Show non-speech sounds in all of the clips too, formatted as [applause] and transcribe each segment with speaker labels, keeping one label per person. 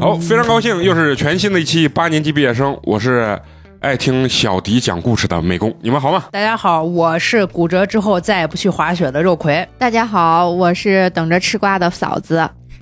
Speaker 1: 好，非常高兴，又是全新的一期八年级毕业生，我是爱听小迪讲故事的美工，你们好吗？
Speaker 2: 大家好，我是骨折之后再也不去滑雪的肉葵。
Speaker 3: 大家好，我是等着吃瓜的嫂子。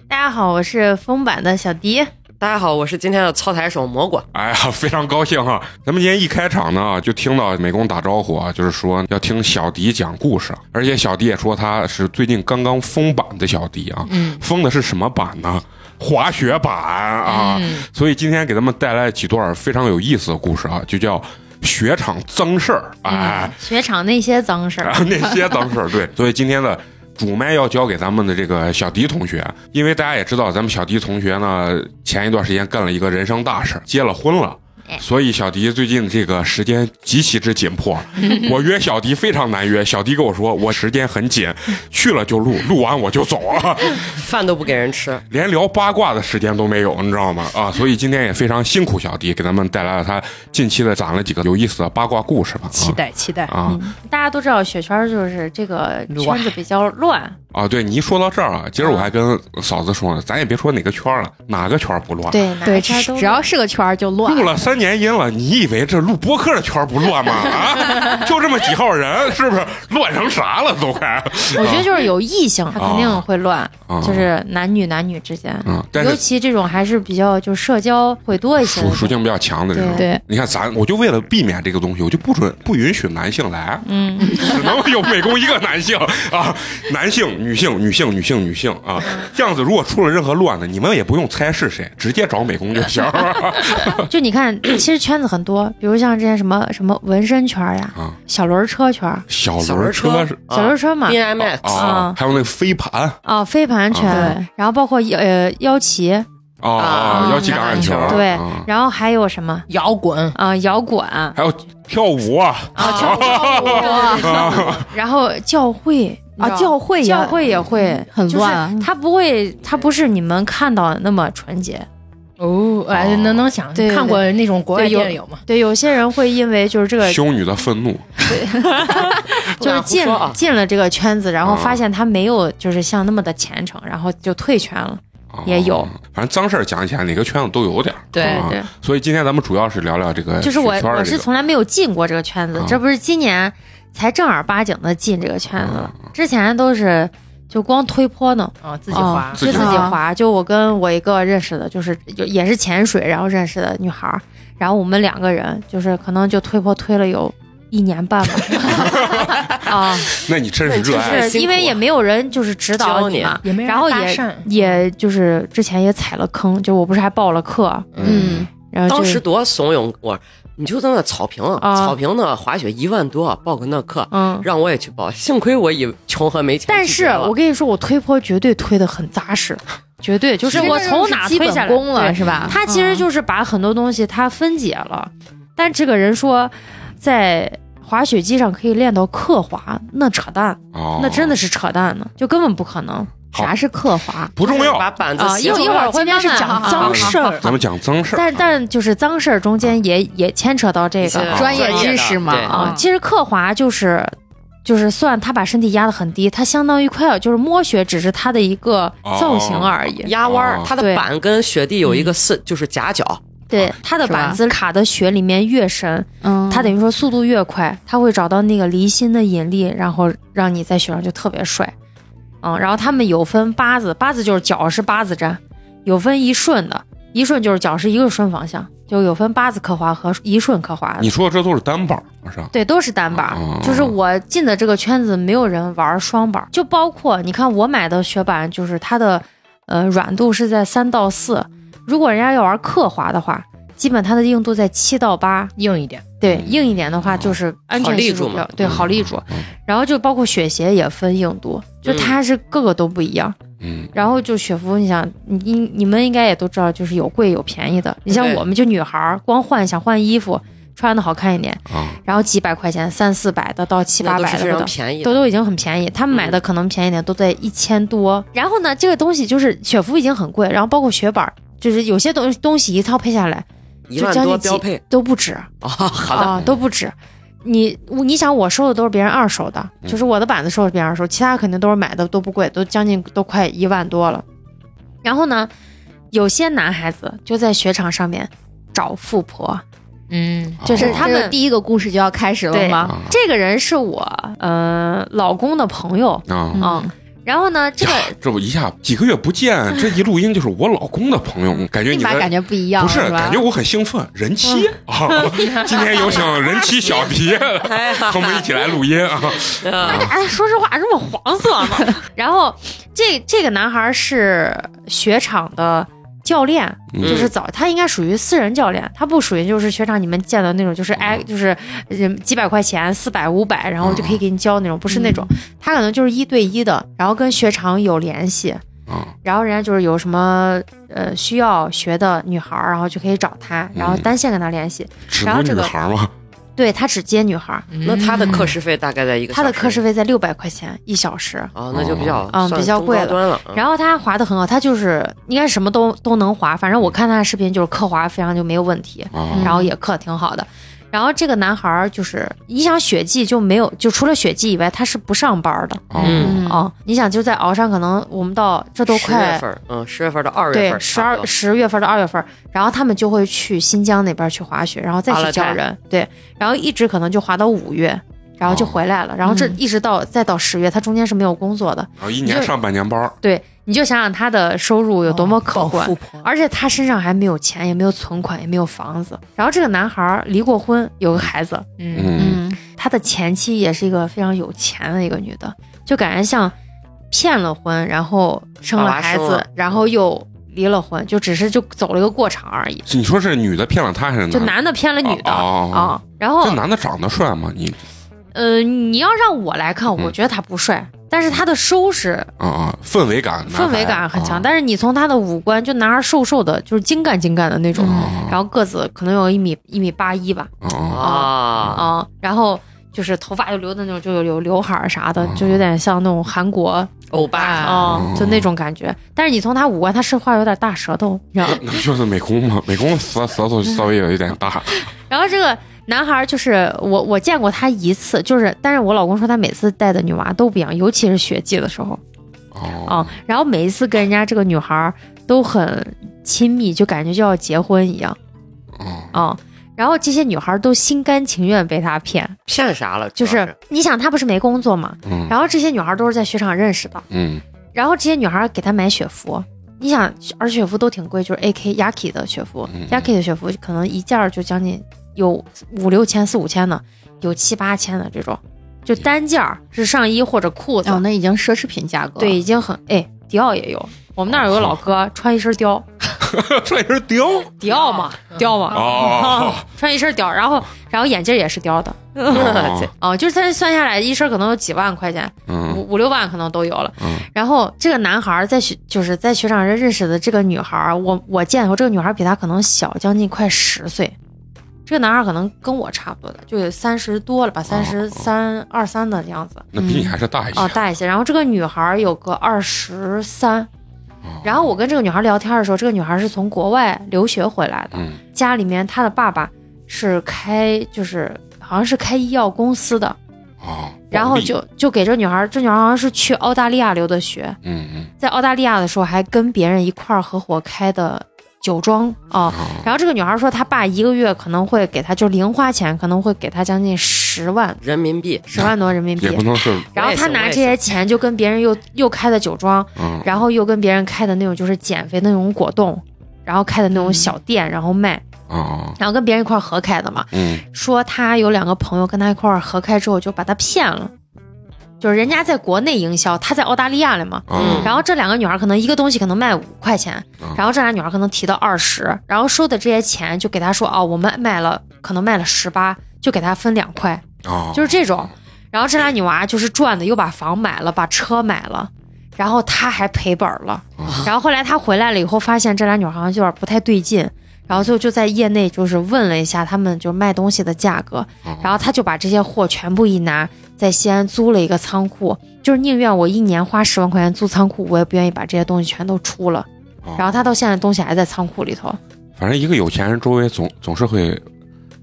Speaker 4: 大家好，我是封版的小迪。
Speaker 5: 大家好，我是今天的操台手蘑菇。
Speaker 1: 哎呀， [laughs] 非常高兴哈！咱们今天一开场呢，就听到美工打招呼啊，就是说要听小迪讲故事，而且小迪也说他是最近刚刚封版的小迪啊，封的是什么版呢？滑雪版啊！所以今天给他们带来几段非常有意思的故事啊，就叫雪场脏事儿，哎，
Speaker 4: 雪场那些脏事儿
Speaker 1: 啊，， [laughs] 那些脏事儿。对，所以今天的主麦要交给咱们的这个小迪同学，因为大家也知道，咱们小迪同学呢，前一段时间干了一个人生大事，结了婚了。
Speaker 2: 哎
Speaker 1: 所以小迪最近这个时间极其之紧
Speaker 2: [laughs]
Speaker 1: 迫，我约小迪非常难约。小迪跟我说我时间很紧，去了就录，录完我就走啊，
Speaker 5: 饭都不给人吃，
Speaker 1: [laughs] 连聊八卦的时间都没有，你知道吗？啊，所以今天也非常辛苦小迪，给咱们带来了他近期的攒了几个有意思的八卦故事吧。
Speaker 2: 期
Speaker 1: 啊
Speaker 2: 待嗯期待，
Speaker 4: 哦
Speaker 1: 啊，
Speaker 4: 大家都知道雪圈就是这个圈子比较乱，
Speaker 1: 啊，对你一说到这儿啊，今儿
Speaker 4: 嗯
Speaker 1: 我还跟嫂子说呢，咱也别说哪个圈儿了，哪个圈儿不乱？，
Speaker 4: 对，哪
Speaker 3: 对，
Speaker 4: 一
Speaker 3: 只
Speaker 4: 圈都
Speaker 3: 只要是个圈儿就乱
Speaker 1: 录。了三年音了，你以为这录播客的圈儿不乱吗？啊，就这么几号人，是不是乱成啥了都快？
Speaker 4: [laughs] 我觉得就是有异性，他肯定会乱，
Speaker 1: 啊
Speaker 4: 就是男女男女之间，
Speaker 1: 嗯，但
Speaker 4: 尤
Speaker 1: 是
Speaker 4: 其这种还是比较就社交会多一些的
Speaker 1: 属。属性比较强的这种。
Speaker 3: 对，
Speaker 1: 你看咱，我就为了避免这个东西，我就不准不允许男性来，
Speaker 4: 嗯，
Speaker 1: 只能有美工一个男性啊，男性、女性、女性、女性、女性啊，
Speaker 4: 嗯
Speaker 1: 这样子如果出了任何乱子，你们也不用猜是谁，直接找美工就行。
Speaker 4: [laughs] 就你看， [clears throat] 其实圈子很多，比如像之前什么什么纹身圈呀、
Speaker 1: 啊
Speaker 4: 小轮车圈、
Speaker 1: 小
Speaker 5: 小
Speaker 1: 轮
Speaker 5: 轮
Speaker 1: 车
Speaker 5: 车啊
Speaker 1: 是。
Speaker 4: 小轮车嘛，
Speaker 5: B M X，、
Speaker 1: 啊
Speaker 4: 啊，
Speaker 1: 还有那个飞盘
Speaker 4: 啊，飞盘圈，
Speaker 1: 哦
Speaker 2: 啊
Speaker 4: 然后包括呃腰旗，
Speaker 1: 啊
Speaker 5: 啊
Speaker 1: 腰旗橄榄球，
Speaker 4: 对
Speaker 1: 啊，
Speaker 4: 然后还有什么
Speaker 2: 摇滚，
Speaker 4: 啊、摇滚啊，
Speaker 1: 还有跳舞啊，
Speaker 4: 跳舞，啊然后教会
Speaker 3: 啊，教会
Speaker 4: 教
Speaker 3: 也
Speaker 4: 会也嗯会
Speaker 3: 很乱啊
Speaker 4: 就是它不会，它不是你们看到的那么纯洁。
Speaker 2: 哦，哎，
Speaker 1: 哦
Speaker 2: 能能想
Speaker 4: 对对
Speaker 2: 看过那种国外
Speaker 4: 对有
Speaker 2: 电影吗？
Speaker 4: 对，有些人会因为就是这个，
Speaker 1: 修女的愤怒
Speaker 5: 不
Speaker 4: 就是
Speaker 5: 敢胡
Speaker 4: 进
Speaker 5: 说啊。
Speaker 4: 进了这个圈子，然后
Speaker 1: 啊
Speaker 4: 发现他没有就是像那么的虔诚，然后就退圈了。
Speaker 1: 啊
Speaker 4: 也有
Speaker 1: 反正脏事儿讲起来，哪个圈子都有点儿。
Speaker 2: 对
Speaker 1: 啊
Speaker 4: 对
Speaker 1: 所以今天咱们主要是聊聊这个
Speaker 4: 就是我
Speaker 1: 雪圈儿
Speaker 4: 我
Speaker 1: 这
Speaker 4: 是
Speaker 1: 个
Speaker 4: 从来没有进过这个圈子
Speaker 1: 啊，
Speaker 4: 这不是今年才正儿八经的进这个圈子
Speaker 1: 啊
Speaker 4: 了，之前都是就光推坡呢。
Speaker 2: 啊，自己滑
Speaker 4: 嗯，
Speaker 1: 自
Speaker 4: 就
Speaker 1: 己
Speaker 4: 自己
Speaker 3: 滑
Speaker 4: 滑。就我跟我一个认识的，就是就也是潜水然后认识的女孩儿，然后我们两个人就是可能就推坡推了有一年半吧，
Speaker 2: [laughs]
Speaker 4: 啊，
Speaker 1: 那你真是热
Speaker 5: 那
Speaker 1: 爱
Speaker 5: 你
Speaker 4: 就是因为也没有人就是指导嘛，
Speaker 2: 也没人
Speaker 4: 然后
Speaker 2: 搭
Speaker 4: 也
Speaker 2: 讪
Speaker 4: 也就是之前也踩了坑，就我不是还报了课，
Speaker 3: 嗯，
Speaker 1: 哦
Speaker 4: 然后就
Speaker 5: 当时多怂恿我，你就在那草坪，
Speaker 4: 啊
Speaker 5: 草坪那滑雪一万多，报个那课，
Speaker 4: 嗯。
Speaker 5: 让我也去报。幸亏我以穷和没钱
Speaker 4: 但
Speaker 5: 去
Speaker 4: 是
Speaker 5: 学了，
Speaker 4: 我跟你说，我推坡绝对推的很扎实，绝对就是
Speaker 3: 其实
Speaker 4: 我
Speaker 3: 这
Speaker 4: 从
Speaker 3: 是
Speaker 4: 哪
Speaker 3: 基
Speaker 4: 推
Speaker 3: 本
Speaker 4: 下来
Speaker 3: 功了
Speaker 4: 对
Speaker 3: 是吧？
Speaker 4: 他其实就是把很多东西它分解了，但这个人说在滑雪机上可以练到刻滑，那扯淡，
Speaker 1: 哦，
Speaker 4: 那真的是扯淡呢，就根本不可能。
Speaker 1: 好
Speaker 3: 啥是刻划？
Speaker 1: 不重
Speaker 5: 把
Speaker 1: 要。
Speaker 5: 板子
Speaker 4: 啊，一
Speaker 5: 斜
Speaker 4: 会儿
Speaker 5: 着
Speaker 4: 一会儿
Speaker 3: 今
Speaker 4: 会
Speaker 3: 天
Speaker 4: 慢
Speaker 3: 是
Speaker 4: 慢
Speaker 3: 讲
Speaker 4: 啊
Speaker 3: 脏
Speaker 2: 事儿
Speaker 4: 啊啊
Speaker 1: 咱们讲脏事儿，
Speaker 4: 但但就是脏事儿中间也也牵扯到这
Speaker 5: 一些
Speaker 4: 个
Speaker 3: 专业知识嘛
Speaker 5: 对
Speaker 4: 啊
Speaker 3: 嗯。
Speaker 4: 其实刻滑就是就是算他把身体压得很低，他相当于快要就是摸雪，只是他的一个造型而已。
Speaker 5: 压弯儿
Speaker 1: 哦，
Speaker 5: 它的
Speaker 4: 对
Speaker 5: 板跟雪地有一个四，就是夹角，
Speaker 4: 对，他的
Speaker 3: 啊是吧
Speaker 4: 板子卡的雪里面越深，
Speaker 3: 嗯，
Speaker 4: 它等于说速度越快，它会找到那个离心的引力，然后让你在雪上就特别帅。嗯，然后他们有分八字，八字就是脚是八字站，有分一顺的，一顺就是脚是一个顺方向，就有分八字刻滑和一顺刻滑的
Speaker 1: 你。说的这都是单板儿是吧？
Speaker 4: 对，都是单板儿
Speaker 1: 哦，
Speaker 4: 就是我进的这个圈子没有人玩双板儿，就包括你看我买的雪板，就是它的呃软度是在三到四，如果人家要玩刻滑的话，基本它的硬度在七到八，
Speaker 2: 硬一点，
Speaker 4: 对，硬一点的话就是安全系
Speaker 5: 好
Speaker 4: 数比
Speaker 5: 立住
Speaker 4: 较
Speaker 5: 嘛
Speaker 4: 对好立住
Speaker 1: 嗯，
Speaker 4: 然后就包括雪鞋也分硬度，就它是各个都不一样。
Speaker 1: 嗯，
Speaker 4: 然后就雪服，你想，你你你们应该也都知道，就是有贵有便宜的。你像
Speaker 5: 对
Speaker 4: 我们就女孩儿，光换想换衣服，穿的好看一点，
Speaker 1: 啊，
Speaker 4: 然后几百块钱，三四百的到七八
Speaker 5: 那都
Speaker 4: 百
Speaker 5: 是
Speaker 4: 的
Speaker 5: 非
Speaker 4: 不
Speaker 5: 常
Speaker 4: 等。
Speaker 5: 便宜的嗯
Speaker 4: 都。都已经很便宜，他们买的可能便宜点，都在一千多。然后呢，这个东西就是雪服已经很贵，然后包括雪板儿，就是有些东东西一套配下来，
Speaker 5: 一
Speaker 4: 就
Speaker 5: 万
Speaker 4: 将
Speaker 5: 多
Speaker 4: 近几
Speaker 5: 标配
Speaker 4: 都不止
Speaker 5: 啊，好的，
Speaker 4: 啊，都不止。你你想我收的都是别人二手的，
Speaker 5: 嗯
Speaker 4: 就是我的板子收的是别人二手，其他肯定都是买的，都不贵，都将近都快一万多了。然后呢，有些男孩子就在雪场上面找富婆，
Speaker 3: 嗯，
Speaker 4: 就是
Speaker 1: 哦
Speaker 4: 他
Speaker 3: 这
Speaker 4: 们
Speaker 3: 个第一个故事就要开始了
Speaker 4: 对
Speaker 3: 吗？
Speaker 4: 这个人是我呃老公的朋友
Speaker 1: 啊。
Speaker 4: 啊、
Speaker 3: 嗯
Speaker 4: 然后呢，这个
Speaker 1: 呀，这我一下几个月不见，这一录音就是我老公的朋友，感觉
Speaker 3: 立
Speaker 1: 你
Speaker 3: 马
Speaker 1: 的
Speaker 3: 感觉不一样，
Speaker 1: 不是
Speaker 3: 吧
Speaker 1: 感觉？我很兴奋，人妻
Speaker 4: 嗯
Speaker 1: 啊， [laughs] 今天有请人妻小迪
Speaker 4: [laughs]
Speaker 5: 哎呀
Speaker 1: 和我们一起来录音啊，
Speaker 5: 啊
Speaker 4: 哎，说实话这么黄色吗？然后这这个男孩是雪场的教练，
Speaker 1: 嗯
Speaker 4: 就是早他应该属于私人教练，他不属于就是雪场你们见的那种，就是哎就是嗯几百块钱四百五百，然后
Speaker 5: 哦
Speaker 4: 就可以给你教那种，不是那
Speaker 5: 嗯
Speaker 4: 种，他可能就是一对一的，然后跟雪场有联系。
Speaker 1: 啊，
Speaker 4: 然后人家就是有什么呃需要学的女孩儿，然后就可以找他，然后
Speaker 1: 嗯
Speaker 4: 单线跟他联系。
Speaker 1: 只
Speaker 4: 然后
Speaker 1: 能
Speaker 4: 这
Speaker 1: 女
Speaker 4: 个
Speaker 1: 孩嘛，
Speaker 4: 对他只接女孩儿，
Speaker 5: [laughs]
Speaker 2: 嗯
Speaker 5: 那他的课时费大概在一个
Speaker 4: 嗯他的
Speaker 5: 小时
Speaker 4: 课时费在六百块钱一小时。
Speaker 5: 啊，那就比较
Speaker 4: 嗯
Speaker 5: 算
Speaker 4: 比较
Speaker 5: 中
Speaker 4: 贵
Speaker 5: 高
Speaker 4: 了
Speaker 5: 端了，嗯
Speaker 4: 然后他滑的很好，他就是应该什么都都能滑，反正我看他的视频就是刻滑非常就没有问题，
Speaker 5: 嗯
Speaker 1: 啊，
Speaker 4: 然后嗯也刻挺好的。然后这个男孩儿就是，你想雪季就没有，就除了雪季以外，他是不上班的
Speaker 1: 啊
Speaker 5: 嗯，
Speaker 3: 嗯
Speaker 4: 啊、你想就在鳌山，可能我们到这都
Speaker 5: 十月
Speaker 4: 快
Speaker 5: 份儿，嗯，十月份儿到二月份
Speaker 4: 对
Speaker 5: 儿
Speaker 4: 十
Speaker 5: 差不
Speaker 4: 二
Speaker 5: 多，
Speaker 4: 十月份到二月份，然后他们就会去新疆那边去滑雪，然后再
Speaker 5: 阿勒
Speaker 4: 去
Speaker 5: 泰
Speaker 4: 教人，对，然后一直可能就滑到五月，然后就
Speaker 1: 哦
Speaker 4: 回来了，然后这
Speaker 3: 嗯
Speaker 4: 一直到、再到十月，他中间是没有工作的，
Speaker 1: 然后一年上半年班儿，
Speaker 4: 对，你就想想他的收入有
Speaker 6: 哦
Speaker 4: 多
Speaker 3: 哦
Speaker 4: 么可观，
Speaker 2: 富婆，
Speaker 4: 而且他身上还没有钱，也没有存款，也没有房子，然后这个男孩儿离过婚，有个孩子，
Speaker 2: 嗯
Speaker 1: 嗯，
Speaker 3: 嗯，
Speaker 4: 他的前妻也是一个非常有钱的一个女的，就感觉像骗了婚，然后生了
Speaker 5: 把娃
Speaker 4: 孩
Speaker 5: 生
Speaker 4: 子
Speaker 5: 了，
Speaker 4: 然后又离了婚，就只是就走了一个过场而已。
Speaker 1: 是你说是女的骗了他还是
Speaker 4: 就
Speaker 1: 的？
Speaker 4: 男的骗了女的
Speaker 1: 嗯哦哦哦
Speaker 4: 啊，然
Speaker 1: 这
Speaker 4: 后
Speaker 1: 男的长得帅吗？你
Speaker 4: 呃，你要让我来看，我觉得他不帅，但是他的收拾
Speaker 1: 啊啊，氛围感，
Speaker 4: 氛围感很强，
Speaker 1: 但
Speaker 4: 但是你从他的五官，就男孩瘦瘦的，就是精干精干的那种，
Speaker 1: 嗯
Speaker 4: 然后个子可能有一米一米八一吧，
Speaker 1: 啊啊
Speaker 5: 啊，
Speaker 4: 啊，然后就是头发又留的那种，就有有刘海儿啥的
Speaker 1: 嗯，
Speaker 4: 就有点像那种韩国
Speaker 5: 欧巴，
Speaker 4: 啊
Speaker 1: 嗯，
Speaker 4: 就那种感觉。但是你从他五官，他是话有点大舌头，你知道吗？
Speaker 1: 那就是美工嘛， [laughs] 美工舌舌头稍微有一点大，
Speaker 4: 然后这个男孩儿就是我，我见过他一次，就是，但是我老公说他每次带的女娃都不一样，尤其是雪季的时候啊、
Speaker 1: 哦，
Speaker 4: 然后每一次跟人家这个女孩儿都很亲密，就感觉就要结婚一样
Speaker 1: 哦，
Speaker 4: 啊、然后这些女孩儿都心甘情愿被他骗，
Speaker 5: 骗啥了？
Speaker 4: 就
Speaker 5: 主要
Speaker 4: 是你想他不是没工作嘛，
Speaker 1: 哦嗯
Speaker 4: 然后这些女孩儿都是在雪场认识的，
Speaker 1: 嗯
Speaker 4: 然后这些女孩儿给他买雪服，你想，而雪服都挺贵，就是 A K Yaki 的雪服、
Speaker 1: 嗯
Speaker 4: y a k i 的雪服可能一件儿就将近有五六千、四五千的，有七八千的这种，就单件儿是上衣或者裤子，
Speaker 3: 哦，那已经奢侈品价格
Speaker 4: 嗯
Speaker 3: 了，
Speaker 4: 对，已经很哎，迪奥也有，我们那儿有个老哥穿一身貂，
Speaker 1: [laughs] 这也是貂
Speaker 4: [laughs] 迪奥嘛，迪奥嘛，
Speaker 1: 嗯哦，
Speaker 4: [laughs] 穿一身貂，然后然后眼镜儿也是貂的，
Speaker 1: 哦
Speaker 5: 这
Speaker 4: 啊、就是他算下来一身可能有几万块钱，
Speaker 1: 嗯
Speaker 4: 五五六万可能都有了。
Speaker 1: 嗯
Speaker 4: 然后这个男孩儿在学就是在学长认认识的这个女孩儿，我我见的时候，这个女孩儿比他可能小将近快十岁，这个男孩儿可能跟我差不多的，就有三十多了吧，三
Speaker 1: 哦
Speaker 4: 十三二三的样子，
Speaker 1: 那比你还是大一些
Speaker 4: 哦，大一些。然后这个女孩儿有个二十三，
Speaker 1: 哦
Speaker 4: 然后我跟这个女孩儿聊天的时候，这个女孩儿是从国外留学回来的，
Speaker 1: 嗯
Speaker 4: 家里面她的爸爸是开就是好像是开医药公司的，
Speaker 1: 哦，
Speaker 4: 然后就就给这女孩儿，这女孩儿好像是去澳大利亚留的学，
Speaker 1: 嗯嗯
Speaker 4: 在澳大利亚的时候还跟别人一块儿合伙开的酒庄啊。
Speaker 1: 哦
Speaker 4: 然后这个女孩儿说，她爸一个月可能会给她就零花钱，可能会给她将近十万
Speaker 5: 人民币
Speaker 4: 十万多人民币
Speaker 1: 也不。能是
Speaker 4: 然后她拿这些钱就跟别人又又开的酒庄，
Speaker 1: 嗯
Speaker 4: 然后又跟别人开的那种就是减肥那种果冻，然后开的那种小店，然后卖，
Speaker 1: 哦
Speaker 4: 然后跟别人一块儿合开的嘛。
Speaker 1: 嗯
Speaker 4: 说他有两个朋友跟他一块儿合开之后就把他骗了，就是人家在国内营销，他在澳大利亚了嘛。
Speaker 1: 嗯
Speaker 4: 然后这两个女孩可能一个东西可能卖五块钱
Speaker 1: 嗯，
Speaker 4: 然后这俩女孩可能提到二十，然后收的这些钱就给他说哦，我们卖了可能卖了十八，就给他分两块，
Speaker 1: 哦
Speaker 4: 就是这种。然后这俩女娃就是赚的，又把房买了，把车买了，然后她还赔本儿了。然后后来她回来了以后，发现这俩女孩好像有点不太对劲，然后最后就在业内就是问了一下他们就卖东西的价格，
Speaker 1: 啊
Speaker 4: 然后她就把这些货全部一拿，在西安租了一个仓库，就是宁愿我一年花十万块
Speaker 1: 哦
Speaker 4: 钱租仓库，我也不愿意把这些东西全都出了。然后她到现在东西还在仓库里头，
Speaker 1: 啊反正一个有钱人周围总总是会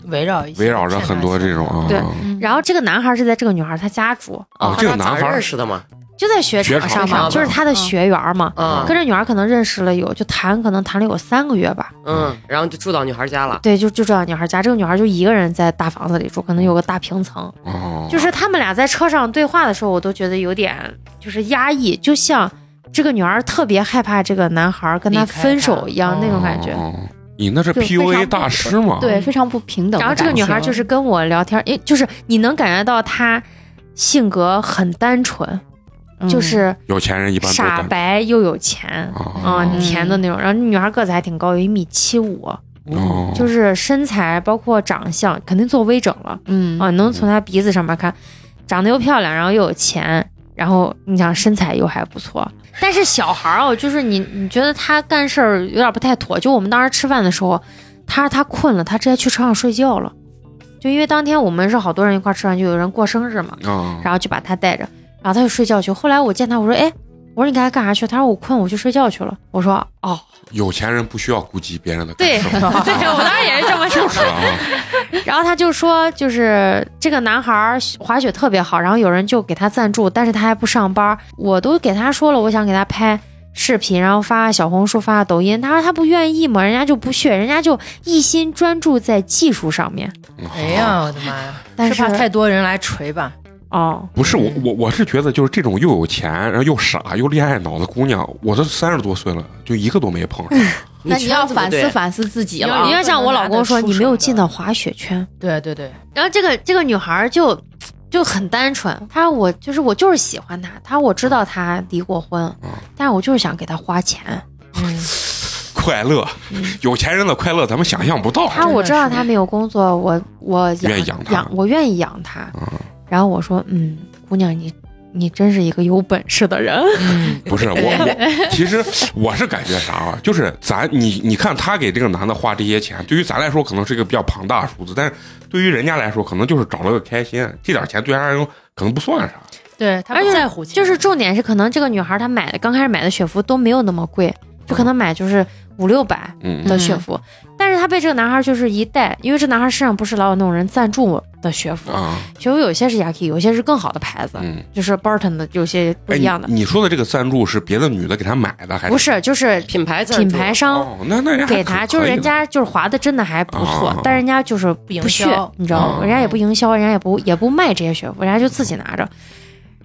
Speaker 2: 围绕一些
Speaker 1: 围绕着
Speaker 2: 善
Speaker 1: 很多
Speaker 2: 良
Speaker 1: 这种啊，
Speaker 4: 对
Speaker 1: 啊
Speaker 4: 然后这个男孩是在这个女孩她家住，
Speaker 1: 哦
Speaker 5: 啊，
Speaker 1: 这个
Speaker 5: 他俩
Speaker 1: 男
Speaker 5: 咋
Speaker 1: 孩儿
Speaker 5: 认识的嘛？
Speaker 4: 就在雪
Speaker 1: 雪场
Speaker 4: 场上
Speaker 5: 上
Speaker 4: 嘛，
Speaker 5: 嘛
Speaker 4: 就是他的学员嘛。
Speaker 1: 嗯
Speaker 5: 啊，
Speaker 4: 跟这女孩可能认识了有就谈，可能谈了有三个月吧。
Speaker 5: 嗯，然后就住到女孩家了。
Speaker 4: 对，就就这样女孩家，这个女孩就一个人在大房子里住，可能有个大平层。
Speaker 1: 哦，
Speaker 4: 就是他们俩在车上对话的时候，我都觉得有点就是压抑，就像这个女孩特别害怕这个男孩跟她
Speaker 2: 离开
Speaker 4: 分
Speaker 2: 她
Speaker 4: 手一样那种感觉。
Speaker 1: 哦你那是
Speaker 3: 就非常
Speaker 1: PUA
Speaker 3: 不
Speaker 1: 大师嘛？
Speaker 3: 对，非常不平等。
Speaker 4: 然后这个女孩就是，跟我聊天，因就是你能感觉到她性格很单纯，
Speaker 2: 嗯
Speaker 4: 就是
Speaker 1: 有钱人一般都
Speaker 4: 傻
Speaker 1: 干
Speaker 4: 白又有钱。
Speaker 1: 啊
Speaker 4: 啊、
Speaker 3: 嗯
Speaker 4: 甜的那种，然后女孩个子还挺高，有一米七五，
Speaker 1: 哦，
Speaker 4: 就是身材包括长相肯定做微整了
Speaker 3: 嗯
Speaker 4: 啊、能从她鼻子上面看，长得又漂亮，然后又有钱，然后你想身材又还不错，但是小孩儿哦，就是你你觉得她干事儿有点不太妥，就我们当时吃饭的时候，她她困了，她直接去车上睡觉了，就因为当天我们是好多人一块儿吃饭，就有人过生日嘛，
Speaker 1: 啊，
Speaker 4: 然后就把他带着，然后他就睡觉去。后来我见他，我说：“哎，我说你刚才干啥去？”他说：“我困，我去睡觉去了。”我说：“哦，
Speaker 1: 有钱人不需要顾及别人的感
Speaker 4: 对
Speaker 1: 受
Speaker 4: [laughs] 对，我当时也是这么
Speaker 1: [laughs]
Speaker 4: 想
Speaker 1: 是。啊，”
Speaker 4: 然后他就说：“就是这个男孩儿滑雪特别好，然后有人就给他赞助，但是他还不上班。我都给他说了，我想给他拍。”视频，然后发小红书，发抖音。他说他不愿意嘛，人家就不屑，人家就一心专注在技术上面。
Speaker 1: 嗯
Speaker 3: 嗯
Speaker 2: 哎呀，我的妈
Speaker 3: [laughs]
Speaker 2: 呀！
Speaker 4: 但
Speaker 2: 是怕太多人来锤吧？
Speaker 4: 哦，
Speaker 1: 不是我我我是觉得就是这种又有钱，然后又傻又恋爱脑的姑娘，我都三十多岁了，就一个都没碰上。
Speaker 3: 那你
Speaker 5: 圈
Speaker 3: 要
Speaker 5: 子不
Speaker 3: 反
Speaker 5: 对
Speaker 3: 思反思自己
Speaker 2: 你
Speaker 3: 了
Speaker 2: 要
Speaker 4: 你。要像我老公说，
Speaker 2: 不能拿得出手
Speaker 4: 你没有
Speaker 2: 的
Speaker 4: 进到滑雪圈。
Speaker 2: 对对
Speaker 4: [laughs]
Speaker 2: 对，
Speaker 4: 然后这个这个女孩儿就就很单纯，她说我就是我就是喜欢他，她说我知道他离过婚，
Speaker 2: 嗯
Speaker 4: 但是我就是想给他花钱。
Speaker 1: 快乐，有钱人的快乐咱们想象不到。啊
Speaker 4: 她说我知道他没有工作，我我养
Speaker 1: 愿意养他
Speaker 4: 我愿意养他。
Speaker 1: 嗯
Speaker 4: 然后我说嗯，姑娘你你真是一个有本事的人。 [laughs]
Speaker 1: 不是我，我其实我是感觉啥啊？就是咱你你看他给这个男的花这些钱，对于咱来说可能是一个比较庞大的数字，但是对于人家来说，可能就是找了个开心，这点钱对他来说可能不算啥。
Speaker 2: 对他
Speaker 4: 而
Speaker 2: 不
Speaker 4: 且
Speaker 2: 在乎钱，
Speaker 4: 就是重点是，可能这个女孩她买的刚开始买的雪服都没有那么贵，就可能买就是五六百
Speaker 1: 嗯，
Speaker 4: 的雪服，但是她被这个男孩就是一带，因为这男孩身上不是老有那种人赞助的雪服，
Speaker 1: 啊，
Speaker 4: 雪服有些是 Yaki，有些是更好的牌子，
Speaker 1: 嗯，
Speaker 4: 就是 Burton 的，有些不
Speaker 1: 哎，
Speaker 4: 一样的。
Speaker 1: 你你说的这个赞助是别的女的给他买的，还是
Speaker 4: 不是，就是
Speaker 5: 品牌赞助
Speaker 4: 品牌商
Speaker 1: 哦，那那人还
Speaker 4: [laughs] 给他，
Speaker 1: 可
Speaker 4: 就是人。
Speaker 1: 可以的
Speaker 4: 家就是划的真的还不错
Speaker 1: 啊，
Speaker 4: 但人家就是
Speaker 2: 营
Speaker 4: 不屑
Speaker 2: 销，
Speaker 4: 你知道吗？
Speaker 1: 啊
Speaker 4: 人家也不营销，人家也不也不卖这些雪服，人家就自己拿着。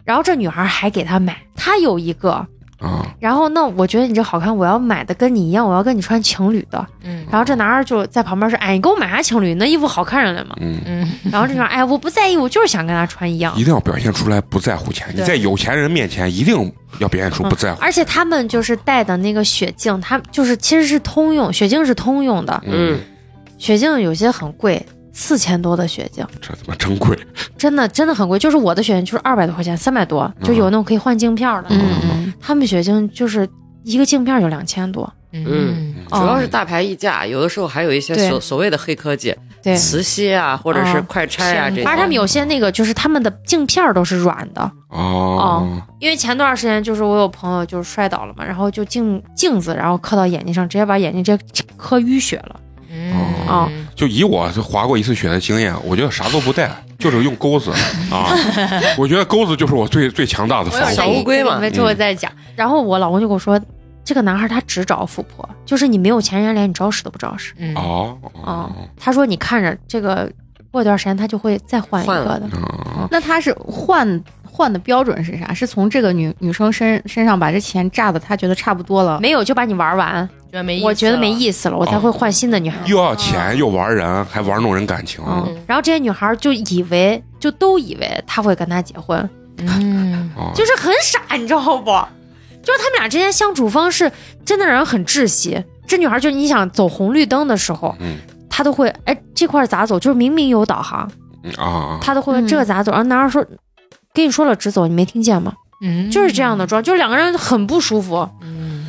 Speaker 4: 然后这女孩还给他买，他有一个，
Speaker 1: 啊，
Speaker 4: 然后那我觉得你这好看，我要买的跟你一样，我要跟你穿情侣的。
Speaker 3: 嗯
Speaker 4: 然后这男孩就在旁边说：“哎，你给我买啥情侣？你那衣服好看着呢嘛。
Speaker 1: 嗯，
Speaker 3: 嗯，”
Speaker 4: 然后这女孩：“哎，我不在意，我就是想跟他穿一样。”
Speaker 1: 一定要表现出来不在乎钱。你
Speaker 2: 对
Speaker 1: 在有钱人面前一定要表现出不在乎。
Speaker 4: 而且他们就是戴的那个雪镜，他就是其实是通用，雪镜是通用的，
Speaker 1: 嗯，
Speaker 5: 嗯，
Speaker 4: 雪镜有些很贵，四千多的雪镜，
Speaker 1: 这他妈真贵。
Speaker 4: 真的真的很贵。就是我的雪镜就是二百多块钱，三百多，就有那种可以换镜片的。
Speaker 3: 嗯嗯
Speaker 4: 他们雪镜就是一个镜片就两千多，
Speaker 3: 嗯
Speaker 5: 主要
Speaker 4: 哦
Speaker 5: 是大牌溢价，有的时候还有一些
Speaker 4: 对
Speaker 5: 所所谓的黑科技，
Speaker 4: 对。
Speaker 5: 磁吸啊，或者是
Speaker 4: 嗯
Speaker 5: 快拆啊
Speaker 2: 天
Speaker 5: 这
Speaker 4: 而且他
Speaker 5: 些。
Speaker 4: 们有些那个就是他们的镜片都是软的，
Speaker 1: 哦，
Speaker 4: 因为前段时间就是我有朋友就是摔倒了嘛，然后就镜镜子然后磕到眼睛上，直接把眼睛直接磕淤血了。
Speaker 3: 嗯
Speaker 1: 哦就以我滑过一次雪的经验，我觉得啥都不带，就是用钩
Speaker 4: [laughs]
Speaker 1: 子啊。我觉得钩子就是我最最强大的
Speaker 4: 我
Speaker 1: 防
Speaker 4: 有
Speaker 5: 小
Speaker 1: 护
Speaker 5: 乌。龟嘛
Speaker 4: 没之后再讲。然后我老公就跟我说，这个男孩他只找富婆，就是你没有钱，人家连你招使都不招使。
Speaker 3: 嗯
Speaker 1: 哦
Speaker 4: 哦他说你看着这个，过一段时间他就会再换一个
Speaker 5: 换
Speaker 4: 的。
Speaker 1: 嗯
Speaker 3: 那他是换换的标准是啥？是从这个女女生身身上把这钱榨的，他觉得差不多了。
Speaker 4: 没有就把你玩完，
Speaker 2: 觉得没意思，
Speaker 4: 我觉得没。意思了，我
Speaker 5: 哦
Speaker 4: 才会换新的女孩。
Speaker 1: 又要钱又玩人，还玩弄人感情。
Speaker 4: 嗯，然后这些女孩就以为，就都以为他会跟他结婚，
Speaker 3: 嗯，
Speaker 1: 哦
Speaker 4: 就是很傻，你知道不？就是他们俩之间相处方式真的让人很窒息。这女孩就是你想走红绿灯的时候，
Speaker 1: 嗯
Speaker 4: 她都会哎这块儿咋走，就是明明有导航，
Speaker 1: 嗯啊，
Speaker 4: 他都会问
Speaker 3: 嗯
Speaker 4: 这个咋走，然后男孩说。跟你说了直走，你没听见吗？
Speaker 3: 嗯
Speaker 4: 就是这样的状，就是两个人很不舒服。
Speaker 3: 嗯，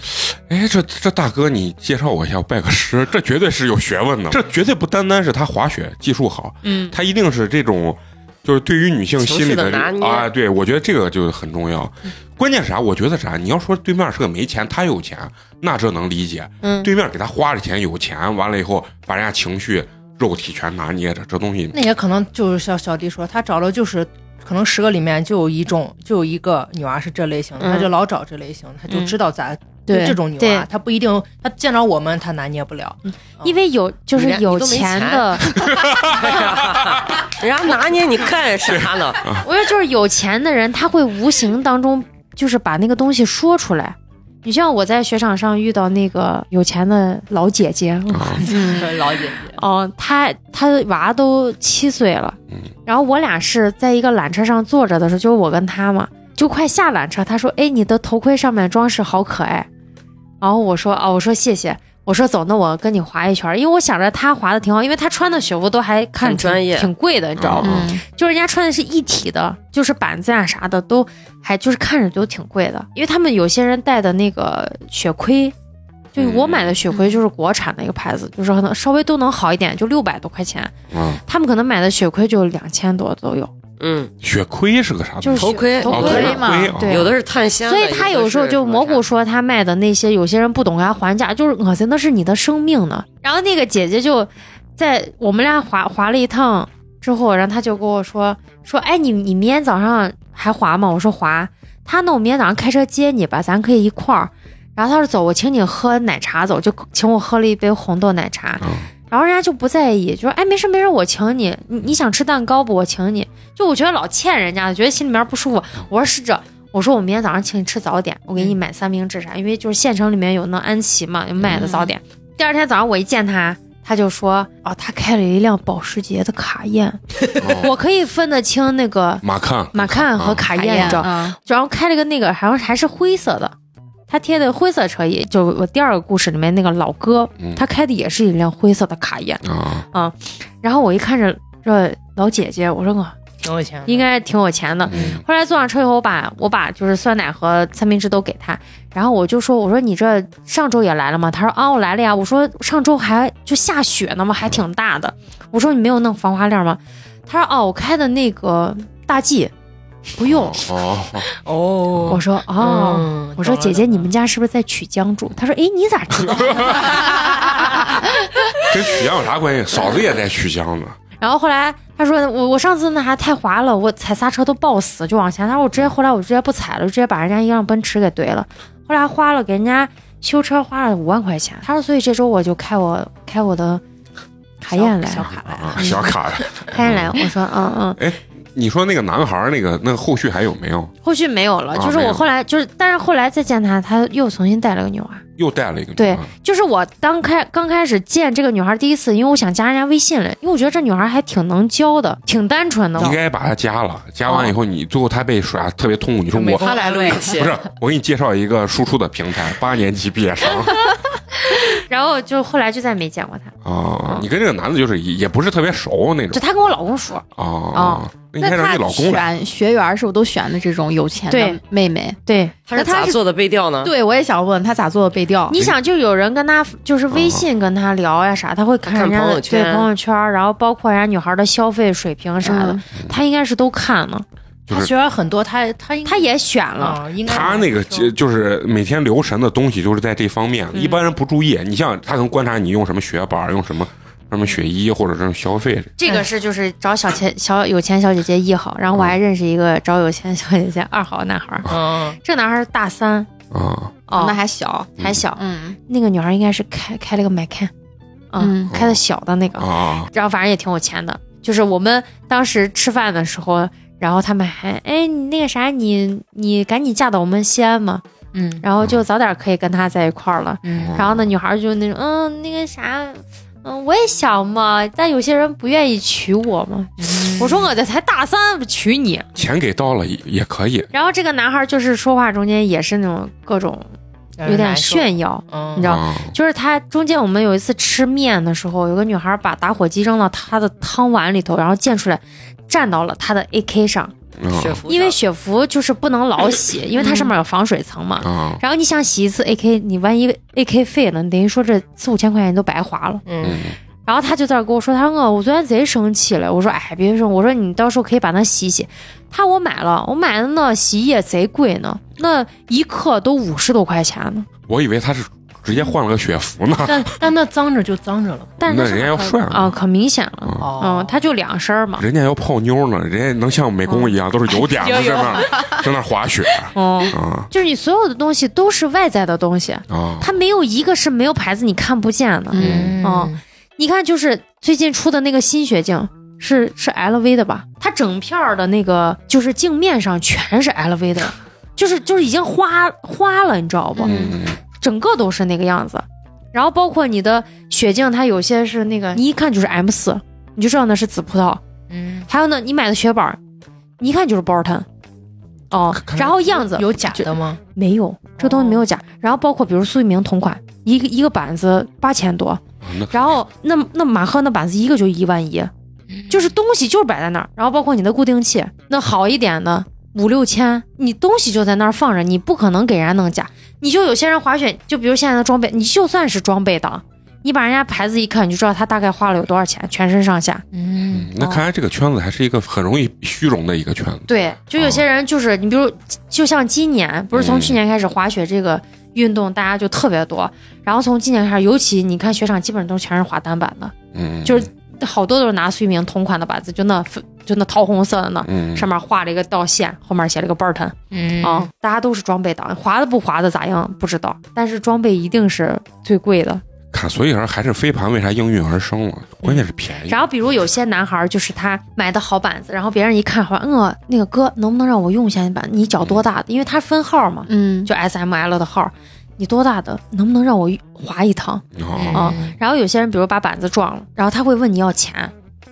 Speaker 1: 哎，这这大哥，你介绍我一下，我拜个师，这绝对是有学问的。这绝对不单单是他滑雪技术好，
Speaker 2: 嗯，
Speaker 1: 他一定是这种就是对于女性心理
Speaker 5: 情绪的拿捏
Speaker 1: 啊，对我觉得这个就很重要。
Speaker 4: 嗯
Speaker 1: 关键是啥？我觉得啥？你要说对面是个没钱，他有钱，那这能理解。
Speaker 4: 嗯
Speaker 1: 对面给他花着钱，有钱，完了以后把人家情绪、肉体全拿捏着，这东西
Speaker 6: 那也可能就是像小弟说，他找的就是可能十个里面就有一种就有一个女娃是这类型的，
Speaker 4: 嗯
Speaker 6: 他就老找这类型，他就
Speaker 4: 嗯
Speaker 6: 知道咱
Speaker 4: 对
Speaker 6: 这种女
Speaker 4: 对
Speaker 6: 娃，他不一定他见着我们他拿捏不了，
Speaker 4: 因为有就是
Speaker 5: 你连
Speaker 4: 有
Speaker 5: 你都没钱
Speaker 4: 的，
Speaker 5: 人家拿捏你干啥
Speaker 4: [laughs]
Speaker 5: 呢？
Speaker 4: 我说就是有钱的人，他会无形当中就是把那个东西说出来。你像我在雪场上遇到那个有钱的老姐姐，
Speaker 1: 啊，
Speaker 6: 老姐姐，
Speaker 4: 哦，她她娃都七岁了
Speaker 1: 嗯，
Speaker 4: 然后我俩是在一个缆车上坐着的时候，就是我跟她嘛，就快下缆车，她说：“哎，你的头盔上面装饰好可爱。”然后我说：“哦，我说谢谢。”我说走，那我跟你滑一圈儿，因为我想着她滑的挺好，因为她穿的雪服都还看着
Speaker 5: 很
Speaker 4: 挺
Speaker 5: 专业
Speaker 4: 挺贵的，你知道吗？
Speaker 1: 嗯
Speaker 3: 嗯，
Speaker 4: 就是人家穿的是一体的，就是板子啊啥的都还就是看着都挺贵的，因为他们有些人戴的那个雪盔，就
Speaker 1: 嗯
Speaker 4: 我买的雪盔就是国产的一个牌子，就是可能稍微都能好一点，就六百多块钱，
Speaker 1: 啊，
Speaker 4: 他们可能买的雪盔就两千多都有，
Speaker 5: 嗯，
Speaker 1: 血亏是个啥东西？
Speaker 4: 就是
Speaker 5: 头盔
Speaker 4: 头
Speaker 1: 哦，
Speaker 5: 头
Speaker 4: 盔
Speaker 5: 盔
Speaker 3: 嘛
Speaker 1: 血亏啊
Speaker 4: 对
Speaker 5: 有的是碳纤的，
Speaker 4: 所以他
Speaker 5: 有的
Speaker 4: 有时候
Speaker 5: 是
Speaker 4: 就蘑菇
Speaker 5: 什么
Speaker 4: 说他卖的那些，有些人不懂给他还价，就是恶心，那是你的生命呢。然后那个姐姐就在我们俩滑滑了一趟之后，然后他就跟我说说，哎，你你明天早上还滑吗？我说滑。他那我明天早上开车接你吧，咱可以一块儿。然后他说走，我请你喝奶茶走，就请我喝了一杯红豆奶茶。
Speaker 1: 啊
Speaker 4: 然后人家就不在意，就说哎没事没事，我请你，你你想吃蛋糕不？我请你。就我觉得老欠人家的，觉得心里面不舒服。我说是这，我说我明天早上请你吃早点，我给你买三明治啥，因为就是县城里面有那安琪嘛，有卖的早点。第二天早上我一见他，他就说哦，他开了一辆保时捷的卡宴，
Speaker 1: 哦
Speaker 4: [laughs] 我可以分得清那个
Speaker 1: 马看啊
Speaker 4: 马看和哎卡
Speaker 3: 哎
Speaker 4: 宴，啊
Speaker 3: 呀
Speaker 4: 你知道，
Speaker 3: 嗯
Speaker 4: 然后开了个那个，好像还是灰色的，他贴的灰色车衣，就我第二个故事里面那个老哥，
Speaker 1: 嗯
Speaker 4: 他开的也是一辆灰色的卡宴。
Speaker 1: 啊，
Speaker 4: 然后我一看着这老姐姐，我说我
Speaker 6: 挺有钱的，
Speaker 4: 应该挺有钱的。
Speaker 1: 嗯
Speaker 4: 后来坐上车以后，我把我把就是酸奶和三明治都给她，然后我就说我说你这上周也来了吗？她说啊我来了呀。我说上周还就下雪呢嘛，还挺大的。我说你没有弄防滑链吗？她说哦我开的那个大 G，不用。
Speaker 1: 哦，
Speaker 6: 哦，
Speaker 4: 我说哦。
Speaker 6: 嗯
Speaker 4: 我说
Speaker 6: 懂了
Speaker 4: 姐姐，
Speaker 6: 懂
Speaker 4: 你
Speaker 6: 了
Speaker 4: 们家是不是在曲江住？她说，哎，你咋知道？ [laughs]
Speaker 1: 跟曲江有啥关系？嫂子也在曲江呢。
Speaker 4: 然后后来她说，我我上次那还太滑了，我踩刹车都抱死，就往前。她说我直接后来我直接不踩了，我直接把人家一辆奔驰给怼了。后来花了给人家修车花了五万块钱。她说，所以这周我就开我开我的卡宴来
Speaker 6: 小
Speaker 4: 了，
Speaker 6: 卡来了，
Speaker 1: 啊，小卡，
Speaker 4: 卡宴来了。我说，嗯嗯，
Speaker 1: 你说那个男孩儿那个，那后续还有没有？
Speaker 4: 后续没有了，
Speaker 1: 啊
Speaker 4: 就是
Speaker 1: 没
Speaker 4: 我
Speaker 1: 有
Speaker 4: 后来就是，但是后来再见她，她又重新带了个女娃。
Speaker 1: 又带了一个女
Speaker 4: 对
Speaker 1: 孩
Speaker 4: 就是我当开刚开始见这个女孩第一次，因为我想加人家微信来，因为我觉得这女孩还挺能教的，挺单纯的
Speaker 1: 应。该把她加了，加完以后你最后她被耍特别痛苦，你说
Speaker 6: 没
Speaker 1: 我
Speaker 6: 空
Speaker 5: 他来录一期
Speaker 1: 不，是，我给你介绍一个输出的平台，八年级毕业生
Speaker 4: 然后就后来就再没见过她，
Speaker 1: 啊，你跟这个男的就是也也不是特别熟那
Speaker 4: 就
Speaker 1: 种
Speaker 4: 她跟我老公说，
Speaker 1: 啊，那你
Speaker 3: 那
Speaker 1: 还让你
Speaker 3: 他
Speaker 1: 老公来，
Speaker 3: 选学员是不是都选的这种有钱
Speaker 4: 对
Speaker 3: 的妹妹？
Speaker 4: 对，
Speaker 5: 他是
Speaker 3: 那他
Speaker 5: 咋
Speaker 3: 是
Speaker 5: 做的背调呢？
Speaker 3: 对，我也想问他咋做的背调？
Speaker 4: 你想就有人跟她就是微信跟她聊呀啥，她会看人家
Speaker 5: 看朋
Speaker 4: 的
Speaker 5: 友圈
Speaker 4: 对朋友圈，然后包括人家女孩的消费水平啥的
Speaker 3: 嗯，
Speaker 4: 她应该是都看了，
Speaker 1: 就
Speaker 6: 他
Speaker 1: 是
Speaker 6: 学员很多，他他应该
Speaker 4: 她也选了。
Speaker 6: 啊，应该
Speaker 1: 他那个就就是每天留神的东西就是在这方面，一般人不注意。你像他能观察你用什么学板，用什么什么雪衣或者这种消费，
Speaker 4: [laughs] 这个是就是找小钱小有钱小姐姐一号，然后我还认识一个找有钱小姐姐二号男孩儿， [laughs]
Speaker 6: 嗯，
Speaker 4: 这个男孩儿大三
Speaker 1: 啊，
Speaker 4: 哦，
Speaker 3: 那还小，
Speaker 4: 还小，
Speaker 3: 嗯
Speaker 4: 那个女孩应该是开开了个买看，啊、
Speaker 3: 嗯
Speaker 4: 开的小的那个，
Speaker 1: 啊，
Speaker 4: 然后反正也挺有钱的。就是我们当时吃饭的时候，然后他们还哎你那个啥，你你赶紧嫁到我们西安嘛，
Speaker 3: 嗯
Speaker 4: 然后就早点可以跟他在一块儿了。
Speaker 3: 嗯，
Speaker 4: 然后呢，女孩就那种嗯那个啥。嗯，我也想嘛，但有些人不愿意娶我嘛。
Speaker 6: 嗯
Speaker 4: 我说我这才大三，娶你。
Speaker 1: 钱给到了也也可以，
Speaker 4: 然后这个男孩就是说话中间也是那种各种
Speaker 6: 让人
Speaker 4: 有点
Speaker 6: 难受，
Speaker 4: 炫耀，
Speaker 6: 嗯，
Speaker 4: 你知道
Speaker 1: 啊
Speaker 4: 就是他中间我们有一次吃面的时候，有个女孩把打火机扔到他的汤碗里头，然后溅出来，蘸到了他的 AK 上，
Speaker 5: 雪
Speaker 1: 啊
Speaker 5: 服
Speaker 4: 因为雪服就是不能老洗，因为它上面有防水层嘛。
Speaker 1: 啊，
Speaker 4: 然后你想洗一次 AK，你万一 AK 废了，你等于说这四五千块钱你都白花了。
Speaker 6: 嗯
Speaker 1: 嗯，
Speaker 4: 然后他就在那儿跟我说，他说嗯我昨天贼生气了。我说哎，别生，我说你到时候可以把它洗洗。他我买了，我买的那洗衣液贼贵呢，那一克都五十多块钱呢。
Speaker 1: 我以为他是直接换了个雪服呢，
Speaker 6: 但但那脏着就脏着了。
Speaker 4: [laughs] 但是
Speaker 1: 那
Speaker 4: 它是
Speaker 1: 人家要
Speaker 4: 可
Speaker 1: 帅了
Speaker 4: 啊，可明显了。
Speaker 6: 哦
Speaker 4: 嗯，它就两身儿嘛。
Speaker 1: 人家要泡妞呢，人家能像美工一样都是有
Speaker 4: [laughs]
Speaker 1: 点
Speaker 3: 有
Speaker 1: 的，在
Speaker 3: 有
Speaker 1: 那儿 [laughs] 在那儿滑雪
Speaker 4: 嗯，
Speaker 1: 啊
Speaker 4: 就是你所有的东西都是外在的东西，
Speaker 1: 啊！
Speaker 4: 它没有一个是没有牌子你看不见的。
Speaker 1: 嗯
Speaker 4: 哦，你看，就是最近出的那个新雪镜，是是 LV 的吧？它整片儿的那个就是镜面上全是 LV 的，就是就是已经花花了，你知道不？
Speaker 1: 嗯，
Speaker 4: 整个都是那个样子。然后包括你的雪镜，它有些是那个，你一看就是 M 四，你就知道那是紫葡萄。
Speaker 6: 嗯，
Speaker 4: 还有呢，你买的雪板，你一看就是 Borton。哦，然后样子
Speaker 6: 有假的吗？
Speaker 4: 没有，这东西没有假。然后包括比如苏翊鸣同款，一个一个板子八千多，
Speaker 1: 嗯那
Speaker 4: 然后那那马赫那板子一个就一万一，就是东西就是摆在那儿。然后包括你的固定器，那好一点的五六千，你东西就在那儿放着，你不可能给人家弄假。你就有些人滑雪，就比如现在的装备，你就算是装备党，你把人家牌子一看，你就知道他大概花了有多少钱，全身上下。
Speaker 6: 嗯，
Speaker 4: 哦
Speaker 1: 那看来这个圈子还是一个很容易虚荣的一个圈子。
Speaker 4: 对，就有些人就是你，比如就像今年，不是从去年开始滑雪这个运动，大家就特别多。然后从今年开始，尤其你看雪场，基本上都全是滑单板的，
Speaker 1: 嗯，
Speaker 4: 就是好多都是拿苏翊鸣同款的板子，就那就那桃红色的那。
Speaker 1: 嗯
Speaker 4: 上面画了一个道线，后面写了个 Burton
Speaker 6: 嗯
Speaker 4: 啊、大家都是装备党，滑的不滑的咋样不知道，但是装备一定是最贵的。
Speaker 1: 看，所以说还是飞盘为啥应运而生了？关键是便宜。
Speaker 4: 然后比如有些男孩儿就是他买的好板子，然后别人一看好像，嗯，那个哥能不能让我用一下你板？你脚多大的？因为他分号嘛，
Speaker 3: 嗯，
Speaker 4: 就 S M L 的号，你多大的，能不能让我划一趟？
Speaker 1: 啊，
Speaker 6: 哦
Speaker 4: 啊然后有些人比如把板子撞了，然后他会问你要钱，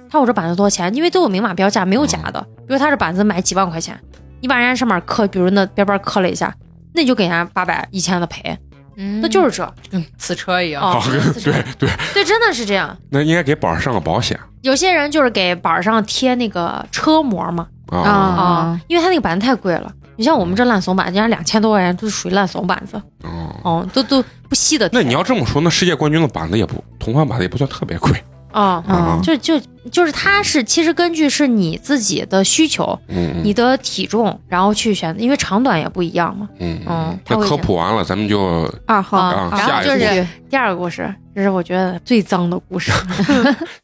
Speaker 4: 他我这板子多少钱？因为都有明码标价，没有假的。
Speaker 1: 嗯
Speaker 4: 比如他这板子买几万块钱，你把人家上面磕，比如那边边磕了一下，那你就给人家八百一千的赔，那
Speaker 6: 那
Speaker 4: 就是哦这啊、
Speaker 6: 跟此车一样。
Speaker 1: 嗯好，对对，
Speaker 4: 对，真的是这样。
Speaker 1: 那应该给板儿上个保险
Speaker 4: 有些人就是给板上贴那个车膜嘛，
Speaker 1: 啊。
Speaker 4: 啊，因为他那个板子太贵了。你像我们这烂怂板，人家两千多块钱都是属于烂怂板子，
Speaker 1: 哦
Speaker 4: 哦，都都不稀的贴。
Speaker 1: 那你要这么说，那世界冠军的板子也不同款板子也不算特别贵
Speaker 4: 啊、
Speaker 1: 啊。
Speaker 4: 就就就是它是其实根据是你自己的需求、
Speaker 1: 嗯嗯
Speaker 4: 你的体重，然后去选，因为长短也不一样嘛。
Speaker 1: 嗯
Speaker 4: 嗯
Speaker 1: 那科普完了，咱们就
Speaker 3: 二号
Speaker 1: 啊
Speaker 4: 然
Speaker 1: 下
Speaker 4: 后
Speaker 1: 一
Speaker 4: 就
Speaker 1: 步
Speaker 4: 是第二个故事，这是我觉得最脏的故事。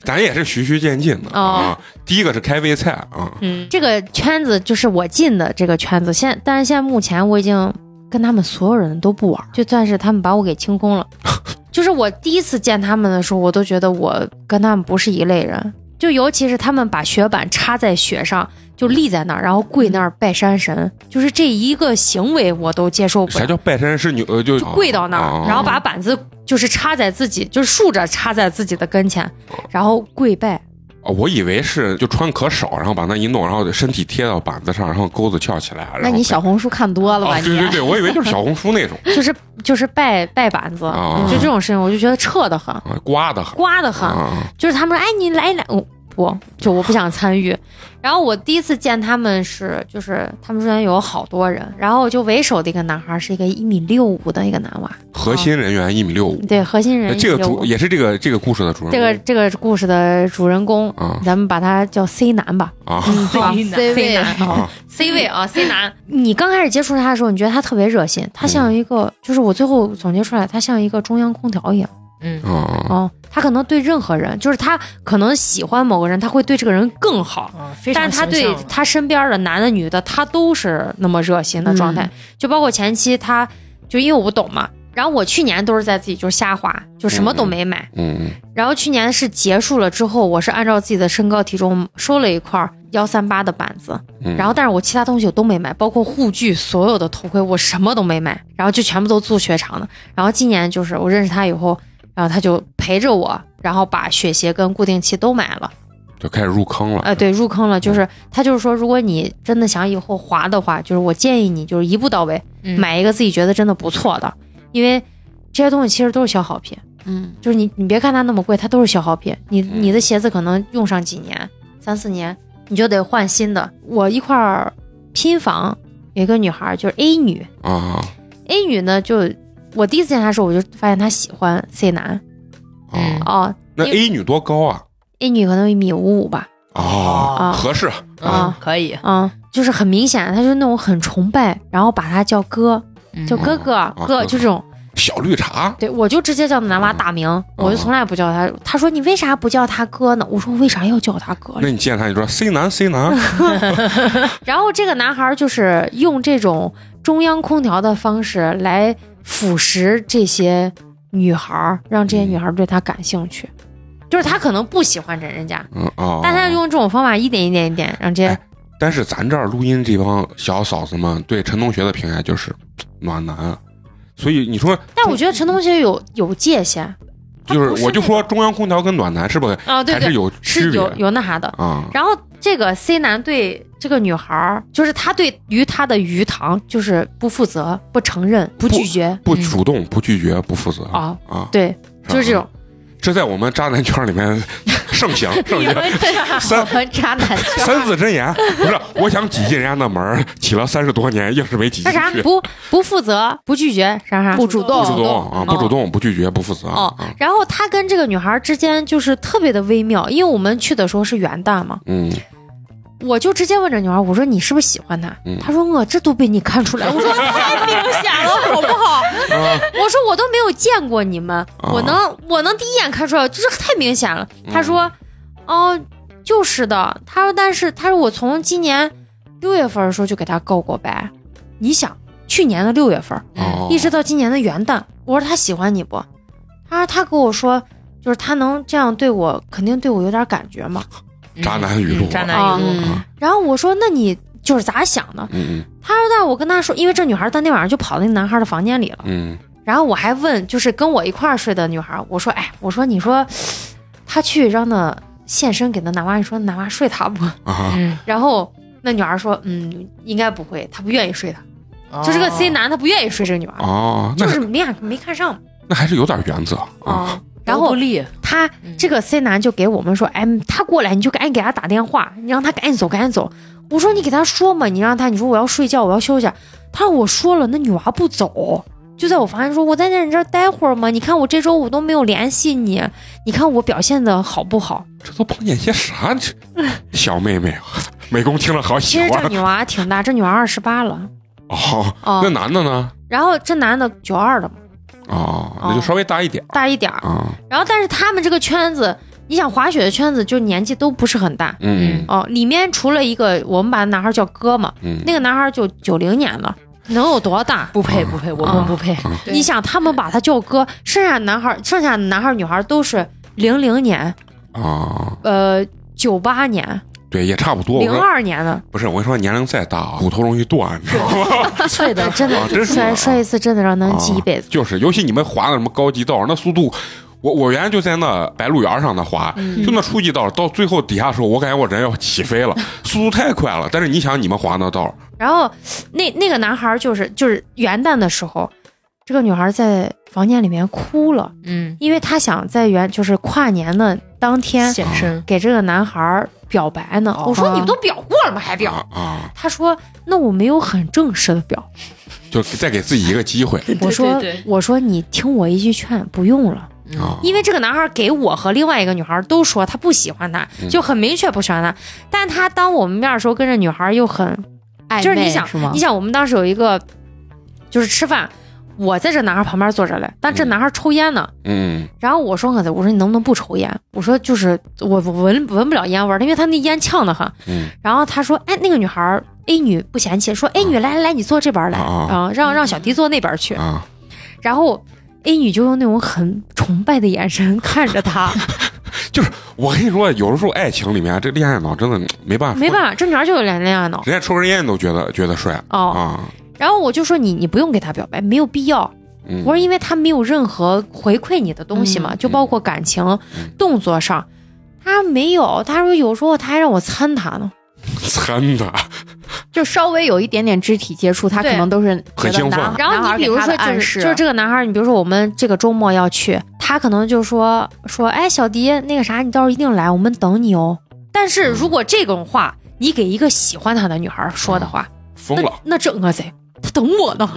Speaker 1: 咱也是循序渐进
Speaker 4: 哦
Speaker 1: 的啊。第一个是开胃菜啊，
Speaker 4: 嗯，这个圈子就是我进的这个圈子，现但是现在目前我已经跟他们所有人都不玩，就算是他们把我给清空了。就是我第一次见他们的时候，我都觉得我跟他们不是一类人，就尤其是他们把雪板插在雪上，就立在那儿，然后跪那儿拜山神，就是这一个行为我都接受不
Speaker 1: 啥
Speaker 4: 了。
Speaker 1: 叫拜山是牛？呃就
Speaker 4: 就跪到那儿，然后把板子就是插在自己，就是竖着插在自己的跟前，然后跪拜。
Speaker 1: 哦，我以为是就穿可少，然后把那一弄，然后身体贴到板子上，然后钩子翘起来。然
Speaker 3: 那
Speaker 1: 后
Speaker 3: 你小红书看多了吧？
Speaker 1: 哦，
Speaker 3: 你啊
Speaker 1: 对对对，我以为就是小红书那种
Speaker 4: [laughs] 就是就是拜拜板子，
Speaker 1: 啊
Speaker 4: 嗯就这种事情，我就觉得撤的很，
Speaker 1: 啊，刮的很
Speaker 4: 刮的很。
Speaker 1: 啊，
Speaker 4: 就是他们说，哎，你来一来，我不，就我不想参与。然后我第一次见他们是，就是他们中间有好多人，然后就为首的一个男孩是一个一米六五的一个男娃，
Speaker 1: 核心人员一米六五，哎
Speaker 4: 对，核心人
Speaker 1: 这个嗯主
Speaker 4: 1.65
Speaker 1: 也是这个这个故事的主人
Speaker 4: 嗯这
Speaker 1: 公
Speaker 4: 个这个故事的主人公，
Speaker 1: 啊
Speaker 4: 咱们把他叫 C 男吧。
Speaker 1: 啊
Speaker 4: 好
Speaker 6: C 男
Speaker 3: C 位
Speaker 4: 男
Speaker 1: [laughs]
Speaker 4: 哦
Speaker 1: 啊
Speaker 4: ，C 位啊，C 男。你刚开始接触他的时候，你觉得他特别热心，
Speaker 1: 嗯
Speaker 4: 他像一个，就是我最后总结出来，他像一个中央空调一样。
Speaker 6: 嗯，
Speaker 1: 啊，
Speaker 4: 哦，他可能对任何人，就是他可能喜欢某个人，他会对这个人更好。
Speaker 6: 啊非常
Speaker 4: 但是他
Speaker 6: 形
Speaker 4: 对
Speaker 6: 象了
Speaker 4: 他身边的男的、女的，他都是那么热心的状
Speaker 6: 嗯
Speaker 4: 态。就包括前期他，就因为我不懂嘛，然后我去年都是在自己就瞎花，就什么都没买。
Speaker 1: 嗯
Speaker 4: 然后去年是结束了之后，我是按照自己的身高体重收了一块幺三八的板子，
Speaker 1: 嗯，
Speaker 4: 然后但是我其他东西我都没买，包括护具、所有的头盔我什么都没买，然后就全部都租雪场的。然后今年就是我认识他以后，然后他就陪着我，然后把雪鞋跟固定器都买了。
Speaker 1: 就开始入坑了
Speaker 4: 呃，对，入坑了，就是他就是说，如果你真的想以后滑的话，就是我建议你就是一步到位，
Speaker 6: 嗯
Speaker 4: 买一个自己觉得真的不错的，因为这些东西其实都是消耗品。 [laughs]
Speaker 3: 嗯，
Speaker 4: 就是你你别看它那么贵，它都是消耗品。你
Speaker 1: 嗯
Speaker 4: 你的鞋子可能用上几年，三四年，你就得换新的。我一块儿拼房有一个女孩儿，就是 A 女
Speaker 1: 啊
Speaker 4: ，A 女呢就我第一次见她的时候，我就发现她喜欢 C 男
Speaker 1: 啊，
Speaker 4: 哦，
Speaker 1: 那
Speaker 4: 因
Speaker 1: A 女多高啊？
Speaker 4: A 女可能一米五五吧，
Speaker 1: 哦，
Speaker 4: 啊
Speaker 1: 合适
Speaker 6: 嗯，可以，
Speaker 4: 啊、就是很明显，他就那种很崇拜，然后把他叫哥，
Speaker 6: 嗯
Speaker 4: 叫哥哥、
Speaker 1: 哦
Speaker 4: 哥，
Speaker 1: 哥嗯
Speaker 4: 就这种。
Speaker 1: 小绿茶，
Speaker 4: 对，我就直接叫男娃大名，我就从来不叫他。他说你为啥不叫他哥呢？我说为啥要叫他哥呢？
Speaker 1: 那你见他你说 C 男 C 男，
Speaker 4: 然后这个男孩就是用这种中央空调的方式来腐蚀这些女孩儿，让这些女孩儿对他感兴趣。就是他可能不喜欢人家，
Speaker 1: 嗯哦，
Speaker 4: [laughs] 但他用这种方法一点一点一点让这些
Speaker 1: 哎但是咱这儿录音这帮小嫂子们对陈同学的评价就是暖男啊，所以你说
Speaker 4: 但我觉得陈同学有有界限
Speaker 1: 嗯
Speaker 4: 他
Speaker 1: 就
Speaker 4: 不
Speaker 1: 是
Speaker 4: 是
Speaker 1: 我就
Speaker 4: 那
Speaker 1: 说中央空调跟暖男是不是
Speaker 4: 啊，对
Speaker 1: 还是
Speaker 4: 对，
Speaker 1: 有区
Speaker 4: 是
Speaker 1: 别
Speaker 4: 有有那啥的。
Speaker 1: 啊？
Speaker 4: 然后这个 C 男对这个女孩儿，就是他对于她的鱼塘就是不负责、不承认、不拒绝
Speaker 1: 不主动、不拒绝、不负责啊
Speaker 4: 啊、对，
Speaker 1: 是吧
Speaker 4: 就是这 [laughs] 种。
Speaker 1: 这在我们渣男圈里
Speaker 4: [laughs]
Speaker 1: 面盛行盛行。三
Speaker 3: 我们渣男圈
Speaker 1: 三字真言不是，我想挤进人家的门儿，挤了三十多年，硬是没挤
Speaker 4: 那
Speaker 1: 进
Speaker 4: 啥
Speaker 1: 去。
Speaker 4: 不不负责、不拒绝，啥啥
Speaker 3: 不主
Speaker 1: 不
Speaker 3: 动
Speaker 1: 主动啊，不主动，不拒绝，不负责
Speaker 4: 嗯哦
Speaker 1: 啊。
Speaker 4: 然后他跟这个女孩儿之间就是特别的微妙，因为我们去的时候是元旦嘛，
Speaker 1: 嗯，
Speaker 4: 我就直接问这女孩儿，我说你是不是喜欢他
Speaker 1: 嗯？
Speaker 4: 她说我这都被你看出来。我说太明显了，
Speaker 3: [laughs]
Speaker 4: 好不
Speaker 1: 啊
Speaker 4: 好？我说我都没有见过你们，我能我能第一眼看出来，就是太明显了。
Speaker 1: 嗯
Speaker 4: 他说，哦、就是的。他说，但是他说我从今年六月份的时候就给他告过白，你想去年的六月份，
Speaker 1: 哦，
Speaker 4: 一直到今年的元旦，我说他喜欢你不？他说他跟我说，就是他能这样对我，肯定对我有点感觉嘛。
Speaker 1: 渣男语录
Speaker 6: 嗯渣
Speaker 3: 哎
Speaker 6: 男
Speaker 4: 啊
Speaker 6: 语录，
Speaker 5: 嗯，
Speaker 4: 然后我说，那你就是咋想的？
Speaker 1: 嗯
Speaker 4: 他说，那我跟他说，因为这女孩当天晚上就跑到那男孩的房间里了。
Speaker 1: 嗯
Speaker 4: 然后我还问，就是跟我一块儿睡的女孩儿，我说，哎，我说你说，他去让那现身给那男娃，你说男娃睡他不？ [laughs]
Speaker 1: 嗯啊，
Speaker 4: 然后那女孩说，嗯，应该不会，他不愿意睡他，
Speaker 6: 哦
Speaker 4: 就这个 C 男他不愿意睡这个女娃，
Speaker 1: 哦，那
Speaker 4: 就是没看没看上
Speaker 1: 那还是有点原则啊。
Speaker 4: 啊。然
Speaker 6: 然后
Speaker 4: 后
Speaker 6: 力，
Speaker 4: 他这个 C 男就给我们说，哎，他过来你就赶紧给他打电话，你让他赶紧走，赶紧走。我说你给他说嘛，你让他，你说我要睡觉，我要休息。他说我说了，那女娃不走，就在我房间说，我在你这儿待会儿嘛。你看我这周五都没有联系你，你看我表现的好不好？
Speaker 1: 这都碰见些
Speaker 4: [laughs]
Speaker 1: 啥？这小妹妹啊，美工听了好喜
Speaker 4: 其实这
Speaker 1: 欢
Speaker 4: 女娃挺大，这女娃二十八了
Speaker 1: 哦。
Speaker 4: 啊。
Speaker 1: 那男的呢？
Speaker 4: 然后这男的九二的嘛，
Speaker 1: 哦，那就稍微大一点
Speaker 4: 大一点儿。
Speaker 1: 啊。
Speaker 4: 然后但是他们这个圈子，你想滑雪的圈子，就年纪都不是很大。
Speaker 1: 嗯
Speaker 4: 哦，里面除了一个，我们把男孩叫哥嘛，
Speaker 1: 嗯，
Speaker 4: 那个男孩就九零年了，能有多大？
Speaker 6: 不
Speaker 1: 嗯
Speaker 6: 配不配，我
Speaker 4: 啊
Speaker 6: 们不配，
Speaker 3: 对
Speaker 4: 你想，他们把他叫哥，剩下男孩、剩下男孩、女孩都是零零年，
Speaker 1: 啊，
Speaker 4: 呃，九八年、
Speaker 1: 对，也差不多。我
Speaker 4: 零
Speaker 1: 跟
Speaker 4: 二年的，
Speaker 1: 不是，我跟你说，年龄再大啊，骨头容易断，你知道吗？
Speaker 6: 脆的，
Speaker 4: 真
Speaker 1: [laughs] 啊 [laughs]
Speaker 4: 的
Speaker 1: 真是哦
Speaker 4: 摔
Speaker 1: 啊
Speaker 4: 摔一次真的让能记一辈子。
Speaker 1: 就是，尤其你们滑的什么高级道，那速度，我我原来就在那白鹿原上那滑，
Speaker 4: 嗯
Speaker 1: 就那初级道，到最后底下的时候，我感觉我人要起飞
Speaker 4: [laughs]
Speaker 1: 了，速度太快了。但是你想，你们滑那道，
Speaker 4: 然后那那个男孩就是就是元旦的时候，这个女孩在房间里面哭了，
Speaker 6: 嗯，
Speaker 4: 因为她想在元就是跨年的当天
Speaker 6: 现身，
Speaker 4: 给这个男孩表白呢。我
Speaker 3: 啊
Speaker 4: 说你们都表过了吗？还表？
Speaker 1: 啊啊，
Speaker 4: 他说：“那我没有很正式的表。
Speaker 1: 就再给自己一个机
Speaker 4: [laughs]
Speaker 1: 会”
Speaker 4: 我说：“
Speaker 6: 对哦对
Speaker 4: 我说你听我一句劝，不用了。
Speaker 1: 啊。
Speaker 4: 嗯因为这个男孩给我和另外一个女孩都说他不喜欢她，
Speaker 1: 嗯
Speaker 4: 就很明确不喜欢她。但他当我们面的时候，跟这女孩又很，
Speaker 1: 嗯
Speaker 3: 嗯暧
Speaker 4: 就是你
Speaker 3: 昧
Speaker 4: 想
Speaker 3: 是吗
Speaker 4: 你？想我们当时有一个，就是吃饭，我在这男孩旁边坐着嘞，但这男孩抽烟呢。
Speaker 1: 嗯
Speaker 4: 然后我说我我说你能不能不抽烟？我说就是我我闻闻不了烟味儿，因为他那烟呛得很。
Speaker 1: 嗯
Speaker 4: 然后他说：“哎，那个女孩儿 A 女不嫌弃，说 A 女来来来，你坐这边儿来，
Speaker 1: 啊啊
Speaker 4: 啊，
Speaker 6: 嗯
Speaker 4: 让让小迪坐那边儿去。
Speaker 1: 啊，”
Speaker 4: 然后 A 女就用那种很崇拜的眼神看着
Speaker 3: [laughs]
Speaker 4: 他，
Speaker 1: 我跟你说，有的时候爱情里面这恋爱脑真的嗯没办法，
Speaker 4: 没办法，这女孩就有点恋爱脑
Speaker 1: 人家抽根烟都觉得觉得帅
Speaker 3: 嗯
Speaker 4: 哦。
Speaker 1: 啊。
Speaker 4: 然后我就说你你不用给她表白，没有必要。
Speaker 1: 嗯，
Speaker 4: 我说因为她没有任何回馈你的东西
Speaker 3: 嗯
Speaker 4: 嘛，就包括感情、动作上，她没有。她说有时候她还让我参她呢。
Speaker 1: [laughs] 参的，
Speaker 3: 就稍微有一点点肢体接触，他可
Speaker 4: 对
Speaker 3: 能都是
Speaker 1: 很
Speaker 3: 觉得
Speaker 1: 兴奋
Speaker 3: 男
Speaker 4: 然后
Speaker 3: 啊男孩
Speaker 4: 你比
Speaker 3: 给
Speaker 4: 如
Speaker 3: 他的
Speaker 4: 说就
Speaker 3: 暗
Speaker 4: 是
Speaker 3: 示啊
Speaker 4: 就是这个男孩儿，你比如说我们这个周末要去，他可能就说说哎小迪那个啥，你到时候一定来，我们等你哦。但是如果这种话你给一个喜欢他的女孩儿说的话，
Speaker 1: 疯了啊
Speaker 4: 那那整个贼他等
Speaker 1: [laughs]
Speaker 4: 我呢。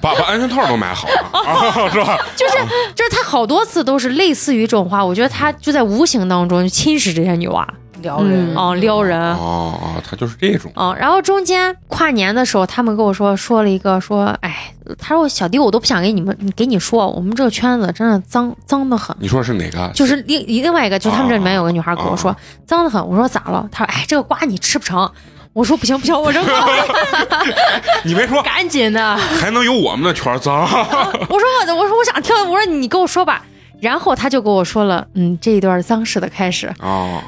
Speaker 1: 把把安全套都买好
Speaker 4: [laughs]
Speaker 1: 了，啊、是吧？
Speaker 4: 就是就是他好多次都是类似于这种话，我觉得他就在无形当中侵蚀这些女娃，
Speaker 6: 撩人
Speaker 4: 啊、撩人，
Speaker 1: 哦
Speaker 4: 啊、
Speaker 1: 哦，他就是这种，
Speaker 4: 然后中间跨年的时候，他们跟我说说了一个说，哎，他说小弟我都不想给你们给你说，我们这个圈子真的脏脏的很。
Speaker 1: 你说是哪个？
Speaker 4: 就是另另外一个，就是他们这里面有个女孩跟我说、
Speaker 1: 啊
Speaker 4: 脏的很，我说咋了？她说哎，这个瓜你吃不成。我说不行不行，我扔了，
Speaker 1: [laughs] 你别说，
Speaker 4: [laughs] 赶紧的。
Speaker 1: 还能有我们的圈儿啊脏，
Speaker 4: [laughs] 我说我我说我想听，我说你跟我说吧。然后他就跟我说了，嗯，这一段脏事的开始。
Speaker 1: 哦，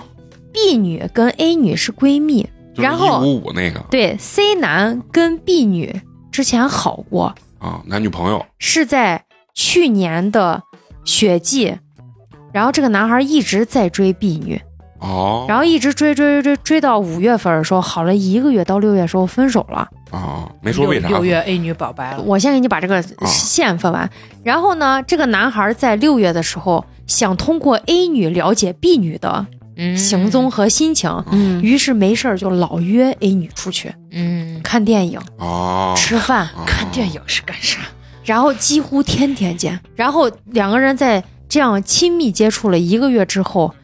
Speaker 4: B 女跟 A 女是闺蜜，
Speaker 1: 就是
Speaker 4: 然后
Speaker 1: 一五五那个
Speaker 4: 对 C 男跟 B 女之前好过，
Speaker 1: 啊，男女朋友
Speaker 4: 是在去年的雪季，然后这个男孩一直在追 B 女，
Speaker 1: 哦，
Speaker 4: 然后一直追追追追追到五月份的时候，好了一个月到六月的时候分手了。
Speaker 1: 啊，没说为啥，
Speaker 6: 六月 A 女表白了，
Speaker 4: 我先给你把这个线分完，然后呢，这个男孩在六月的时候想通过 A 女了解 B 女的行踪和心情，
Speaker 3: 嗯
Speaker 4: 于是没事儿就老约 A 女出去
Speaker 3: 嗯，
Speaker 4: 看电影、
Speaker 1: 哦，
Speaker 4: 吃饭，
Speaker 1: 看
Speaker 5: 电影是干啥？
Speaker 4: 然后几乎天天见。然后两个人在这样亲密接触了一个月之后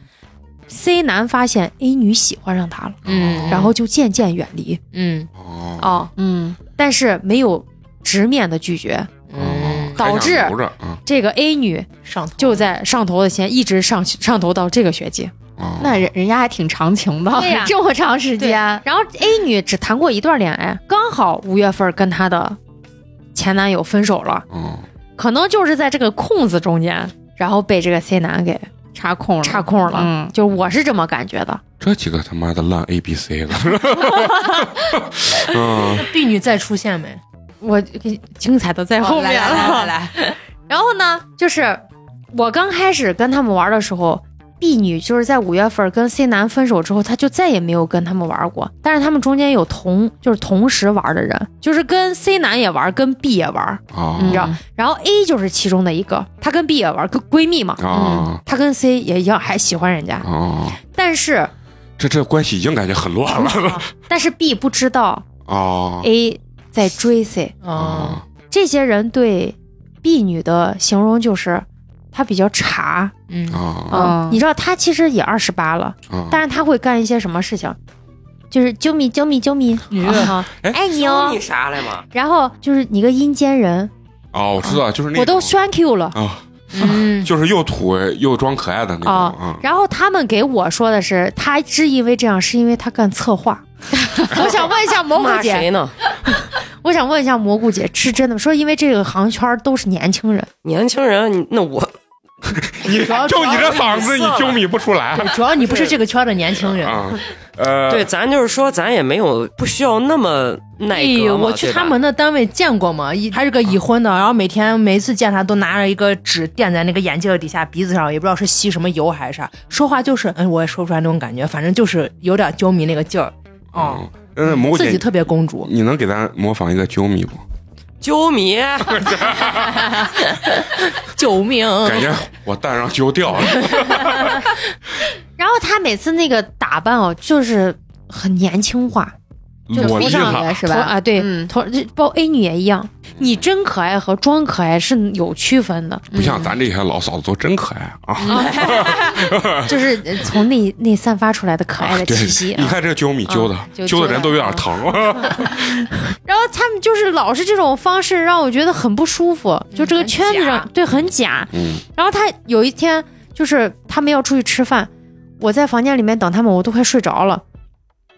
Speaker 4: ，C 男发现 A 女喜欢上他了，
Speaker 3: 嗯
Speaker 4: 然后就渐渐远离
Speaker 3: 嗯
Speaker 1: 哦
Speaker 4: 啊、
Speaker 3: 嗯
Speaker 4: 但是没有直面的拒绝，
Speaker 1: 哦
Speaker 4: 导
Speaker 1: 还想
Speaker 4: 致
Speaker 1: 留着啊
Speaker 4: 这个 A 女
Speaker 6: 上头
Speaker 4: 就在上头的先一直上上头到这个学期。
Speaker 1: 啊，
Speaker 3: 那人人家还挺长情的，
Speaker 4: 对呀
Speaker 3: [laughs] 这么长时间，
Speaker 4: 然后 A 女只谈过一段恋爱，刚好五月份跟她的前男友分手了，
Speaker 1: 嗯，
Speaker 4: 可能就是在这个空子中间，然后被这个 C 男给
Speaker 3: 插空了，
Speaker 4: 插空了。
Speaker 3: 嗯，
Speaker 4: 就我是这么感觉的，
Speaker 1: 这几个他妈的烂 A B C 的，嗯，
Speaker 6: B 女再出现没？
Speaker 4: 我精彩的在
Speaker 3: 哦
Speaker 4: 后面了。
Speaker 6: 来来来，
Speaker 4: 然后呢，就是我刚开始跟他们玩的时候，B 女就是在五月份跟 C 男分手之后，她就再也没有跟他们玩过。但是他们中间有同就是同时玩的人，就是跟 C 男也玩，跟 B 也玩。
Speaker 1: 啊
Speaker 4: 你知道，然后 A 就是其中的一个，她跟 B 也玩，跟闺蜜嘛。嗯
Speaker 1: 啊
Speaker 4: 她跟 C 也一样，还喜欢人家，
Speaker 1: 啊，
Speaker 4: 但是
Speaker 1: 这这关系已经感觉很乱了
Speaker 4: 但是 B 不知道
Speaker 1: 啊
Speaker 4: A 在追 C。
Speaker 6: 嗯，
Speaker 1: 啊
Speaker 4: 这些人对 B 女的形容就是她比较茶，
Speaker 3: 嗯
Speaker 1: 啊
Speaker 4: 嗯
Speaker 3: 嗯，
Speaker 4: 你知道她其实也二十八了，
Speaker 1: 啊！
Speaker 4: 但是她会干一些什么事情？就是啾咪啾咪啾咪，啊
Speaker 1: 哎
Speaker 4: 爱你
Speaker 5: 教
Speaker 4: 哦
Speaker 5: 你。啥来嘛？
Speaker 4: 然后就是你个阴间人，
Speaker 1: 哦，我知道，就是那
Speaker 4: 我都
Speaker 1: 种
Speaker 4: 栓 Q 了。
Speaker 1: 啊，
Speaker 3: 嗯
Speaker 1: 就是又土又装可爱的那种
Speaker 4: 哦
Speaker 1: 啊。
Speaker 4: 然后他们给我说的是，他是因为这样，是因为他干策划。我想问一下蘑菇
Speaker 5: 骂
Speaker 4: 姐，
Speaker 5: 谁呢？
Speaker 4: 我想问一下蘑菇姐，是真的吗说因为这个行圈都是年轻人，
Speaker 5: 年轻人，你那我
Speaker 1: 你
Speaker 6: 主
Speaker 1: [laughs]
Speaker 6: 要
Speaker 1: 就你这嗓子，
Speaker 6: 主
Speaker 1: 你
Speaker 6: 要是
Speaker 1: 啾咪不出来
Speaker 6: 对，主要你不是这个圈的年轻人，
Speaker 1: 啊。呃，
Speaker 5: 对，咱就是说，咱也没有不需要那么耐
Speaker 6: 哎
Speaker 5: 格
Speaker 6: 呦，
Speaker 5: 嘛
Speaker 6: 我去
Speaker 5: 对吧
Speaker 6: 他们那单位见过嘛，一还是个已婚
Speaker 1: 嗯
Speaker 6: 的，然后每天每次见他都拿着一个纸垫在那个眼镜底下、鼻子上，也不知道是吸什么油还是啥，说话就是，哎，我也说不出来那种感觉，反正就是有点娇迷那个劲儿，
Speaker 1: 嗯
Speaker 6: 嗯，，
Speaker 1: 呃，蘑菇
Speaker 6: 自己
Speaker 1: 姐，
Speaker 6: 特别
Speaker 1: [laughs]
Speaker 6: 公主，
Speaker 1: 你能给咱模仿一个啾咪不？[laughs]
Speaker 5: 啾咪，
Speaker 6: 救命！
Speaker 1: 感觉我蛋让揪掉了。
Speaker 4: 然后他每次那个打扮哦，就是很年轻化，
Speaker 3: 就
Speaker 1: 我
Speaker 3: 不
Speaker 1: 厉
Speaker 3: 上
Speaker 1: 害
Speaker 3: 的是
Speaker 4: 头
Speaker 3: 吧？
Speaker 4: 啊，对，
Speaker 3: 嗯
Speaker 4: 头包 A 女也一样，你真可爱和装可爱是有区分的，
Speaker 1: 不像咱这些老嫂子都真可爱
Speaker 4: 嗯
Speaker 1: 啊！
Speaker 4: 就是呃从内内散发出来的
Speaker 1: [laughs]
Speaker 4: 可爱的
Speaker 1: 对
Speaker 4: 气息，啊嗯
Speaker 1: 你看这啾咪揪的，
Speaker 4: 就
Speaker 1: 揪
Speaker 4: 揪
Speaker 1: 的
Speaker 4: 的哦
Speaker 1: 人都有点疼。啊
Speaker 4: 然后他们就是老是这种方式让我觉得很不舒服，就这个圈子上、对很假。
Speaker 1: 嗯，
Speaker 4: 然后他有一天就是他们要出去吃饭，我在房间里面等他们，我都快睡着了。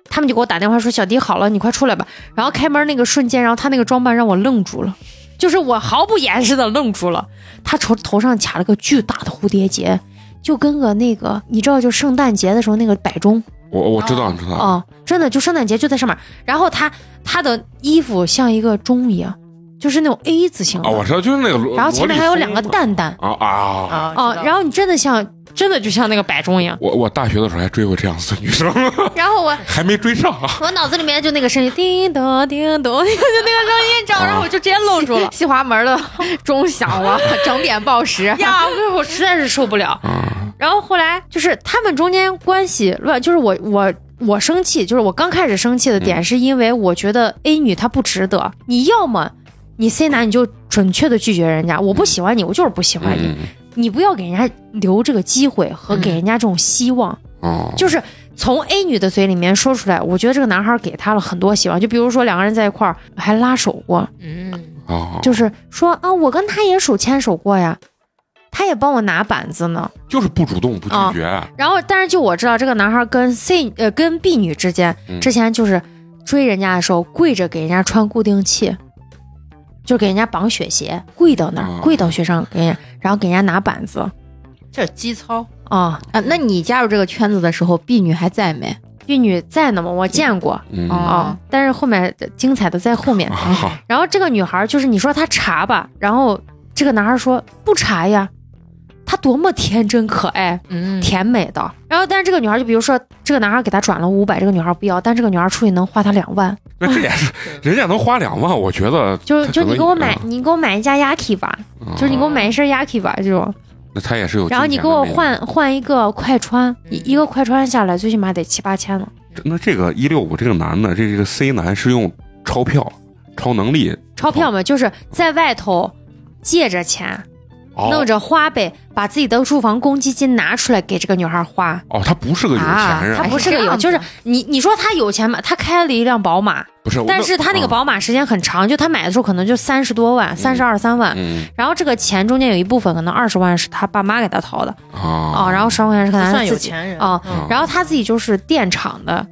Speaker 4: 他们就给我打电话说：“小迪好了，你快出来吧。”然后开门那个瞬间，然后他那个装扮让我愣住了，就是我毫不掩饰的愣住了。他头头上卡了个巨大的蝴蝶结，就跟个那个你知道，就圣诞节的时候那个摆钟，
Speaker 1: 我我知道，你知道。
Speaker 4: 哦，真的就圣诞节就在上面。然后他他的衣服像一个钟一样，就是那种 A 字形的，
Speaker 1: 啊，我知道，就是那个罗。
Speaker 4: 然后前面还有两个
Speaker 1: 罗
Speaker 4: 蛋蛋
Speaker 1: 丽峰啊啊！
Speaker 6: 啊
Speaker 4: 哦，然
Speaker 6: 后
Speaker 4: 后你真的像真的就像那个摆钟一样。
Speaker 1: 我我大学的时候还追过这样子的女生，
Speaker 4: [laughs] 然后我
Speaker 1: 还没追上啊。
Speaker 4: 我脑子里面就那个声音叮咚叮咚，就那个声音，你知道，然后我就直接愣住了。
Speaker 3: [laughs] 西华门的钟响了， [laughs] 整点报时。
Speaker 4: [laughs] 呀，我我实在是受不了。
Speaker 1: 啊
Speaker 4: 然后后来就是他们中间关系乱，就是我我我生气，就是我刚开始生气的点，是因为我觉得 A 女她不值得。你要么你 C 男你就准确的拒绝人家，我不喜欢你，我就是不喜欢你，
Speaker 1: 嗯
Speaker 4: 你不要给人家留这个机会和给人家这种希望。
Speaker 1: 哦，
Speaker 4: 就是从 A 女的嘴里面说出来，我觉得这个男孩给她了很多希望。就比如说两个人在一块儿还拉手过，
Speaker 6: 嗯，
Speaker 1: 哦，
Speaker 4: 就是说啊，我跟他也手牵手过呀，他也帮我拿板子呢。
Speaker 1: 就是不主动不
Speaker 4: 哦
Speaker 1: 拒绝，
Speaker 4: 然后，但是就我知道，这个男孩跟 C 呃跟 B 女之间
Speaker 1: 嗯
Speaker 4: 之前就是追人家的时候跪着给人家穿固定器，就给人家绑雪鞋，跪到那
Speaker 1: 啊
Speaker 4: 儿，跪到雪上给人家，然后给人家拿板子
Speaker 6: 这是基操，
Speaker 4: 啊。
Speaker 3: 啊，那你加入这个圈子的时候，B 女还在没？
Speaker 4: B 女在呢嘛，我见过
Speaker 1: 嗯
Speaker 3: 哦
Speaker 4: 啊，但是后面精彩的在后面。
Speaker 1: 啊，
Speaker 4: 然后这个女孩就是你说她查吧，然后这个男孩说不查呀，她多么天真可爱，
Speaker 6: 嗯
Speaker 4: 甜美的。然后，但是这个女孩就比如说，这个男孩给她转了五百，这个女孩不要，但这个女孩出去能花她两万，
Speaker 1: 那这也是，人家能花两万，我觉得
Speaker 4: 就是
Speaker 1: 她
Speaker 4: 就
Speaker 1: [laughs] 可能
Speaker 4: 你给
Speaker 1: 也
Speaker 4: 我买，，你给我买一架 Yaki 吧，
Speaker 1: 啊
Speaker 4: 就是你给我买一身 Yaki 吧这种，
Speaker 1: 那他也是有，
Speaker 4: 然后你给我，换换一个快穿，一一个快穿下来最起码得七八千呢，
Speaker 1: 那这个一六五这个男的，这这个 C 男是用钞票、超能力，
Speaker 4: 钞票嘛，就是在外头借着钱，
Speaker 1: 哦
Speaker 4: 弄着花呗，把自己的住房公积金拿出来给这个女孩花。
Speaker 1: 哦，他不是个有
Speaker 4: 啊
Speaker 1: 钱，人，
Speaker 4: 他不是个有，
Speaker 3: 哎
Speaker 4: 就
Speaker 3: 这
Speaker 4: 是
Speaker 3: 样子
Speaker 4: 你你说他有钱嘛？他开了一辆宝马，
Speaker 1: 不是，我啊嗯
Speaker 4: 但是他那个，宝马时间很长，就他买的时候可能就三十多万，三十二三万。
Speaker 1: 嗯
Speaker 4: 然后这个钱中间有一部分可能二十万是他爸妈给他掏的
Speaker 1: 啊
Speaker 4: 啊、
Speaker 1: 啊
Speaker 4: 然后十万块钱是可
Speaker 6: 不
Speaker 4: 能他
Speaker 6: 算有
Speaker 4: 自己，
Speaker 6: 钱人哦
Speaker 4: 啊
Speaker 1: 嗯
Speaker 4: 然后他自己就是电厂的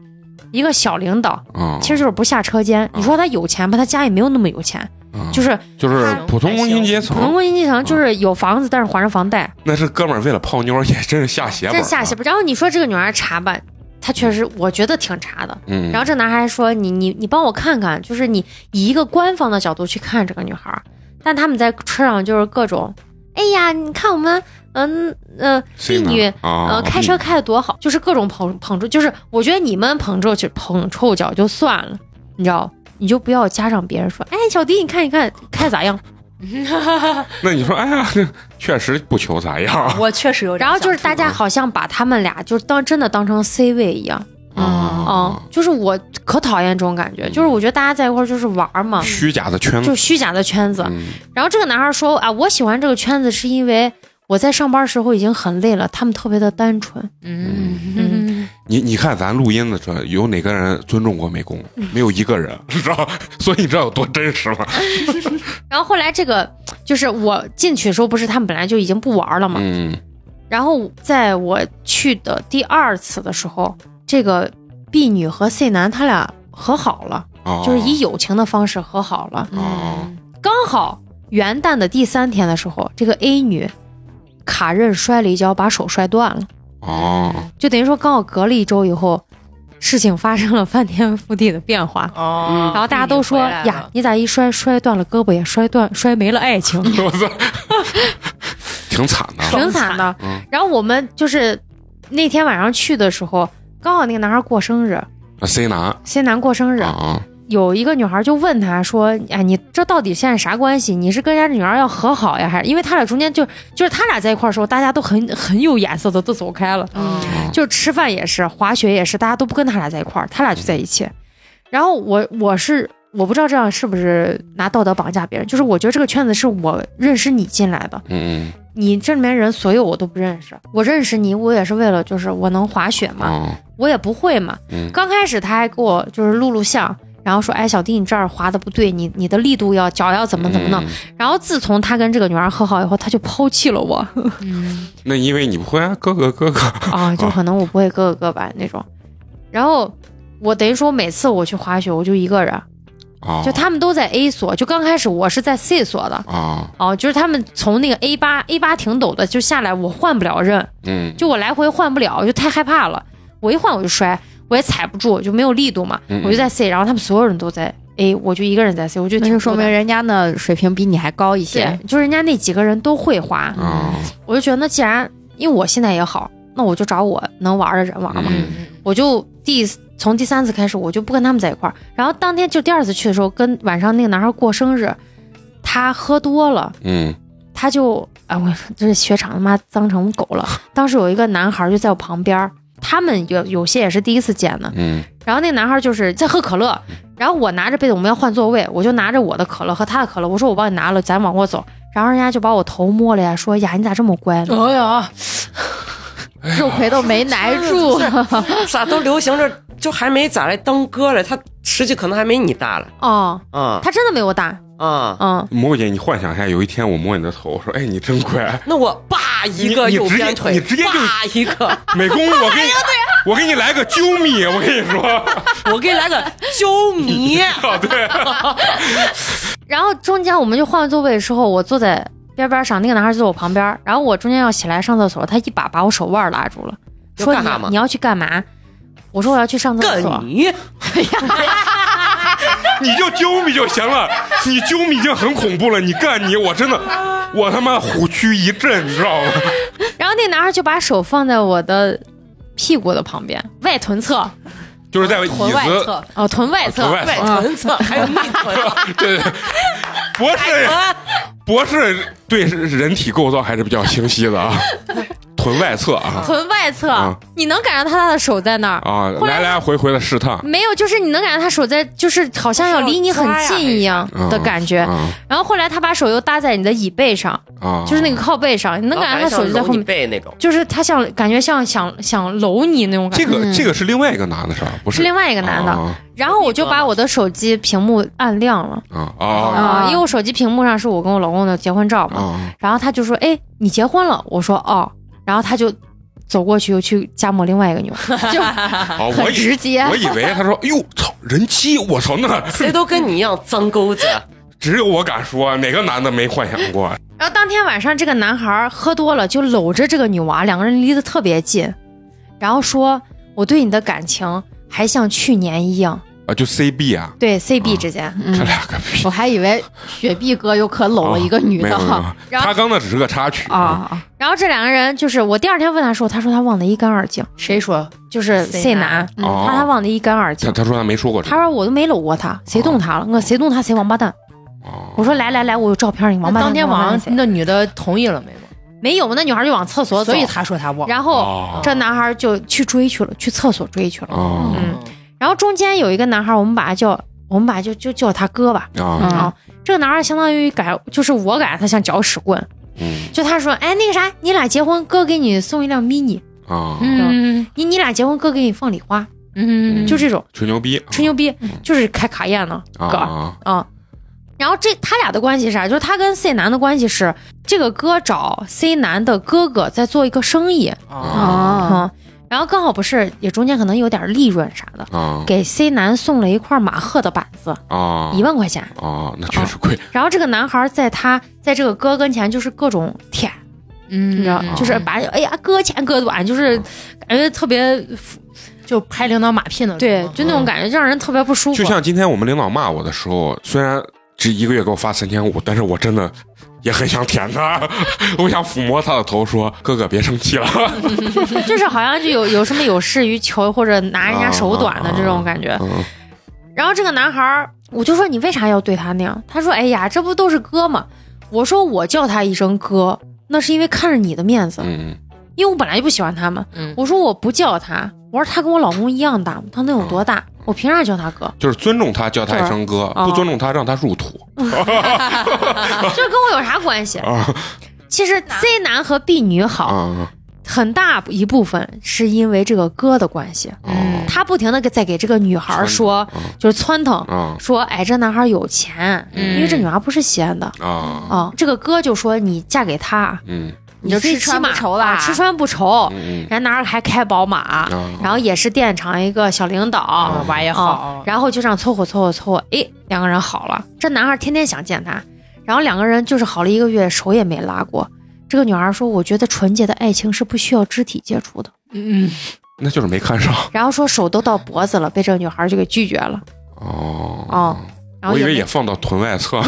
Speaker 4: 一个小领导，
Speaker 1: 啊，
Speaker 4: 其实就是不下车
Speaker 1: 哦
Speaker 4: 间。你说他有钱吧，他家也没有那么有钱，
Speaker 1: 啊
Speaker 4: 就是
Speaker 1: 就是普通工薪阶
Speaker 4: 普通
Speaker 1: 层，
Speaker 4: 工薪阶层，
Speaker 1: 哦
Speaker 4: 就是有房子但是还着房贷，
Speaker 1: 那是哥们儿为了泡妞也啊真是下血本，
Speaker 4: 这下血
Speaker 1: 本，
Speaker 4: 本。然后你说这个女孩查吧，她确实我觉得挺查的。
Speaker 1: 嗯，
Speaker 4: 然后这男孩还说：“你你你帮我看看，就是你以一个官方的角度去看这个女孩儿。”但他们在车上就是各种，哎呀，你看我们，嗯呃
Speaker 1: ，C
Speaker 4: 婢
Speaker 1: 男
Speaker 4: 女，
Speaker 1: 啊
Speaker 6: 嗯
Speaker 4: 呃，开车开的多好，就是各种捧捧住，就是我觉得你们捧臭就捧臭脚就算了，你知道，你就不要加上别人说，哎，小迪，你看你看开咋样？
Speaker 1: 那你说，哎呀，这确实不求咋样
Speaker 6: 我确实有点
Speaker 4: 然
Speaker 6: 想吐啊
Speaker 4: 后
Speaker 6: 槽。
Speaker 4: 就是大家好像把他们俩就是当真的当成 C 位一样，嗯
Speaker 1: 啊，，
Speaker 4: 就是我可讨厌这种感觉，就是我觉得大家在一块儿就是玩儿嘛，
Speaker 1: 啊虚假的圈子
Speaker 4: 哦就，虚假的圈子。
Speaker 1: 嗯
Speaker 4: 然后这个男孩说啊，我喜欢这个圈子是因为我在上班时候已经很累了，他们特别的单纯。
Speaker 1: 嗯，
Speaker 4: 嗯，
Speaker 1: 你你看咱录音的时候，有哪个人尊重过美工？
Speaker 4: 嗯
Speaker 1: 没有一个人，知道？ [laughs] 所以你知道有多真实吗？
Speaker 4: 然后后来这个就是我进去的时候，不是他们本来就已经不玩了嘛。
Speaker 1: 嗯，
Speaker 4: 然后在我去的第二次的时候，这个 B 女和 C 男他俩和好了，
Speaker 1: 啊，
Speaker 4: 就是以友情的方式和好了。
Speaker 1: 啊
Speaker 4: 刚好元旦的第三天的时候，这个 A 女卡刃摔了一跤，把手摔断了。
Speaker 1: 啊，
Speaker 4: 就等于说刚好隔了一周以后，事情发生了翻天覆地的变化。
Speaker 6: 哦，
Speaker 4: 然后大家都说
Speaker 6: 你回来了
Speaker 4: 呀，，你咋一摔摔断了胳膊，也摔断摔没了爱情，
Speaker 1: [laughs] 我
Speaker 4: [laughs]
Speaker 1: 操，挺惨的。
Speaker 4: 挺惨的。
Speaker 1: 嗯
Speaker 4: 然后我们就是那天晚上去的时候，刚好那个男孩过生日
Speaker 1: 啊 C 男
Speaker 4: ，C 男过生日，
Speaker 1: 啊，
Speaker 4: 有一个女孩就问他说：“哎，你这到底现在啥关系？你是跟人家女孩要和好呀，还是因为他俩中间就就是他俩在一块儿的时候，大家都很很有眼色的都走开了。”
Speaker 6: 嗯
Speaker 1: 啊
Speaker 4: 就吃饭也是，滑雪也是，大家都不跟他俩在一块儿，他俩就在一起。然后我我是我不知道这样是不是拿道德绑架别人，就是我觉得这个圈子是我认识你进来的，
Speaker 1: 嗯
Speaker 4: 你这里面人所有我都不认识，我认识你，我也是为了就是我能滑雪
Speaker 1: 嗯
Speaker 4: 嘛，
Speaker 1: 啊
Speaker 4: 我也不会嘛。
Speaker 1: 嗯
Speaker 4: 刚开始他还给我就是录录像。然后说，哎，小弟，你这儿滑的不对，你你的力度要脚要怎么怎么弄。
Speaker 1: 嗯
Speaker 4: 然后自从他跟这个女孩和好以后，他就抛弃了我。
Speaker 1: 那因为你不会啊，哥哥哥哥 [laughs]
Speaker 4: 啊，就可能我不会各个各吧那种。然后我等于说每次我去滑雪，我就一个人，
Speaker 1: 啊，
Speaker 4: 就他们都在 A 所，就刚开始我是在 C 所的。
Speaker 1: 啊，
Speaker 4: 哦，就是他们从那个 A 八 A 八挺陡的，就下来我换不了刃，
Speaker 1: 嗯，
Speaker 4: 就我来回换不了，我就太害怕了。我一换我就摔，我也踩不住，我就没有力度嘛，
Speaker 1: 嗯嗯
Speaker 4: 我就在 C，然后他们所有人都在 A，我就一个人在 C，我就
Speaker 3: 那
Speaker 4: 挺
Speaker 3: 就说
Speaker 4: 孤
Speaker 3: 明
Speaker 4: 单
Speaker 3: 人家呢水平比你还高一些
Speaker 4: 对。，就是人家那几个人都会滑，
Speaker 1: 啊，
Speaker 4: 我就觉得那既然因为我现在也好，那我就找我能玩的人玩嘛。
Speaker 1: 嗯
Speaker 4: 我就第从第三次开始，我就不跟他们在一块儿。然后当天就第二次去的时候，跟晚上那个男孩过生日，他喝多了，
Speaker 1: 嗯
Speaker 4: 他哎就啊，我这雪场他妈脏成狗了。当时有一个男孩就在我旁边儿，他他们有有些也是第一次见的。
Speaker 1: 嗯
Speaker 4: 然后那个男孩就是在喝可乐，然后我拿着杯子，我们要换座位，我就拿着我的可乐和他的可乐，我说我帮你拿了，咱往过走。然后人家就把我头摸了呀，说呀你咋这么
Speaker 6: [laughs]
Speaker 4: 乖呢？
Speaker 6: 哎呀，
Speaker 3: [laughs] 肉葵都
Speaker 4: [laughs]
Speaker 3: 没挨住，
Speaker 5: 咋都流行着，就还没咋来当哥嘞，他实际可能还没你大嘞，
Speaker 4: 哦，
Speaker 5: 啊
Speaker 4: 他真的没我大，
Speaker 5: 啊！
Speaker 4: 嗯，
Speaker 1: 蘑菇姐，你幻想一下，有一天我摸你的头，说：“哎，你真乖，
Speaker 5: 那我叭一个
Speaker 1: 你
Speaker 5: 右
Speaker 1: 你直接
Speaker 5: 边腿，
Speaker 1: 你直接就
Speaker 5: 叭一个，
Speaker 1: 美工，我
Speaker 4: 哎
Speaker 1: 给你，我给你来个啾咪，我跟你说，
Speaker 4: [laughs]
Speaker 5: 我给你来个揪
Speaker 1: [laughs]
Speaker 5: 迷，
Speaker 1: 对，
Speaker 4: 然后中间我们就换了座位的时候，我坐在边边上，那个男孩坐我旁边，然后我中间要起来上厕所，他一把把我手腕拉住了，
Speaker 5: 要
Speaker 4: 说
Speaker 5: 干
Speaker 4: 你
Speaker 5: 啥嘛
Speaker 4: 你要去干嘛？我说我要去上厕所
Speaker 5: 干。你！
Speaker 1: 你就啾咪就行了，你啾咪已经很恐怖了，你干你，我真的，我他妈虎躯一震，你知道吗？
Speaker 4: 然后那男孩就把手放在我的屁股的旁边，外臀侧，
Speaker 1: 就是在椅
Speaker 6: 臀外
Speaker 1: 子啊
Speaker 6: 侧，
Speaker 4: 哦，臀外侧，嗯
Speaker 1: 臀外
Speaker 5: 外
Speaker 1: 侧，
Speaker 5: 臀侧还有内臀，
Speaker 1: [laughs] 对，对博士
Speaker 5: 啊
Speaker 1: 博士对人体构造还是比较清晰
Speaker 4: [laughs]
Speaker 1: 的啊，臀外侧啊
Speaker 4: 臀外侧，
Speaker 1: 啊
Speaker 4: 你能感觉到他的手在那儿？
Speaker 1: 啊，
Speaker 4: 后来
Speaker 1: 来来回回的试
Speaker 4: [laughs]
Speaker 1: 探
Speaker 4: 没有，就是你能感觉他手在，就是好像要离你很近一样的感觉。
Speaker 1: 啊
Speaker 4: 然后后来他把手又搭在你的椅背上，
Speaker 1: 啊，
Speaker 4: 就是那个靠背上，你能感觉他手就在后面，
Speaker 5: 背那种。
Speaker 4: 就是他想感觉像想想搂你那种感
Speaker 1: 这
Speaker 4: 觉。
Speaker 1: 个这个是另外一个男的事儿，不
Speaker 4: 嗯是另外一
Speaker 1: 一
Speaker 4: 个男的，
Speaker 1: 啊
Speaker 4: 然后我就把我的手机屏幕按亮了
Speaker 1: 啊啊
Speaker 4: 啊、
Speaker 3: 啊
Speaker 4: 因为我手机屏幕上是我跟我老公的结婚照嘛， [laughs]
Speaker 1: 啊
Speaker 4: 然后他就说：“哎，你结婚了？”我说：“哦。”然后他就走过去又去夹抹另外一个妞，
Speaker 1: [laughs]
Speaker 4: 就
Speaker 1: 啊！我
Speaker 3: 很
Speaker 1: 以
Speaker 3: 直接。
Speaker 1: 我以为他说，哟操，人妻，我操，那
Speaker 5: 谁都跟你一样脏钩
Speaker 1: [laughs]
Speaker 5: 子，
Speaker 1: 只有我敢说，哪个男的没幻想过？啊
Speaker 4: 然后当天晚上，这个男孩儿喝多了，就搂着这个女娃，两个人离得特别近，然后说：“我对你的感情还像去年一样。
Speaker 1: 啊，就 CB 啊，
Speaker 4: 对”CB 之间，
Speaker 1: 这
Speaker 3: 嗯，
Speaker 1: 俩个屁
Speaker 3: [laughs] 我！还以为雪碧哥又可搂了一个女
Speaker 1: 没有
Speaker 3: 的
Speaker 1: 没有，
Speaker 4: 然后哦
Speaker 1: 他刚那只是个插曲。
Speaker 3: 啊，
Speaker 4: 然后这两个人就是我第二天问他说，他说他忘得一干二净，
Speaker 6: 谁说？
Speaker 4: 就是
Speaker 6: 谁
Speaker 4: C
Speaker 6: 男
Speaker 4: 男，
Speaker 1: 哦
Speaker 4: 嗯他他忘得一干二净
Speaker 1: 他。他哦说他没说过这
Speaker 4: 他
Speaker 1: 个。
Speaker 4: 说我都没搂过他，谁动他了？我谁动他谁王八蛋！我
Speaker 1: 哦
Speaker 4: 说来来来，我有照片，你王八蛋！
Speaker 6: 当天
Speaker 4: 你王八
Speaker 6: 晚
Speaker 4: 蛋
Speaker 6: 上
Speaker 4: 谁
Speaker 6: 那女的同意了没有？
Speaker 4: 没有嘛？那女孩就往厕所走，
Speaker 6: 所以他说他忘。
Speaker 4: 然后
Speaker 1: 哦
Speaker 4: 这男孩就去追去了，去厕所追去了。
Speaker 1: 哦
Speaker 4: 嗯然后中间有一个男孩，我们把他叫，我们把他就就叫他哥吧。
Speaker 1: 啊
Speaker 4: 啊，这个男孩相当于感，就是我感觉他像搅屎棍。
Speaker 1: 嗯
Speaker 4: 就他说，哎，那个啥，你俩结婚，哥给你送一辆 mini，
Speaker 1: 啊，
Speaker 6: 嗯
Speaker 4: 你你俩结婚，哥给你放礼花，
Speaker 6: 嗯，
Speaker 4: 就这种
Speaker 1: 吹牛逼，
Speaker 4: 吹牛逼，
Speaker 1: 嗯
Speaker 4: 就是开卡宴呢，
Speaker 1: 啊
Speaker 4: 哥
Speaker 1: 啊
Speaker 4: 啊。然后这他俩的关系是啥？就是他跟 C 男的关系是，这个哥找 C 男的哥哥在做一个生意，
Speaker 1: 啊
Speaker 3: 啊，
Speaker 4: 啊，然后刚好不是也中间可能有点利润啥的，
Speaker 1: 啊
Speaker 4: 给 C 男送了一块马赫的板子，
Speaker 1: 啊
Speaker 4: 一万块钱。
Speaker 1: 啊，那确实贵
Speaker 4: 然后这个男孩在他在这个哥跟前就是各种舔，
Speaker 6: 嗯，
Speaker 4: 你知道，
Speaker 3: 啊
Speaker 1: 嗯
Speaker 4: 就是把哎呀哥前哥短，就是感觉特别
Speaker 1: 嗯
Speaker 6: 就拍领导马屁呢。
Speaker 4: 对，就那
Speaker 6: 嗯
Speaker 4: 种感觉让人特别不舒服
Speaker 1: 就。像今天我们领导骂我的时候，虽然只一个月给我发三千五，但是我真的也很想舔他， [laughs] 我想抚摸他的头，说：“哥哥别生气了。
Speaker 4: [laughs] 就是好像就有有什么有事于求或者拿人家手短的这种感觉。
Speaker 1: 嗯
Speaker 4: 然后这个男孩儿，我就说你为啥要对他那样？他说：“哎呀，这不都是哥吗？”我说：“我叫他一声哥，那是因为看着你的面”子，
Speaker 1: [laughs] 嗯
Speaker 4: 因为我本来就不喜欢他们。
Speaker 6: 嗯
Speaker 4: 我说我不叫他，我说他跟我老公一样大，他能有多大？我凭啥叫他
Speaker 1: [laughs]
Speaker 4: 哥？
Speaker 1: 就是尊重他，叫他一声哥；
Speaker 4: 哦
Speaker 1: 不尊重他，让他入土
Speaker 4: 这跟我有啥关
Speaker 1: [laughs]
Speaker 4: 系？
Speaker 1: 啊
Speaker 4: 其实 C 男和 B 女
Speaker 1: 啊
Speaker 4: 好，
Speaker 1: 啊！
Speaker 4: 很大一部分是因为这个哥的关系，
Speaker 1: 嗯
Speaker 4: 他不停的在给这个女孩说，就是窜腾，
Speaker 1: 啊
Speaker 4: 说哎这男孩有钱，
Speaker 1: 嗯
Speaker 4: 因为这女孩不是西安的。
Speaker 1: 啊
Speaker 4: 啊、这个哥就说你嫁给他，
Speaker 1: 嗯
Speaker 4: 你就
Speaker 3: 吃穿不愁啦
Speaker 4: 啊吃穿不愁。
Speaker 1: 嗯
Speaker 4: 人家男孩还开宝马，
Speaker 1: 嗯，
Speaker 4: 然后也是电厂一个小领导，
Speaker 6: 啊，娃也
Speaker 4: 啊
Speaker 6: 好，
Speaker 4: 然后就这样凑合凑合凑合，哎，两个人好了。这男孩天天想见她，然后两个人就是好了一个月，手也没拉过。这个女孩说：“我觉得纯洁的爱情是不需要肢体接触的。
Speaker 6: 嗯，
Speaker 1: 那就是没看上”
Speaker 4: 然后说手都到脖子了，被这个女孩就给拒绝了。
Speaker 1: 哦
Speaker 4: 哦然后
Speaker 1: 我以为
Speaker 4: 没
Speaker 1: 也放到臀外
Speaker 4: [laughs]
Speaker 1: 侧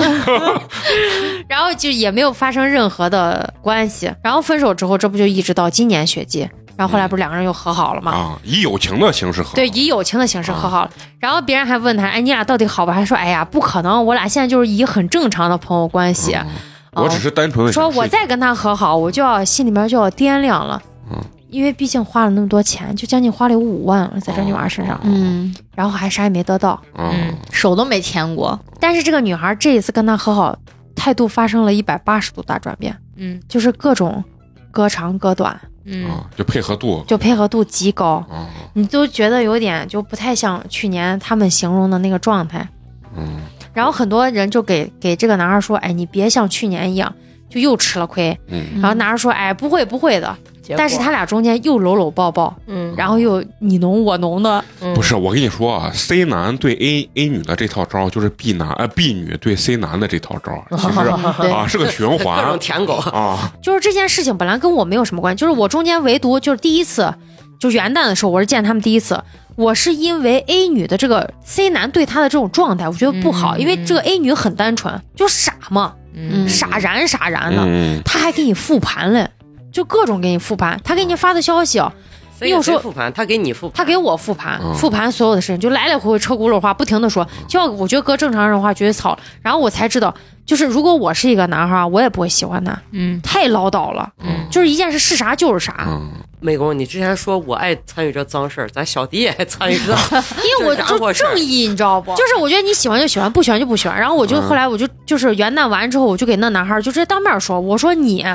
Speaker 4: 然后就也没有发生任何的关系。然后分手之后，这不就一直到今年雪季？然后后来不是两个人又和好了吗？
Speaker 1: 啊，以友情的形式和
Speaker 4: 对，以友情的形式和好了。然后别人还问他：“哎，你俩到底好吧？”还说：“哎呀，不可能，我俩现在就是以很正常的朋友关系。
Speaker 1: 嗯我只是单纯的
Speaker 4: 说我再跟他和好，我就要心里面就要掂量了。
Speaker 1: 嗯
Speaker 4: 因为毕竟花了那么多钱，就将近花了有五万在这女娃身上，
Speaker 3: 嗯，
Speaker 4: 然后还啥也没得到。
Speaker 1: 啊，
Speaker 6: 嗯
Speaker 3: 手都没牵过，
Speaker 4: 但是这个女孩这一次跟他和好，态度发生了一百八十度大转变，
Speaker 6: 嗯
Speaker 4: 就是各种割长割短，
Speaker 6: 嗯
Speaker 1: 啊，就配合度
Speaker 4: 就配合度极高，
Speaker 1: 啊，
Speaker 4: 你都觉得有点就不太像去年他们形容的那个状态。
Speaker 1: 嗯，
Speaker 4: 然后很多人就给给这个男孩说，哎，你别像去年一样，就又吃了亏。
Speaker 1: 嗯
Speaker 4: 然后男孩说，哎，不会不会的。
Speaker 6: 结果
Speaker 4: 但是他俩中间又搂搂抱抱，
Speaker 5: 嗯
Speaker 4: 然后又你侬我侬的，
Speaker 1: 不是，我跟你说啊，C 男对 A A 女的这套招，就是 B 男呃 B 女对 C 男的这套招，其实
Speaker 4: [laughs] 对
Speaker 1: 啊是个循
Speaker 5: 各种
Speaker 1: 环 [laughs]
Speaker 5: 舔狗，
Speaker 1: 啊，
Speaker 4: 就是这件事情本来跟我没有什么关系，就是我中间唯独就是第一次，就元旦的时候，我是见他们第一次，我是因为 A 女的这个 C 男对她的这种状态，我觉得不好，
Speaker 6: 嗯
Speaker 4: 因为这个 A 女很单纯，就傻嘛，
Speaker 6: 嗯
Speaker 4: 傻然傻然的，
Speaker 1: 嗯，
Speaker 4: 她还给你复盘嘞，就各种给你复盘，她给你发的消息哦，
Speaker 5: 谁
Speaker 4: 有
Speaker 5: 给
Speaker 4: 时
Speaker 5: 谁
Speaker 4: 候
Speaker 5: 复盘？他给你复盘，
Speaker 4: 他给我复盘，
Speaker 1: 嗯
Speaker 4: 复盘所有的事情，就来来回回车轱辘话，不停的说。就像我觉得搁正常人的话，绝对操了。然后我才知道，就是如果我是一个男孩儿，我也不会喜欢他，
Speaker 6: 嗯
Speaker 4: 太唠叨了。
Speaker 1: 嗯
Speaker 4: 就是一件事是啥就是啥，
Speaker 1: 嗯
Speaker 5: 美工，你之前说我爱参与这脏事儿，咱小迪也爱
Speaker 1: [laughs]
Speaker 5: 参与这，
Speaker 4: 因为我就正义，你知道不？就是我觉得你喜欢就喜欢，不喜欢就不喜欢。然后我就
Speaker 1: 嗯
Speaker 4: 后来我就就是元旦完之后，我就给那男孩儿就直接当面说，我说你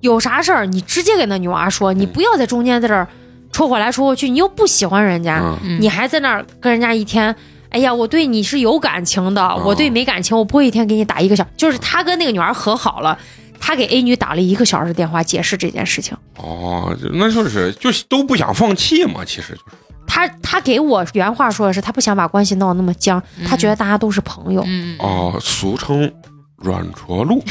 Speaker 4: 有啥事儿你直接给那女娃说，你不要在中间在这儿戳过来戳过去，你又不喜欢人家。
Speaker 1: 嗯
Speaker 6: 嗯
Speaker 4: 你还在那儿跟人家一天，哎呀，我对你是有感情的，我对没感情，我不会一天给你打一个小，就是他跟那个女孩和好了。他给 A 女打了一个小时电话解释这件事情，
Speaker 1: 哦，就那就是就是都不想放弃嘛，其实就是
Speaker 4: 他他给我原话说的是，他不想把关系闹得那么僵，他觉得大家都是朋友。
Speaker 6: 嗯
Speaker 1: 哦，俗称软着
Speaker 4: [laughs]
Speaker 1: 陆，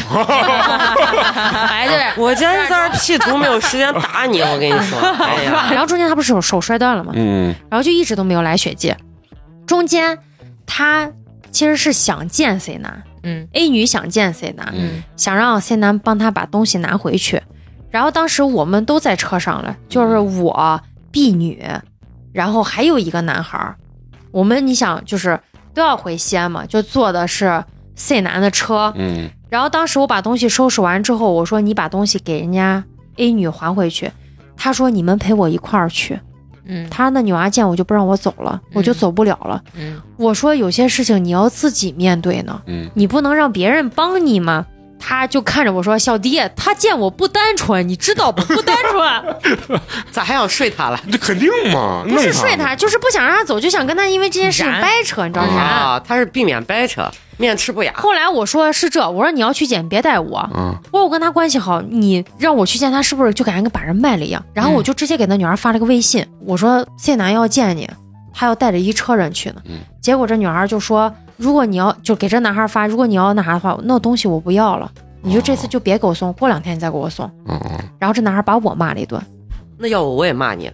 Speaker 4: 哎，
Speaker 5: [laughs]
Speaker 4: 对。
Speaker 5: 我今天在这儿 P 图没有时间打你，我跟你
Speaker 4: [laughs]
Speaker 5: 说，哎呀，
Speaker 4: 然后中间他不是手手摔断了吗？
Speaker 1: 嗯
Speaker 4: 然后就一直都没有来血迹。中间他其实是想见 C 男
Speaker 6: 嗯
Speaker 4: ，A 女想见 C 男，
Speaker 1: 嗯
Speaker 4: 想让 C 男帮他把东西拿回去。然后当时我们都在车上了，就是
Speaker 1: 嗯
Speaker 4: 我、B 女，然后还有一个男孩儿。我们你想就是都要回西安嘛，就坐的是 C 男的车。
Speaker 1: 嗯
Speaker 4: 然后当时我把东西收拾完之后，我说你把东西给人家 A 女还回去。他说你们陪我一块儿去。
Speaker 6: 嗯
Speaker 4: 他说那女娃见我就不让我走了，我就走不了了。
Speaker 6: 嗯
Speaker 4: 我说有些事情你要自己面对呢。
Speaker 1: 嗯
Speaker 4: 你不能让别人帮你吗？他就看着我说：“小弟，他见我不单纯，你知道不？不单纯，
Speaker 5: 咋还想睡他了？
Speaker 1: 嗯，这肯定嘛，
Speaker 4: 不是
Speaker 1: 弄
Speaker 4: 睡他，就是不想让他走，就想跟他因为这件事情
Speaker 6: 燃
Speaker 4: 掰扯，你知道啥？
Speaker 5: 啊，他是避免掰扯，面吃不雅。
Speaker 4: 后来我说是这，我说你要去见，别带我。
Speaker 1: 啊，
Speaker 4: 我说我跟他关系好，你让我去见他，是不是就感觉跟把人卖了一样？然后我就直接给那女孩发了个微信，我说谢楠要见你，他要带着一车人去呢。
Speaker 1: 嗯
Speaker 4: 结果这女孩就说，如果你要就给这男孩发，如果你要那啥的话，那东西我不要了，你就这次就别给我送，过两天你再给我送。
Speaker 1: 嗯嗯
Speaker 4: 然后这男孩把我骂了一顿，
Speaker 5: 那要我我也骂你了，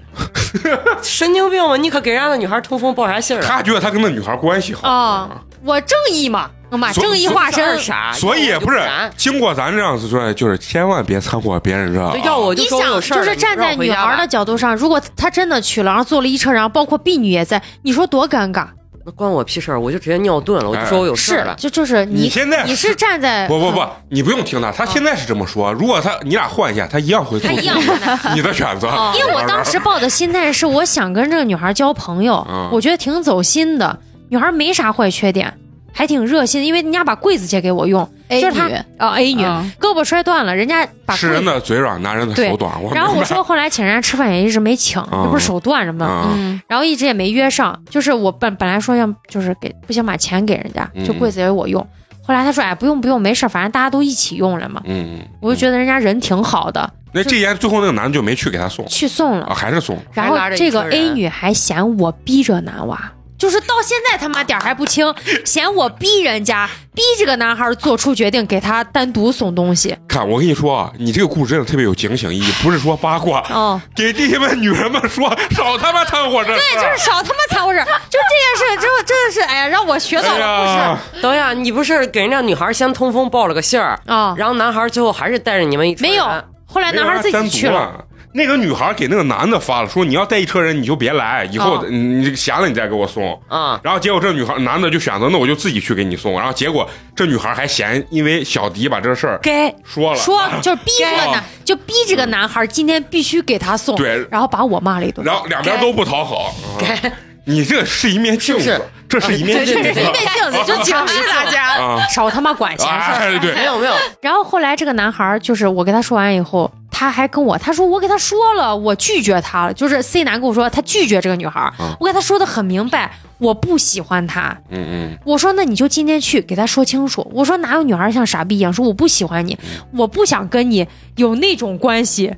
Speaker 5: 神经病吧？你可给人家那女孩通风报啥信儿啊？
Speaker 1: 他觉得他跟那女孩关系好
Speaker 4: 啊我正义嘛，妈
Speaker 1: 所
Speaker 4: 正义化身
Speaker 5: 事儿，啥？
Speaker 1: 所以
Speaker 5: 要我就
Speaker 1: 不是啊
Speaker 5: 咱
Speaker 1: 经过咱这样子说，就是千万别掺和别人这啊
Speaker 5: 就要我就
Speaker 4: 你
Speaker 5: 说我
Speaker 4: 想，
Speaker 5: 有事儿
Speaker 4: 就
Speaker 5: 了，
Speaker 4: 是
Speaker 5: 你
Speaker 4: 站
Speaker 5: 不让
Speaker 4: 在
Speaker 5: 回
Speaker 4: 女
Speaker 5: 家
Speaker 4: 孩
Speaker 5: 吧
Speaker 4: 的角度上，如果她真的去了，然后坐了一车，然后包括 B 女也在，你说多尴尬？
Speaker 5: 那关我屁事儿，我就直接尿遁了，我就说我有事儿
Speaker 4: 是
Speaker 5: 了，。
Speaker 4: 就就是
Speaker 1: [laughs] 你
Speaker 4: 你
Speaker 1: 现在嗯
Speaker 4: 你嗯是站在
Speaker 1: 不不不，你不用听他，他现在是这么说。如果他你俩换一下，他一样会做
Speaker 4: 她一样的哦呢。
Speaker 1: [laughs] 你的选择。
Speaker 4: 因为我当时抱的心态是，我想跟这个女孩交朋友
Speaker 1: 嗯，
Speaker 4: 我觉得挺走心的。女孩没啥坏缺点，还挺热心，因为人家把柜子借给我用，
Speaker 3: A
Speaker 4: 就是她
Speaker 3: 女
Speaker 4: 啊 A 女
Speaker 2: 嗯
Speaker 4: 胳膊摔断了，人家把
Speaker 1: 吃
Speaker 4: 柜
Speaker 1: 人
Speaker 4: 子。
Speaker 1: 的嘴软，拿人的手短。我
Speaker 4: 然后我说，嗯后来请人家吃饭也一直没请，
Speaker 1: 嗯
Speaker 4: 这不是手断着吗？
Speaker 1: 啊，
Speaker 4: 然后一直也没约上，就是我本本来说要就是给不想把钱给人家，
Speaker 1: 嗯
Speaker 4: 就柜子也我用。后来他说哎不用不用没事儿，反正大家都一起用了嘛。
Speaker 1: 嗯，
Speaker 4: 我就觉得人家人挺好的，
Speaker 1: 那这年最后那个男的就没去给他送
Speaker 4: 去送
Speaker 1: 啊，
Speaker 4: 了。
Speaker 1: 还是送了。
Speaker 4: 然后
Speaker 5: 还拉着一
Speaker 4: 这个
Speaker 5: 车
Speaker 4: A
Speaker 5: 人
Speaker 4: 女还嫌我逼着男娃，就是到现在他妈点儿还不清， [laughs] 嫌我逼人家逼这个男孩儿做出决定，给他单独送东西。
Speaker 1: 看，我跟你说啊，你这个故事真的特别有警醒意义，不是说八卦，
Speaker 4: 哦，
Speaker 1: 给这些女人们说，少他妈掺和这事。
Speaker 4: 哎就是少他妈掺和事儿， [laughs] 就这件事真的真的是哎呀让我学到
Speaker 1: 哎
Speaker 4: 了故事。
Speaker 1: 呀，
Speaker 5: 等一下，你不是给人家女孩先通风报了个信儿
Speaker 4: 啊
Speaker 5: 然后男孩最后还是带着你们一车人
Speaker 4: 没有，后来男孩自己去了。。
Speaker 1: 那个女孩给那个男的发了，说你要带一车人你就别来，以后
Speaker 5: 哦
Speaker 1: 你你闲了你再给我送。
Speaker 4: 嗯
Speaker 5: 啊，
Speaker 1: 然后结果这女孩男的就选择那我就自己去给你送，然后结果这女孩还嫌因为小迪把这事儿
Speaker 4: 该
Speaker 1: 说了，
Speaker 4: 说就是逼这个男
Speaker 1: 啊，
Speaker 4: 就逼这个男孩今天必须给他送，
Speaker 1: 对
Speaker 4: 然后把我骂了一顿，
Speaker 1: 然后两边都不讨好。啊
Speaker 5: 该
Speaker 1: 你这是一面镜
Speaker 5: 是
Speaker 1: 子这
Speaker 5: 不是，
Speaker 1: 是一面
Speaker 5: 对
Speaker 1: 镜
Speaker 5: 对
Speaker 1: 子
Speaker 5: 对
Speaker 4: [laughs] 一面镜子就强势大
Speaker 1: [laughs]
Speaker 4: 家，
Speaker 1: 啊！
Speaker 4: 少他妈管闲事儿。
Speaker 1: 哎，对，
Speaker 5: [laughs] 没有没有，
Speaker 4: 然后后来这个男孩儿就是我跟他说完以后，他还跟我他说我给他说了，我拒绝他了，就是 C 男跟我说他拒绝这个女孩儿，
Speaker 1: 嗯
Speaker 4: 我给他说的很明白，我不喜欢她。
Speaker 1: 嗯
Speaker 4: 我说那你就今天去给他说清楚，我说哪有女孩像傻逼一样说我不喜欢你，
Speaker 1: 嗯
Speaker 4: 我不想跟你有那种
Speaker 1: [laughs]
Speaker 4: 关系，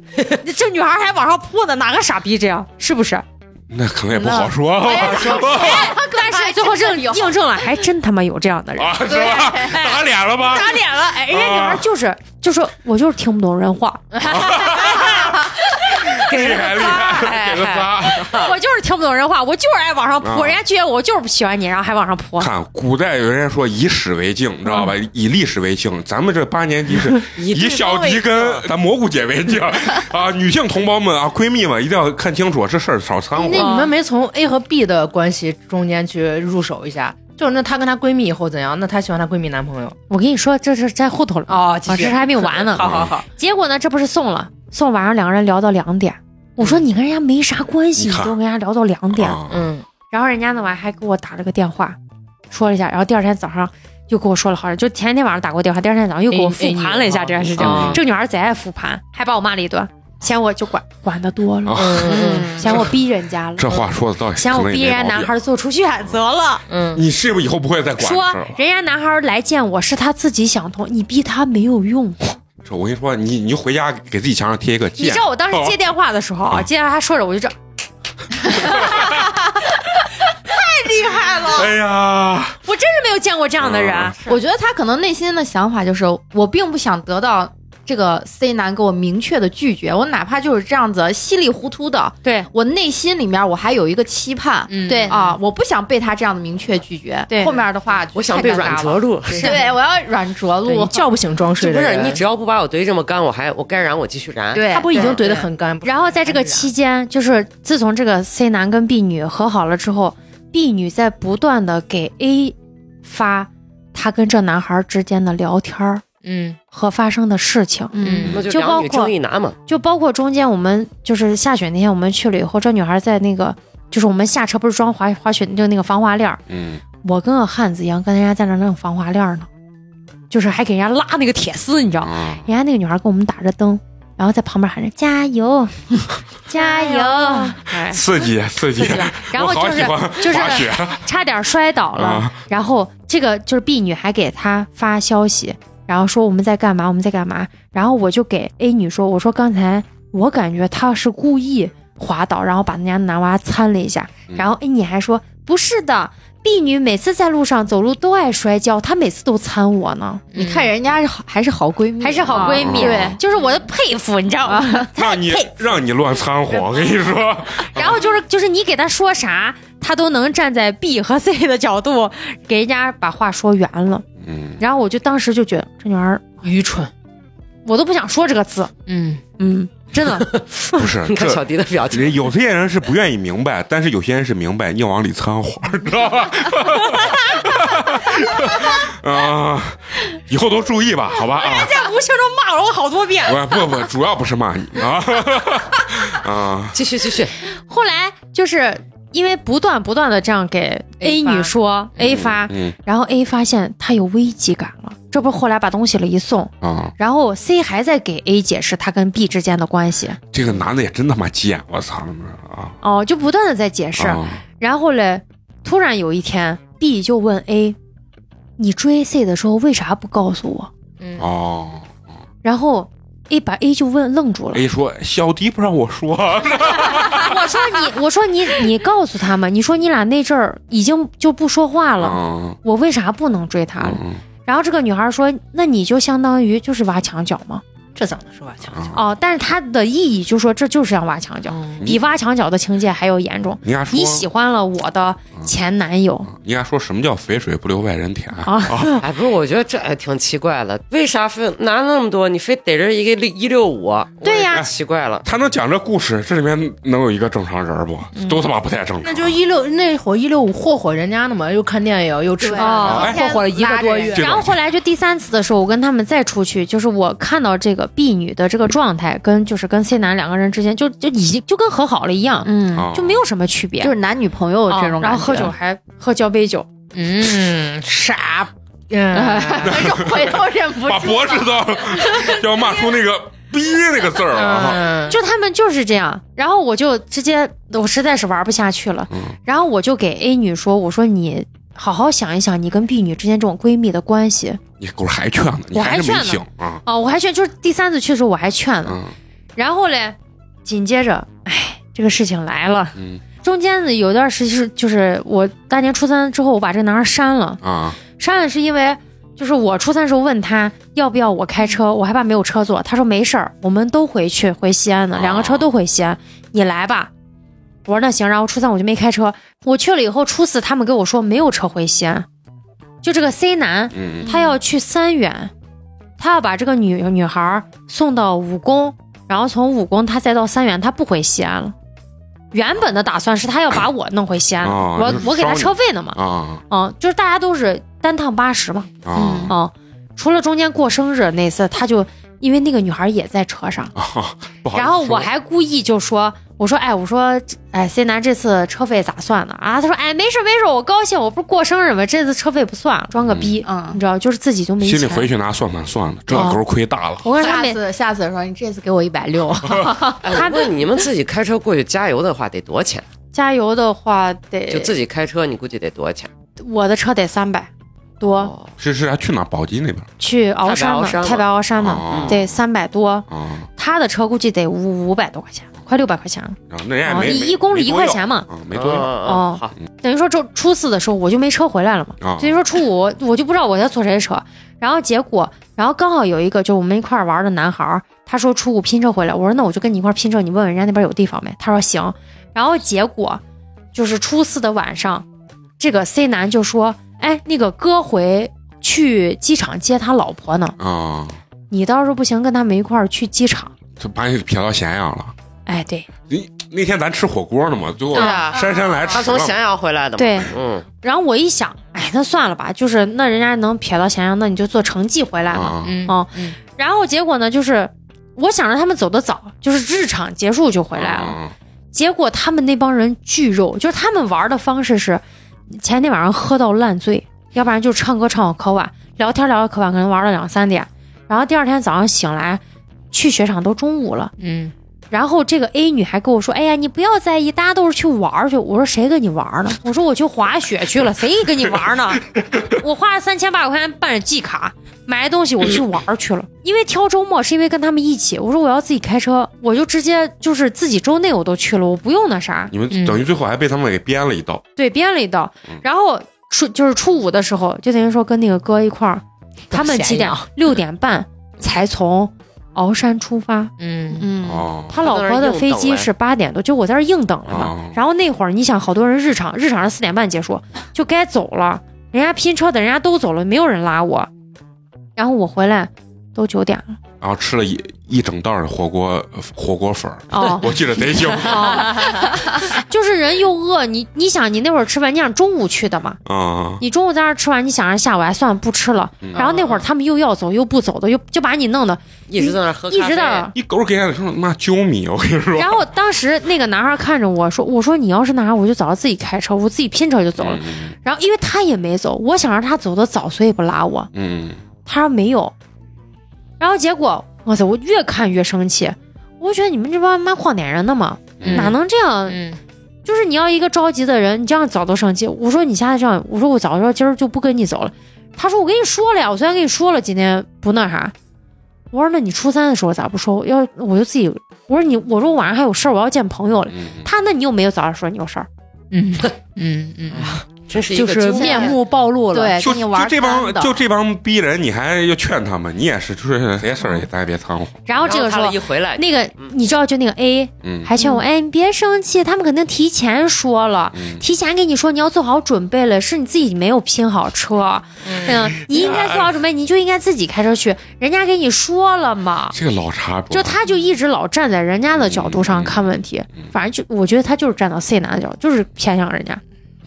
Speaker 4: 这女孩还往上扑呢，哪个傻逼这样是不是？
Speaker 1: 嗯，那可能也不好说
Speaker 3: 哎
Speaker 1: 啊，是
Speaker 4: [laughs] 但是最后证印证了，还真他妈有这样
Speaker 1: [laughs]
Speaker 4: 的人。
Speaker 1: 啊吧？打脸了吧？
Speaker 4: 打脸了，哎，人家女
Speaker 1: 啊
Speaker 4: 孩就是就说，我就是听不懂人话，
Speaker 1: 啊厉害厉
Speaker 4: 哎
Speaker 1: 害，给个仨。
Speaker 4: [laughs] 我就是听不懂人话，我就是爱往上扑，
Speaker 1: 啊
Speaker 4: 人家觉得我就是不喜欢你，然后还往上扑。
Speaker 1: 看，古代有人说以史为镜，你知道吧？
Speaker 4: 嗯
Speaker 1: 以历史为镜，咱们这八年
Speaker 4: [laughs]
Speaker 1: 级是以小迪跟咱蘑菇姐为镜啊。女性同胞们啊，闺蜜们一定要看清楚，这事儿少掺和
Speaker 6: 那。
Speaker 4: 哎
Speaker 6: 你们没从 A 和 B 的关系中间去入手一下？就是那她跟她闺蜜以后怎样？那她喜欢她闺蜜男朋友
Speaker 4: 我跟你说，这是在后头了，
Speaker 6: 哦，
Speaker 4: 啊，这事还没有完呢。
Speaker 6: 好好好，
Speaker 4: 结果呢，这不是送了，送晚上两个人聊到两点。我说你跟人家没啥关系，
Speaker 1: 你
Speaker 4: 你
Speaker 1: 看
Speaker 4: 就跟人家聊到两点。
Speaker 1: 啊
Speaker 6: 嗯，
Speaker 4: 然后人家那晚还给我打了个电话，说了一下，然后第二天早上又给我说了好久，就前天晚上打过电话，第二天早上又给我复盘了一下这件事情。
Speaker 5: 啊
Speaker 1: 嗯
Speaker 4: 这个女孩贼爱复盘，还把我骂了一顿，嫌我就管管的多了，
Speaker 1: 啊，
Speaker 6: 嗯
Speaker 4: [laughs] 嫌我逼人家了，
Speaker 1: 这话说的倒也
Speaker 4: 嫌
Speaker 1: 可
Speaker 4: 我
Speaker 1: 能也
Speaker 4: 逼
Speaker 1: 没
Speaker 4: 人家
Speaker 1: 毛病
Speaker 4: 男孩做出选择了，
Speaker 6: 嗯
Speaker 1: 你是不是以后不会再管这事
Speaker 4: 说
Speaker 1: 儿了？
Speaker 4: 人家男孩来见我是他自己想通，你逼他没有用。
Speaker 1: 这我跟你说，你你就回家给自己墙上贴一个
Speaker 4: 你
Speaker 1: 剑
Speaker 4: 知。道我当
Speaker 1: 哦
Speaker 4: 时接电话的时候啊，接到他说着我就这。
Speaker 1: 哎呀，
Speaker 4: 我真是没有见过这样的人，
Speaker 1: 啊
Speaker 3: [laughs] 我觉得他可能内心的想法就是，我并不想得到这个 C 男给我明确的拒绝，我哪怕就是这样子稀里糊涂的，
Speaker 4: 对
Speaker 3: 我内心里面我还有一个期盼，
Speaker 6: 嗯
Speaker 4: 对
Speaker 3: 啊，我不想被他这样的明确拒绝。
Speaker 4: 对
Speaker 3: 后面的话
Speaker 5: 我想
Speaker 3: 太
Speaker 5: 被
Speaker 3: 尴
Speaker 5: 软
Speaker 3: 尬
Speaker 5: 着
Speaker 3: 了。
Speaker 5: 陆。
Speaker 3: 对，我要软着
Speaker 6: 对
Speaker 3: 陆
Speaker 6: 你。叫不醒装睡
Speaker 5: 不
Speaker 6: 的
Speaker 5: 是
Speaker 6: 人，
Speaker 5: 你只要不把我怼这么干，我还我该燃我继续燃。
Speaker 3: 对，
Speaker 6: 他不已经怼
Speaker 3: 对
Speaker 6: 得很干，
Speaker 4: 然后在这个期间，就是自从这个 C 男跟 B 女和好了之后，B 女在不断的给 A 发她跟这男孩之间的聊天儿
Speaker 6: 嗯
Speaker 4: 和发生的事情，
Speaker 3: 嗯，
Speaker 5: 那就
Speaker 4: 就包
Speaker 5: 两女
Speaker 4: 括
Speaker 5: 争一男嘛。
Speaker 4: 就包括中间我们就是下雪那天我们去了以后，这女孩在那个就是我们下车不是装滑滑雪就那个防滑链儿，
Speaker 1: 嗯，
Speaker 4: 我跟个汉子一样跟人家在那儿弄防滑链儿呢，就是还给人家拉那个铁丝，你知道吗？
Speaker 1: 啊
Speaker 4: 人家那个女孩跟我们打着灯，然后在旁边喊着加油， [laughs] 加油，
Speaker 1: [laughs]
Speaker 4: 哎，
Speaker 1: 刺激刺激
Speaker 4: 刺激了，然
Speaker 1: 我
Speaker 4: 后
Speaker 1: 好
Speaker 4: 就是
Speaker 1: 喜欢
Speaker 4: 就是
Speaker 1: 滑
Speaker 4: [laughs]
Speaker 1: 雪
Speaker 4: 差点摔倒了。
Speaker 1: 啊
Speaker 4: 然后这个就是 B 女还给他发消息，然后说我们在干嘛，我们在干嘛。然后我就给 A 女说，我说刚才我感觉她是故意滑倒，然后把人家男娃搀了一下。
Speaker 1: 嗯
Speaker 4: 然后 A 女还说不是的。B 女每次在路上走路都爱摔跤，她每次都搀我呢，
Speaker 3: 你看人家是好还是好闺蜜，
Speaker 4: 还是好闺蜜，
Speaker 1: 啊对
Speaker 4: 就是我的佩服，你知道吗？
Speaker 1: 让你让你乱掺和，我跟你说，
Speaker 4: [laughs] 然后就是就是你给他说啥，他都能站在 B 和 C 的角度给人家把话说圆了。
Speaker 1: 嗯，
Speaker 4: 然后我就当时就觉得这女孩儿，
Speaker 6: 愚蠢，
Speaker 4: 我都不想说这个字，
Speaker 6: 嗯
Speaker 4: 嗯，真的，
Speaker 1: 不是
Speaker 5: 你看小
Speaker 1: 这。
Speaker 5: 迪的表情，
Speaker 1: 有些人是不愿意明白，但是有些人是明白，硬往里掺和，你知道吧？ [laughs] 啊，以后多注意吧，好吧啊！
Speaker 4: [laughs] 在无形中骂了我好多遍。
Speaker 1: 我不不，主要不是骂你啊啊！
Speaker 5: 继续继续，
Speaker 4: 后来就是因为不断不断的这样给 A
Speaker 6: 发
Speaker 4: 女说 A 发，
Speaker 1: 嗯
Speaker 4: 然后 A 发现她有危机感了，这不后来把东西了一送，
Speaker 1: [laughs] 啊，
Speaker 4: 然后 C 还在给 A 解释她跟 B 之间的关系，
Speaker 1: 这个男的也真他妈贱，我操啊！
Speaker 4: 哦，就不断的在解释。
Speaker 1: 啊
Speaker 4: 然后嘞，突然有一天，B 就问 A：“ 你追 C 的时候为啥不告诉我
Speaker 1: 哦，？”
Speaker 4: 然后 A 把 A 就问愣住了。
Speaker 1: A 说小迪不让我说，
Speaker 4: 我说你， [laughs] 我说你，你告诉他们，你说你俩那阵儿已经就不说话了，
Speaker 1: 嗯
Speaker 4: 我为啥不能追他了？
Speaker 1: 嗯
Speaker 3: 嗯
Speaker 4: 然后这个女孩说：“那你就相当于就是挖墙脚嘛。”
Speaker 6: 这怎么是吧？强
Speaker 1: 啊，
Speaker 4: 哦，但是它的意义就说这就是要挖墙脚，
Speaker 3: 嗯
Speaker 4: 比挖墙脚的情节还要严重。
Speaker 1: 你俩说
Speaker 4: 你喜欢了我的前男友，
Speaker 3: 嗯
Speaker 1: 你俩说什么叫肥水不流外人田
Speaker 4: 啊
Speaker 5: 哎，不是，我觉得这还挺奇怪的，为啥非拿那么多，你非逮着一个六一六五？
Speaker 4: 对呀
Speaker 5: 我也奇怪了。
Speaker 1: 他能讲这故事，这里面能有一个正常人儿不？
Speaker 4: 嗯
Speaker 1: 都他妈不太正常。
Speaker 6: 那就一六那会儿一六五霍霍人家呢嘛，又看电影又吃
Speaker 3: 对
Speaker 4: 哦
Speaker 6: 饭，霍霍了一个多月
Speaker 1: 这个
Speaker 4: 然后后来就第三次的时候，我跟他们再出去，就是我看到这个 B 女的这个状态，跟就是跟 C 男两个人之间就就已经就跟和好了一样，
Speaker 3: 嗯，
Speaker 1: 啊
Speaker 4: 就没有什么区别。
Speaker 3: 就是男女朋友这种
Speaker 4: 哦然
Speaker 3: 感
Speaker 4: 后
Speaker 3: 觉。
Speaker 4: 喝酒还喝交杯酒，
Speaker 6: 嗯，傻，
Speaker 3: [laughs]
Speaker 6: 嗯，
Speaker 3: 酒，回头忍
Speaker 1: [laughs]
Speaker 3: 不
Speaker 1: 把脖子都
Speaker 4: [laughs]
Speaker 1: 要骂出那个“逼”那个字儿了啊。
Speaker 6: 嗯
Speaker 4: 就他们就是这样。然后我就直接，我实在是玩不下去了，
Speaker 1: 嗯
Speaker 4: 然后我就给 A 女说：“我说你好好想一想，你跟 B 女之间这种闺蜜的关系
Speaker 1: 你狗还劝呢，你
Speaker 4: 我还
Speaker 1: 是没
Speaker 4: 劝呢
Speaker 1: 醒啊？
Speaker 4: 哦，我还劝，就是第三次去的时候我还劝了。
Speaker 1: 嗯
Speaker 4: 然后嘞，紧接着，哎，这个事情来了。
Speaker 1: 嗯
Speaker 4: 中间呢有一段时期是，就是我大年初三之后，我把这个男孩删了。
Speaker 1: 啊
Speaker 4: 删了是因为，就是我初三时候问他要不要我开车，我害怕没有车坐，他说没事儿，我们都回去回西安呢，
Speaker 1: 哦
Speaker 4: 两个车都回西安，你来吧。我说那行，然后初三我就没开车，我去了以后，初四他们跟我说没有车回西安，就这个 C 男
Speaker 1: 嗯
Speaker 4: 他要去三原，他要把这个女女孩儿送到武功，然后从武功他再到三原，他不回西安了。原本的打算是他要把我弄回西安，
Speaker 1: 哦就
Speaker 4: 我
Speaker 1: 是
Speaker 4: 我给他
Speaker 1: 双
Speaker 4: 车费呢嘛，
Speaker 1: 啊
Speaker 4: 嗯，就是大家都是单趟八十嘛，
Speaker 1: 啊
Speaker 4: 嗯，除了中间过生日那次，他就因为那个女孩也在车上，
Speaker 1: 啊！不好意思
Speaker 4: 然后我
Speaker 1: 说
Speaker 4: 还故意就说，我说哎，我说哎，C 男这次车费咋算的啊？他说哎，没事没事，我高兴，我不是过生日吗？这次车费不算，装个逼，
Speaker 3: 嗯
Speaker 4: 你，知道，就是自己就没
Speaker 1: 心
Speaker 4: 钱。
Speaker 1: 里回去拿算盘算了，这
Speaker 4: 哦
Speaker 1: 狗亏大了。
Speaker 4: 我跟他
Speaker 3: 下
Speaker 4: 每
Speaker 3: 次下次说你这次给我一百六，
Speaker 4: 啊
Speaker 5: 哎，我问你们自己开车过去加油的话得多少钱？
Speaker 4: 加油的话
Speaker 5: 就
Speaker 4: 得，
Speaker 5: 自己开车，你估计得多少钱？
Speaker 4: 我的车得三百多，
Speaker 5: 哦，
Speaker 1: 是是，还去哪？宝鸡那边
Speaker 4: 去鳌山呢，太
Speaker 5: 太白
Speaker 4: 白鳌山呢，
Speaker 1: 哦
Speaker 4: 得三百多，
Speaker 1: 啊？
Speaker 4: 他的车估计得五五百多块钱，快六百块钱了。
Speaker 1: 然后那人家也
Speaker 4: 哦
Speaker 1: 没
Speaker 4: 一
Speaker 1: 没
Speaker 4: 一公里
Speaker 1: 没
Speaker 4: 一
Speaker 1: 多
Speaker 4: 块
Speaker 1: 要
Speaker 4: 钱嘛
Speaker 1: 啊，没多要
Speaker 5: 哦好，
Speaker 4: 等于说周初四的时候我就没车回来了嘛，
Speaker 1: 啊
Speaker 4: 所以说初五我我就不知道我在坐谁的车，然后结果，然后刚好有一个就我们一块儿玩的男孩儿，他说初五拼车回来，我说那我就跟你一块儿拼车，你问问人家那边有地方没？他说行，然后结果就是初四的晚上，这个 C 男就说，哎，那个哥回去机场接他老婆呢，
Speaker 1: 啊！
Speaker 4: 你到时候不行跟他们一块儿去机场，
Speaker 1: 就把你撇到咸阳了。
Speaker 4: 哎对
Speaker 1: 你那天咱吃火锅呢嘛，最后
Speaker 5: 对啊
Speaker 1: 姗姗来迟
Speaker 5: 他
Speaker 1: 了
Speaker 5: 从
Speaker 1: 嘛
Speaker 5: 咸阳回来的嘛。
Speaker 4: 对，
Speaker 5: 嗯，
Speaker 4: 然后我一想，哎，那算了吧，就是那人家能撇到咸阳，那你就坐城际回来嘛。
Speaker 1: 啊
Speaker 6: 嗯
Speaker 4: 哦，然后结果呢，就是我想着他们走的早，就是日场结束就回来了。
Speaker 1: 啊
Speaker 4: 结果他们那帮人巨肉，就是他们玩的方式是前天晚上喝到烂醉，要不然就唱歌唱到可晚，聊天聊到可晚，可能玩到两三点。然后第二天早上醒来，去雪场都中午了。
Speaker 6: 嗯，
Speaker 4: 然后这个 A 女还跟我说：“哎呀，你不要在意，大家都是去玩儿去。”我说：“谁跟你玩儿呢？”我说：“我去滑雪去了，谁跟你玩儿呢？ [laughs] 我花了三千八百块钱办了季卡，买了东西，我去玩儿去了。因为挑周末是因为跟他们一起，我说我要自己开车，我就直接就是自己周内我都去了，我不用那啥。
Speaker 1: 你们等于最后还被他们给编了一道。
Speaker 4: 对，编了一道。然后初就是初五的时候，就等于说跟那个哥一块儿，他们几点
Speaker 6: 到？
Speaker 4: 六点半才从鳌山出发。
Speaker 6: 嗯，
Speaker 3: 嗯，
Speaker 1: 哦
Speaker 4: 他老婆的飞机是八点多，就我在这儿硬等了嘛。
Speaker 1: 哦
Speaker 4: 然后那会儿你想，好多人日场，日场是四点半结束，就该走了。人家拼车的人家都走了，没有人拉我。然后我回来都九点了。
Speaker 1: 然后吃了一一整袋儿火锅火锅粉儿，
Speaker 5: [laughs]
Speaker 4: 哦
Speaker 1: 我记得贼清
Speaker 4: 哦， [laughs] 就是人又饿，你你想你那会儿吃饭，你想中午去的嘛？
Speaker 1: 啊。
Speaker 4: 你中午在那儿吃完，你想着下午哎算了不吃了。
Speaker 1: 嗯
Speaker 4: 然后那会儿他们又要走又不走的，又就把你弄的
Speaker 5: 一直在那儿喝咖啡，
Speaker 4: 一直在那儿。
Speaker 1: 一狗给俺说妈揪米，我跟你说。
Speaker 4: 然后当时那个男孩看着我说：“我说你要是那啥，我就早上自己开车，我自己拼车就走了。”
Speaker 1: 嗯
Speaker 4: 然后因为他也没走，我想让他走的早，所以不拉我。
Speaker 1: 嗯
Speaker 4: 他说没有，然后结果，哇塞，我越看越生气，我就觉得你们这帮妈晃点人的嘛，
Speaker 1: 嗯
Speaker 4: 哪能这样？
Speaker 6: 嗯
Speaker 4: 就是你要一个着急的人，你这样早都生气。我说你下次这样，我说我早知道今儿就不跟你走了。他说我跟你说了呀，我昨天跟你说了，今天不那啥。我说那你初三的时候咋不说？要我就自己，我说你，我说我晚上还有事儿，我要见朋友了。
Speaker 1: 嗯嗯
Speaker 4: 他那你又没有早上说你有事儿，
Speaker 6: 嗯嗯嗯，
Speaker 5: 真是一
Speaker 6: 就
Speaker 5: 个
Speaker 6: 是
Speaker 5: 经
Speaker 6: 面
Speaker 5: 验
Speaker 6: 目暴露了。
Speaker 3: 对，
Speaker 1: 就
Speaker 3: 跟你
Speaker 1: 就
Speaker 3: 玩
Speaker 1: 这
Speaker 3: 单
Speaker 1: 帮
Speaker 3: 的
Speaker 1: 就这帮逼人，你还要劝他们，你也是，就是别事儿也咱也别掺和，
Speaker 4: 然后这个时
Speaker 5: 然后
Speaker 4: 候
Speaker 5: 他一回
Speaker 4: [laughs]
Speaker 5: 来，
Speaker 4: 那个
Speaker 5: 嗯
Speaker 4: 你知道，就那个 A
Speaker 1: 嗯
Speaker 4: 还劝我，哎，你别生气，他们肯定提前说了。
Speaker 1: 嗯，
Speaker 4: 提前跟你说，你要做好准备了，是你自己没有拼好车，嗯，你应该做好准备，你就应该自己开车去，人家给你说了嘛，
Speaker 1: 这个老茶不
Speaker 4: 就他就一直老站在人家的角度上
Speaker 1: 嗯
Speaker 4: 看问题
Speaker 1: 嗯，。
Speaker 4: 反正就我觉得他就是站到 C 男的角度，就是偏向人家。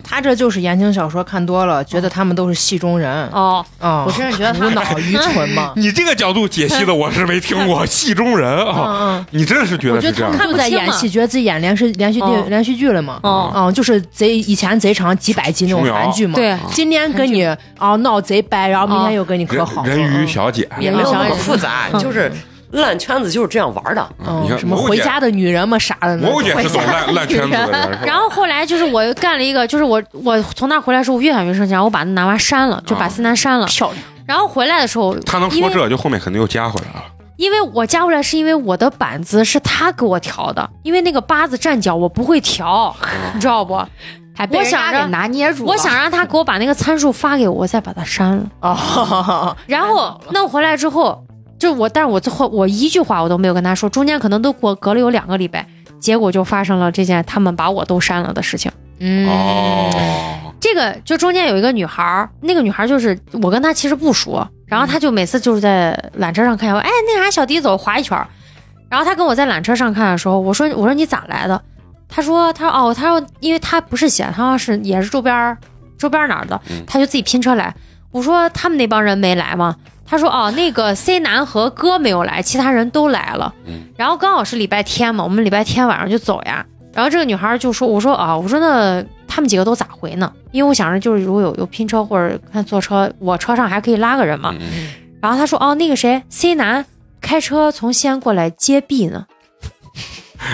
Speaker 6: 他这就是言情小说看多了，觉得他们都是戏中人。
Speaker 4: 哦，
Speaker 6: 啊，
Speaker 2: 我真是觉得他
Speaker 6: 无脑愚蠢嘛
Speaker 1: 你这个角度解析的我是没听过，戏中人啊，
Speaker 6: 嗯嗯，
Speaker 1: 你真是觉得
Speaker 4: 我觉
Speaker 1: 是
Speaker 4: 得
Speaker 1: 这
Speaker 4: 他
Speaker 1: 样的。
Speaker 4: 们看
Speaker 6: 就
Speaker 4: 不
Speaker 6: 在
Speaker 4: 清
Speaker 6: 演
Speaker 4: 嘛
Speaker 6: 戏，觉得自己演连续连续剧
Speaker 4: 哦
Speaker 6: 连续剧了嘛。
Speaker 4: 哦，
Speaker 6: 嗯，就是贼以前贼长几百集那种
Speaker 1: 琼瑶
Speaker 6: 韩剧嘛，
Speaker 4: 对
Speaker 6: 今天跟你啊闹贼掰，然后明
Speaker 4: 哦
Speaker 6: 天又跟你可
Speaker 1: 人
Speaker 6: 好了，
Speaker 1: 人鱼
Speaker 6: 嗯
Speaker 1: 小姐，
Speaker 5: 也没有那
Speaker 4: 小
Speaker 5: 么
Speaker 4: 人
Speaker 5: 复杂，就是烂圈子就是这样玩的。
Speaker 1: 啊你看
Speaker 6: 嗯什么
Speaker 1: 蘑菇
Speaker 6: 回
Speaker 1: 姐
Speaker 6: 家的女人嘛啥的呢
Speaker 1: 蘑，菇姐是走烂烂圈子的人，是吧
Speaker 4: 然后后来就是我又干了一个，就是我我从那儿回来的时候，我越想越生气，然后我把那男娃删了，就把
Speaker 1: 啊
Speaker 4: C 男删了。
Speaker 6: 漂亮。
Speaker 4: 然后回来的时候，
Speaker 1: 他能
Speaker 4: 因
Speaker 1: 说这，
Speaker 4: 为
Speaker 1: 就后面肯定又加回来了。
Speaker 4: 因为我加回来是因为我的板子是他给我调的，因为那个八字站脚我不会调，你知道不？
Speaker 3: 哦还被
Speaker 4: 我
Speaker 3: 人家
Speaker 4: 想着
Speaker 3: 给拿捏住了。
Speaker 4: 我想让他给我把那个参数发给我，我再把它删了。
Speaker 6: 哦， [laughs]
Speaker 4: 然后弄回来之后，就我，但是我最后我一句话我都没有跟他说，中间可能都过隔了有两个礼拜，结果就发生了这件他们把我都删了的事情。
Speaker 6: 嗯，
Speaker 1: 哦，
Speaker 4: 这个就中间有一个女孩儿，那个女孩儿就是我跟她其实不熟，然后她就每次就是在缆车上看见我，哎，那啥小迪走划一圈儿，然后她跟我在缆车上看的时候，我说我说你咋来的？她说她说哦，她说因为她不是西安，她说是也是周边儿周边儿哪儿的
Speaker 1: 嗯，
Speaker 4: 她就自己拼车来。我说他们那帮人没来吗？她说哦，那个 C 男和哥没有来，其他人都来了。
Speaker 1: 嗯
Speaker 4: 然后刚好是礼拜天嘛，我们礼拜天晚上就走呀。然后这个女孩就说：“我说啊，我说那他们几个都咋回呢？因为我想着就是如果有有拼车或者看坐车，我车上还可以拉个人嘛。
Speaker 1: 嗯
Speaker 4: 然后她说：哦，那个谁，C 男开车从西安过来接 B 呢，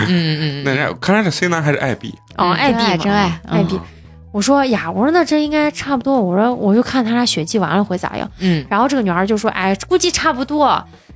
Speaker 1: 嗯，那人家看来是 C 男还是 IB，
Speaker 4: 哦，
Speaker 3: 嗯
Speaker 4: 爱 B
Speaker 3: 真爱
Speaker 4: 嘛，
Speaker 3: 真爱
Speaker 4: 爱
Speaker 1: 嗯
Speaker 4: B。我说呀，我说那这应该差不多。我说我就看他俩血迹完了会咋样。
Speaker 6: 嗯，
Speaker 4: 然后这个女孩就说：“哎，估计差不多。”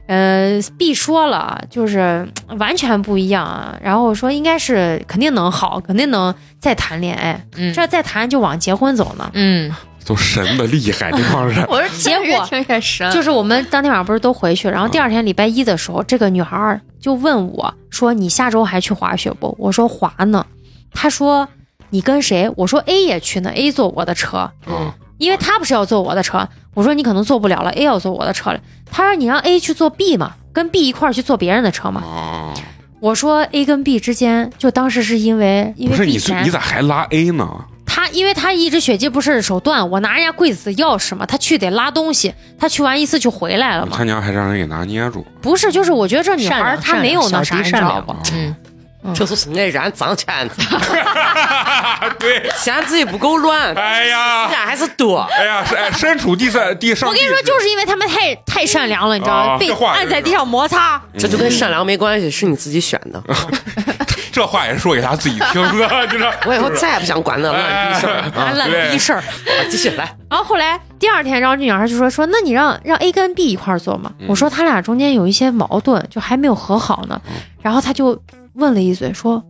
Speaker 4: 呃，B 说了，就是嗯完全不一样啊。然后我说应该是肯定能好，肯定能再谈恋爱。
Speaker 6: 嗯
Speaker 4: 这再谈就往结婚走呢。
Speaker 6: 嗯，
Speaker 1: 都神的厉害，这帮
Speaker 4: [laughs]
Speaker 1: 人
Speaker 3: 我是
Speaker 4: 结
Speaker 3: 越
Speaker 4: 果
Speaker 3: 听越神，
Speaker 4: 就是我们当天晚上不是都回去，然后第二天礼拜一的时候，这个女孩儿就问我说：“你下周还去滑雪不？”我说：“滑呢。”她说：“你跟谁？”我说：“A 也去呢，A 坐我的车。”
Speaker 1: 啊，
Speaker 4: 因为他不是要坐我的车，我说你可能坐不了了，A 要坐我的车了。他说你让 A 去坐 B 嘛，跟 B 一块儿去坐别人的车嘛。
Speaker 1: 哦，
Speaker 4: 我说 A 跟 B 之间，就当时是因为因
Speaker 1: 不
Speaker 4: 为
Speaker 1: 是
Speaker 4: B
Speaker 1: 你最
Speaker 4: 前
Speaker 1: 你咋还拉 A 呢？
Speaker 4: 他因为他一直血迹不是手段，我拿人家柜子的钥匙嘛，他去得拉东西，他去完一次就回来了嘛。
Speaker 1: 他娘还让人给拿捏
Speaker 4: [laughs]
Speaker 1: 住，
Speaker 4: 不是，就是我觉得这女孩
Speaker 6: 善
Speaker 4: 儿
Speaker 6: 良
Speaker 4: 她没有那啥，你知道不？
Speaker 6: 嗯，
Speaker 5: 就是那人脏圈子，
Speaker 1: 啊，对，
Speaker 5: 嫌自己不够乱，
Speaker 1: 哎
Speaker 5: 自
Speaker 1: 呀，
Speaker 5: 然还是多。
Speaker 1: 哎呀，是哎，身处第三地上，
Speaker 4: 我跟你说，就是因为他们太太善良了，你知道
Speaker 1: 啊
Speaker 4: 吗？被
Speaker 1: 这话也
Speaker 4: 按
Speaker 1: 是
Speaker 4: 在地上摩擦。
Speaker 1: 嗯
Speaker 5: 这就跟善良没关系，是你自己选的。
Speaker 1: 这话也是说给他自己听的，就是
Speaker 5: 我以后再也不想管那烂逼事儿了。
Speaker 1: 啊
Speaker 4: 完了，
Speaker 1: 对
Speaker 4: 逼事
Speaker 1: [laughs]
Speaker 4: 儿。
Speaker 5: 啊继续来，
Speaker 4: 然后后来第二天，然后这女孩就说说，那你让让 A 跟 B 一块儿做嘛？
Speaker 1: 嗯
Speaker 4: 我说他俩中间有一些矛盾，就还没有和好呢。
Speaker 1: 嗯
Speaker 4: 然后他就问了一嘴，说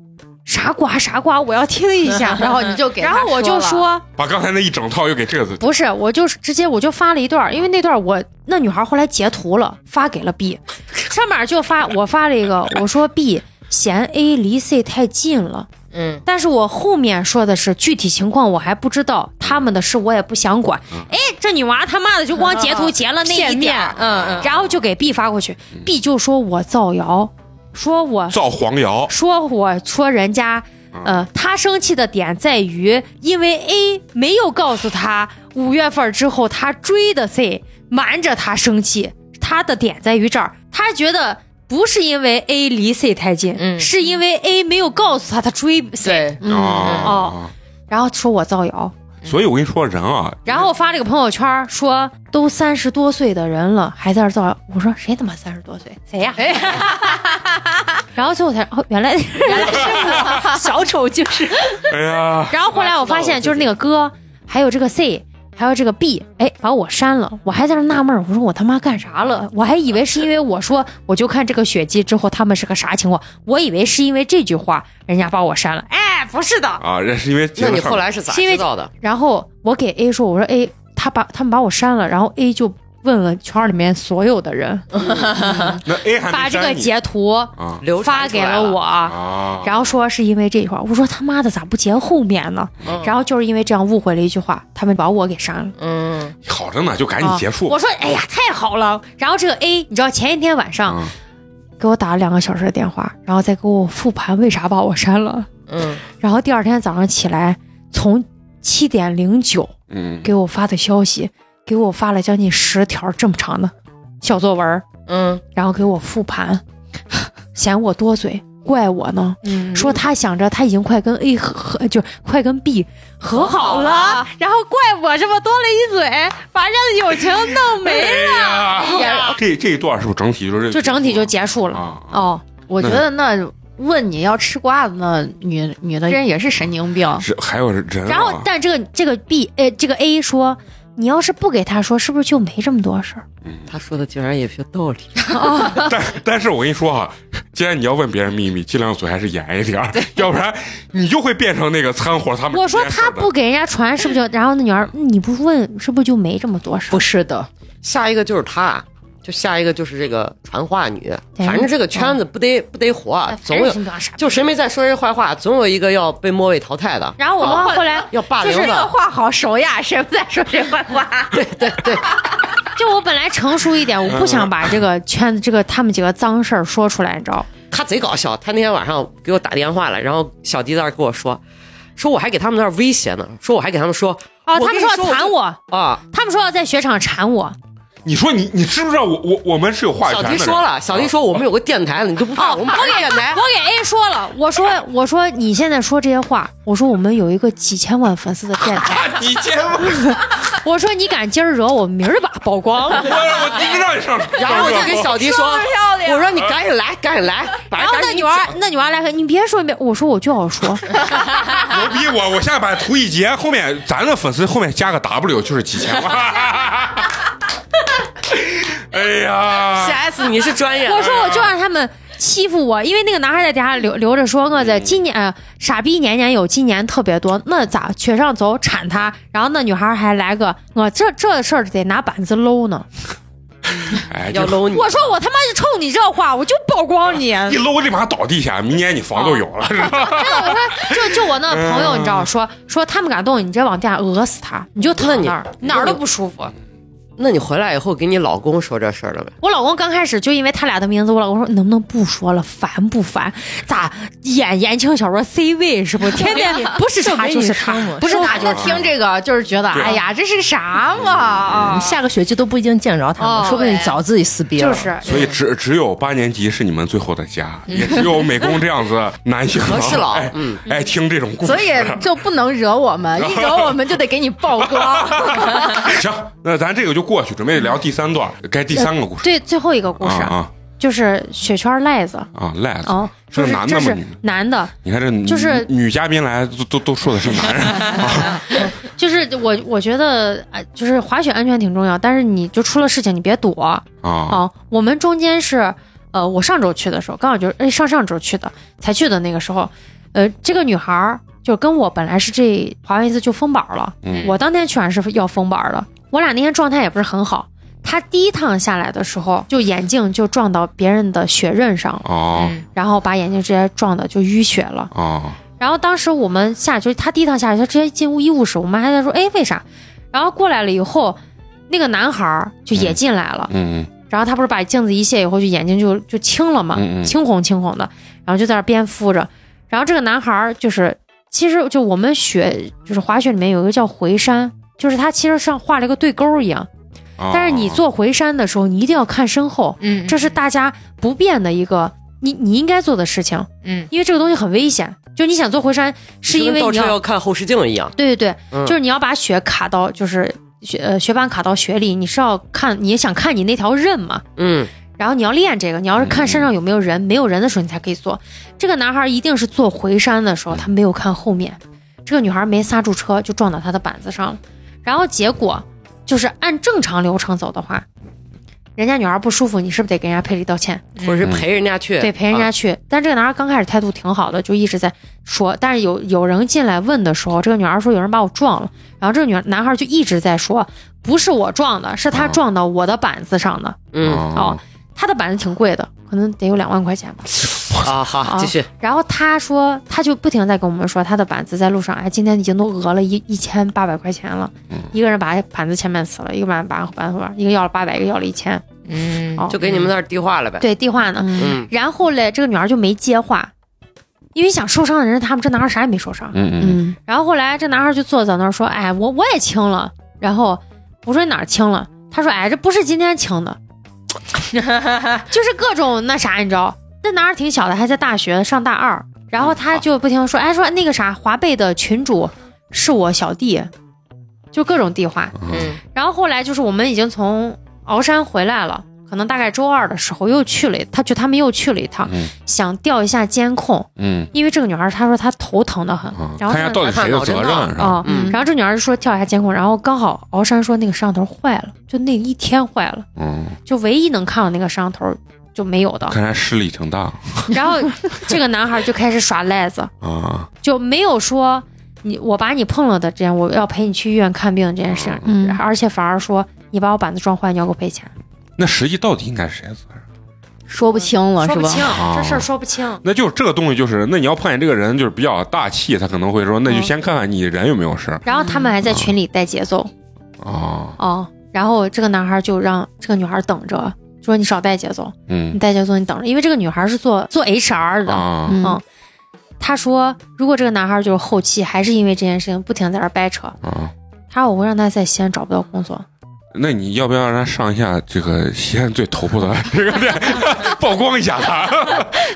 Speaker 4: 傻瓜傻瓜，我要听一
Speaker 3: [laughs]
Speaker 4: 下。
Speaker 3: 然后你就给他
Speaker 4: 然
Speaker 3: 了，
Speaker 4: 后我就说
Speaker 1: 把刚才那一整套又给这个，
Speaker 4: 不是，我就是直接我就发了一段儿，因为那段儿我那女孩后来截图了，发给
Speaker 6: [laughs]
Speaker 4: 了 B，上面就发我发了一个，我说 B 嫌 A 离 C 太近了。
Speaker 6: 嗯，
Speaker 4: 但是我后面说的是具体情况我还不知道，他们的事我也不想管。哎，这女娃他妈的就光截图截了那一
Speaker 6: 嗯 [laughs] 片
Speaker 4: 点
Speaker 6: 面
Speaker 4: 儿，
Speaker 6: 嗯
Speaker 4: 然后就给 B 发过去，B 就说我造谣，说我
Speaker 1: 造黄谣，
Speaker 4: 说我说人家，呃，他生气的点在于，因为 A 没有告诉他五月份之后他追的 C 瞒着他生气，他的点在于这儿，他觉得不是因为 A 离 C 太近，
Speaker 6: 嗯
Speaker 4: 是因为 A 没有告诉他他追 C，
Speaker 6: 对，
Speaker 1: 啊
Speaker 4: 嗯哦，然后说我造谣，
Speaker 1: 所以我跟你说，人啊，
Speaker 4: 然后发了个朋友圈儿说都三十多岁的人了还在这儿造谣，我说谁他妈三十多岁，谁呀、
Speaker 6: [laughs]
Speaker 4: 然后最后才哦，原来原
Speaker 6: [laughs]
Speaker 4: 来
Speaker 6: 小丑就是
Speaker 1: 哎呀，
Speaker 4: 然后后来我发现，就是那个哥，还有这个 C，还有这个 B，哎，把我删了，我还在那纳闷儿，我说我他妈干啥了？我还以为是因为我说我就看这个血迹之后他们是个啥情况，我以为是因为这句话人家把我删了，哎，不是的。
Speaker 1: 啊，人是因为
Speaker 5: 那你
Speaker 1: 结了
Speaker 5: 后来是咋
Speaker 4: 是因为
Speaker 5: 知道的？
Speaker 4: 然后我给 A 说，我说 A，他把他们把我删了，然后 A 就问了圈里面所有的人，
Speaker 1: 那 A 还没
Speaker 4: 把这个
Speaker 1: 删你
Speaker 4: 截图
Speaker 1: 啊
Speaker 5: 流
Speaker 4: 发
Speaker 5: 传出
Speaker 4: 给
Speaker 5: 来了
Speaker 4: 了我。
Speaker 1: 啊，
Speaker 4: 然后说是因为这一块儿，我说他妈的咋不截后面呢？
Speaker 5: 嗯
Speaker 4: 然后就是因为这样误会了一句话，他们把我给删了。
Speaker 5: 嗯，
Speaker 1: 好着呢，就赶紧结束。
Speaker 4: 我说哎呀太好了。然后这个 A，你知道前一天晚上、
Speaker 1: 嗯
Speaker 4: 给我打了两个小时的电话，然后再给我复盘为啥把我删了。
Speaker 5: 嗯，
Speaker 4: 然后第二天早上起来，从七点零九
Speaker 1: 嗯，
Speaker 4: 给我发的消息，给我发了将近十条这么长的小作文儿，
Speaker 5: 嗯，
Speaker 4: 然后给我复盘， [laughs] 嫌我多嘴，怪我呢。
Speaker 6: 嗯
Speaker 4: 说他想着他已经快跟 A 和和就是快跟 B 和好了，然后怪我这么多了一嘴，把人家的友情
Speaker 1: 哎
Speaker 4: 弄没，
Speaker 1: 呀，这这一段是不是整体就是
Speaker 4: 就整体就结束了。
Speaker 1: 啊？啊
Speaker 4: 哦，
Speaker 3: 我觉得那问你要吃瓜的那女女的人也是神经病，
Speaker 1: 是还有人啊，
Speaker 4: 然后但这个这个 B 呃这个 A 说。你要是不给他说，是不是就没这么多事儿？
Speaker 5: 他说的竟然也有道理。
Speaker 1: 但但是我跟你说哈，既然你要问别人秘密，尽量嘴还是严一点儿， [laughs] 要不然你就会变成那个掺和他们
Speaker 4: 我
Speaker 1: 之
Speaker 4: 说
Speaker 1: 间事
Speaker 4: 他
Speaker 1: 儿的。
Speaker 4: 不给人家传，是不是就？然后那女儿，你不问，是不是就没这么多事儿？
Speaker 6: 不是的，
Speaker 4: 哦
Speaker 5: 下一个就是他，就下一个就是这个传话女，
Speaker 4: 对哎
Speaker 5: 反正这个圈子不得不得活啊，总有就谁没在说人坏话，总有一个要被末位淘汰的，啊
Speaker 4: 然后我们后来
Speaker 5: 哦要霸凌
Speaker 2: 这个
Speaker 5: 的。
Speaker 2: 话好熟呀，谁不在说谁坏话？
Speaker 4: 就我本来成熟一点，我不想把这个圈子这个他们几个脏事儿说出来，你知道？
Speaker 5: 他贼搞笑，他那天晚上给我打电话了，然后小迪在那儿跟我说，说我还给他们那儿威胁呢，说我还给他们说，
Speaker 4: 哦，
Speaker 5: 我
Speaker 4: 他
Speaker 5: 跟
Speaker 4: 们
Speaker 5: 你
Speaker 4: 说要
Speaker 5: 说我
Speaker 4: 缠
Speaker 5: 就
Speaker 4: 我，
Speaker 5: 啊，
Speaker 4: 他们说要在雪场缠我，
Speaker 1: 你说你你知不知道我我我们是有话语
Speaker 5: 小
Speaker 1: 权的
Speaker 5: 迪
Speaker 1: 人？啊
Speaker 5: 说了，小迪说我们有个电台了，你都不怕我们把这电台
Speaker 4: 哦我给 A 说了，我说我说你现在说这些话，我说我们有一个几千万粉丝的电台，
Speaker 1: 啊，你见我
Speaker 4: 我说你敢今儿惹我，明儿把曝光。
Speaker 1: 我第一让你上，
Speaker 5: 然后我就跟小迪说，我说你赶紧来，赶紧来，把人
Speaker 4: 然后
Speaker 5: 赶
Speaker 4: 那
Speaker 5: 紧
Speaker 4: 女 [laughs] 娃
Speaker 5: 讲
Speaker 4: 那女娃来个，你别说别，我说我就要 [laughs] 说，
Speaker 1: 牛逼我我现在把图一截，后面咱的粉丝后面加个 W 就是几千万。 [laughs] 哎呀，
Speaker 5: ，CS 你是专业的，
Speaker 4: 我说我就让他们。欺负我，因为那个男孩在底下留留着说我在今年、呃傻逼年年有，今年特别多。那咋雪上走铲他？然后那女孩还来个我这这事儿得拿板子搂 [laughs] 呢。
Speaker 1: 哎，
Speaker 5: 要
Speaker 1: 就
Speaker 5: 搂你，
Speaker 4: 我说我他妈就冲你这话，我就曝光 [laughs] 你。
Speaker 1: 一搂立马倒地下，明年你房都有
Speaker 4: 哦
Speaker 1: 了，是吧？
Speaker 4: [laughs] 我说就就我那个朋友，你知道，说说他们敢动你，直接往地下讹死他，你就躺嗯那儿，哪儿都不舒服。
Speaker 5: 那你回来以后给你老公说这事儿了没？
Speaker 4: 我老公刚开始就因为他俩的名字，我老公说能不能不说了，烦不烦？咋演言情小说 C 位是不？ [laughs] 天天不是他啊就是他，
Speaker 2: 不
Speaker 4: 不是他
Speaker 2: 就听这个，就是觉得
Speaker 1: 对啊
Speaker 2: 哎呀，这是啥嘛啊？
Speaker 6: 下个学期都不一定见着他们，
Speaker 2: 哦
Speaker 6: 说不定
Speaker 2: 哎
Speaker 6: 早自己撕逼了。
Speaker 4: 就是。
Speaker 1: 所以只只有八年级是你们最后的家，
Speaker 4: 嗯
Speaker 1: 也只有美工这样子男性
Speaker 5: 合适了
Speaker 1: 哎
Speaker 5: 嗯，
Speaker 1: 爱听这种故事。
Speaker 2: 所以就不能惹我们，一惹我们就得给你曝光。
Speaker 1: [laughs] 行，那咱这个就过去，准备聊第三段，该第三个故事
Speaker 4: 对，最后一个故
Speaker 1: 啊
Speaker 4: 事
Speaker 1: 啊
Speaker 4: 就是雪圈赖子
Speaker 1: 啊！赖子，
Speaker 4: 哦，
Speaker 1: 是
Speaker 4: 就是
Speaker 1: 男的
Speaker 4: 这
Speaker 1: 吗
Speaker 4: 是
Speaker 1: 女的
Speaker 4: 男的，
Speaker 1: 你看这女
Speaker 4: 就是
Speaker 1: 女嘉宾来都都都说的是男
Speaker 4: [laughs]
Speaker 1: 人，啊
Speaker 4: 就是我我觉得呃，就是滑雪安全挺重要，但是你就出了事情你别躲，
Speaker 1: 啊
Speaker 4: 哦，我们中间是，呃，我上周去的时候，刚好就是哎上上周去的，才去的那个时候，呃，这个女孩儿就跟我本来是这滑完一次就封板儿了，
Speaker 1: 嗯
Speaker 4: 我当天去完是要封板儿了，我俩那天状态也不是很好，她第一趟下来的时候就眼镜就撞到别人的血刃上了，
Speaker 1: 哦
Speaker 4: 然后把眼镜直接撞的就淤血了。
Speaker 1: 哦
Speaker 4: 然后当时我们下就是他第一趟下去，他直接进屋医务室，我们还在说哎为啥，然后过来了以后，那个男孩儿就也进来了。
Speaker 1: 嗯
Speaker 4: 然后他不是把镜子一卸以后，就眼睛就就青了嘛，
Speaker 1: 嗯嗯
Speaker 4: 青红青红的，然后就在那儿边敷着。然后这个男孩儿就是，其实就我们雪就是滑雪里面有一个叫回山，就是他其实像画了一个对勾儿一样，
Speaker 1: 哦
Speaker 4: 但是你做回山的时候，你一定要看身后，
Speaker 2: 嗯
Speaker 4: 这是大家不变的一个你你应该做的事情，
Speaker 2: 嗯，
Speaker 4: 因为这个东西很危险。就你想做回山，是因为
Speaker 5: 就跟
Speaker 4: 你
Speaker 5: 倒车
Speaker 4: 要
Speaker 5: 要看后视镜一样，
Speaker 4: 对对对，
Speaker 5: 嗯
Speaker 4: 就是你要把雪卡到就是雪呃雪板卡到雪里，你是要看你也想看你那条刃嘛，
Speaker 5: 嗯，
Speaker 4: 然后你要练这个，你要是看山上有没有人，没有人的时候你才可以做。这个男孩一定是做回山的时候，他没有看后面，这个女孩没刹住车就撞到他的板子上了。然后结果就是按正常流程走的话，人家女孩不舒服，你是不是得给人家赔礼道歉？
Speaker 5: 嗯或者是陪人家去，
Speaker 4: 对，陪人
Speaker 5: 啊
Speaker 4: 家去。但这个男孩刚开始态度挺好的，就一直在说。但是有有人进来问的时候，这个女孩说有人把我撞了，然后这个女男孩就一直在说不是我撞的，是他
Speaker 1: 啊
Speaker 4: 撞到我的板子上的。
Speaker 5: 嗯
Speaker 1: 啊，
Speaker 4: 他的板子挺贵的，可能得有两万块钱吧。
Speaker 5: 啊，好，
Speaker 4: 啊
Speaker 5: 继续，
Speaker 4: 然后他说，他就不停地在跟我们说，他的板子在路上，哎，今天已经都讹了一一千八百块钱了，
Speaker 1: 嗯
Speaker 4: 一个人把板子前面死了，一个把把板后边，一个要了八百，一个要了一千，
Speaker 6: 嗯
Speaker 4: 哦，
Speaker 5: 就给你们那儿递话了呗。
Speaker 4: 对，地话呢。
Speaker 2: 嗯，
Speaker 5: 嗯，
Speaker 4: 然后嘞，这个女孩就没接话，因为想受伤的人是他们，这男孩啥也没受伤。
Speaker 1: 嗯嗯
Speaker 2: 嗯
Speaker 4: 然后后来这男孩就坐在那儿说，哎，我我也轻了。然后我说你哪儿轻了？他说，哎，这不是今天轻的， [laughs] 就是各种那啥，你知道？那男孩挺小的，还在大学上大二，然后他就不停地说，哎，说那个啥，华贝的群主是我小弟，就各种地话。
Speaker 1: 嗯
Speaker 4: 然后后来就是我们已经从鳌山回来了，可能大概周二的时候又去了一，他就他们又去了一趟，
Speaker 1: 嗯
Speaker 4: 想调一下监控，
Speaker 1: 嗯
Speaker 4: 因为这个女孩她说她头疼的很，
Speaker 1: 啊，
Speaker 4: 然后
Speaker 1: 看一下
Speaker 4: 这
Speaker 1: 到底谁的责任是吧？
Speaker 4: 哦，
Speaker 5: 嗯
Speaker 4: 然后这女孩就说调一下监控，然后刚好鳌山说那个摄像头坏了，就那一天坏了，
Speaker 1: 嗯，
Speaker 4: 就唯一能看到那个摄像头就没
Speaker 1: [laughs]
Speaker 4: 有的。
Speaker 1: 看来势力挺大
Speaker 4: 然后这个男孩就开始耍赖子，
Speaker 1: 啊，
Speaker 4: 就没有说你我把你碰了的这样，我要陪你去医院看病这件
Speaker 1: 哦
Speaker 4: 事情，
Speaker 2: 嗯
Speaker 4: 而且反而说你把我板子撞坏，你要给我赔钱，
Speaker 1: 那实际到底应该是谁的责任？
Speaker 2: 说不清了
Speaker 4: 说
Speaker 2: 是
Speaker 4: 不
Speaker 2: 吧？
Speaker 4: 清
Speaker 1: 哦，
Speaker 4: 这事儿说不清。
Speaker 1: 那就是这个东西，就是那你要碰见这个人就是比较大气，他可能会说，
Speaker 4: 嗯
Speaker 1: 那就先看看你人有没有事儿
Speaker 4: 然后他们还在群里带节奏
Speaker 2: 嗯
Speaker 1: 啊，
Speaker 4: 哦，然后这个男孩就让这个女孩等着，就说你少带节奏，你
Speaker 1: 嗯
Speaker 4: 带节奏你等着，因为这个女孩是做做 HR 的，
Speaker 1: 啊，
Speaker 2: 嗯
Speaker 4: 嗯，他说如果这个男孩就是后期还是因为这件事情不停在这儿掰扯，
Speaker 1: 啊，
Speaker 4: 他说我会让他在西安找不到工作。
Speaker 1: 那你要不要让他上一下这个西安最头部的这个店， [laughs] 曝光一下
Speaker 4: [laughs]
Speaker 1: 他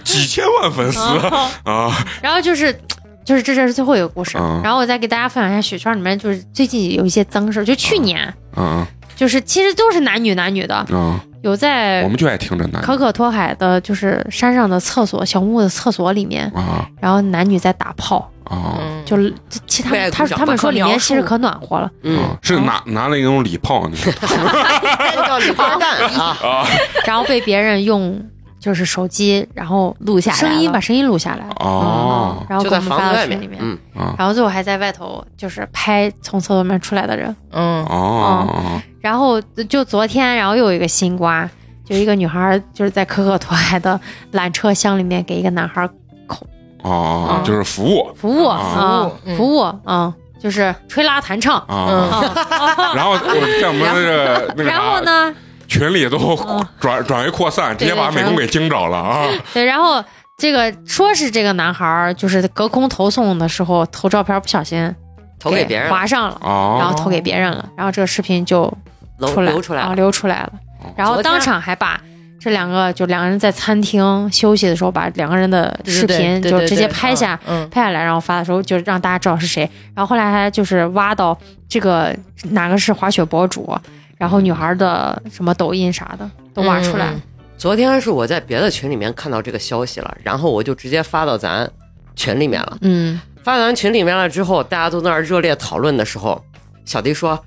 Speaker 1: 几千万粉丝
Speaker 5: 哦
Speaker 1: 啊？
Speaker 4: 然后就是。就是这这是最后一个故事，
Speaker 1: 嗯
Speaker 4: 然后我再给大家分享一下雪圈里面就是最近有一些脏事儿，就去年、嗯
Speaker 1: 啊
Speaker 4: 就是其实都是男女男女的，
Speaker 1: 啊！
Speaker 4: 有
Speaker 1: 我
Speaker 4: 在
Speaker 1: 们就爱听这男
Speaker 4: 哎可可托海的就是山上的厕所小木屋的厕所里面，
Speaker 1: 啊
Speaker 4: 然后男女在打炮，
Speaker 1: 啊
Speaker 6: 嗯
Speaker 4: 就其实他
Speaker 5: 为爱
Speaker 4: 们他
Speaker 5: 鼓掌
Speaker 4: 他们
Speaker 5: 不可
Speaker 4: 说里
Speaker 5: 描
Speaker 4: 面
Speaker 5: 述
Speaker 4: 其实可暖和了，
Speaker 5: 嗯，
Speaker 1: 啊！是拿拿了一种礼炮那种
Speaker 5: 叫李花蛋
Speaker 2: [laughs]
Speaker 5: 啊，
Speaker 4: 然后被别人用就是手机，然后
Speaker 2: 录下来
Speaker 4: 声音
Speaker 2: 了
Speaker 4: 把声音录下来了，
Speaker 1: 哦
Speaker 4: 然后
Speaker 5: 就在
Speaker 4: 给我们
Speaker 5: 房
Speaker 4: 发
Speaker 5: 子
Speaker 4: 到
Speaker 5: 外
Speaker 4: 群里面，
Speaker 5: 嗯，
Speaker 1: 啊
Speaker 4: 然后最后还在外头就是拍从厕所里面出来的人，
Speaker 6: 嗯，
Speaker 1: 哦
Speaker 4: 然后就昨天，然后又有一个新瓜，就一个女孩儿就是在可可托海的缆车厢里面给一个男孩儿嗯
Speaker 1: 哦，就是服务
Speaker 4: 服
Speaker 5: 哦
Speaker 4: 务
Speaker 1: 啊
Speaker 4: 啊
Speaker 6: 服务嗯
Speaker 4: 服务啊，就是吹拉弹唱
Speaker 1: 啊。
Speaker 4: 啊。
Speaker 1: [laughs] 然后我在我们那个那个
Speaker 4: [laughs] 然后
Speaker 1: 啥
Speaker 4: 呢，
Speaker 1: 群里都
Speaker 5: 嗯
Speaker 1: 转转为扩散，直接把美工给惊着了啊！
Speaker 5: [laughs]
Speaker 4: 对，然后这个说是这个男孩儿就是隔空投送的时候投照片不小心
Speaker 5: 投给别人，
Speaker 4: 划上了，然
Speaker 1: 哦
Speaker 4: 后投给别人了，然后这个视频就
Speaker 5: 流
Speaker 4: 出来
Speaker 5: 流出来
Speaker 4: 啊
Speaker 5: 了，
Speaker 4: 流出来了。
Speaker 1: 哦
Speaker 4: 然后
Speaker 5: 昨天
Speaker 4: 当场还把这两个就两个人在餐厅休息的时候，把两个人的视频就直接拍下
Speaker 6: 嗯
Speaker 4: 拍下来，然后发的时候就让大家知道是谁。然后后来还就是挖到这个哪个是滑雪博主，然后女孩的什么抖音啥的都挖出
Speaker 5: 嗯
Speaker 4: 来。
Speaker 5: 昨天是我在别的群里面看到这个消息了，然后我就直接发到咱群里面了。
Speaker 2: 嗯，
Speaker 5: 发到咱群里面了之后，大家都在那儿热烈讨论的时候，小迪说：“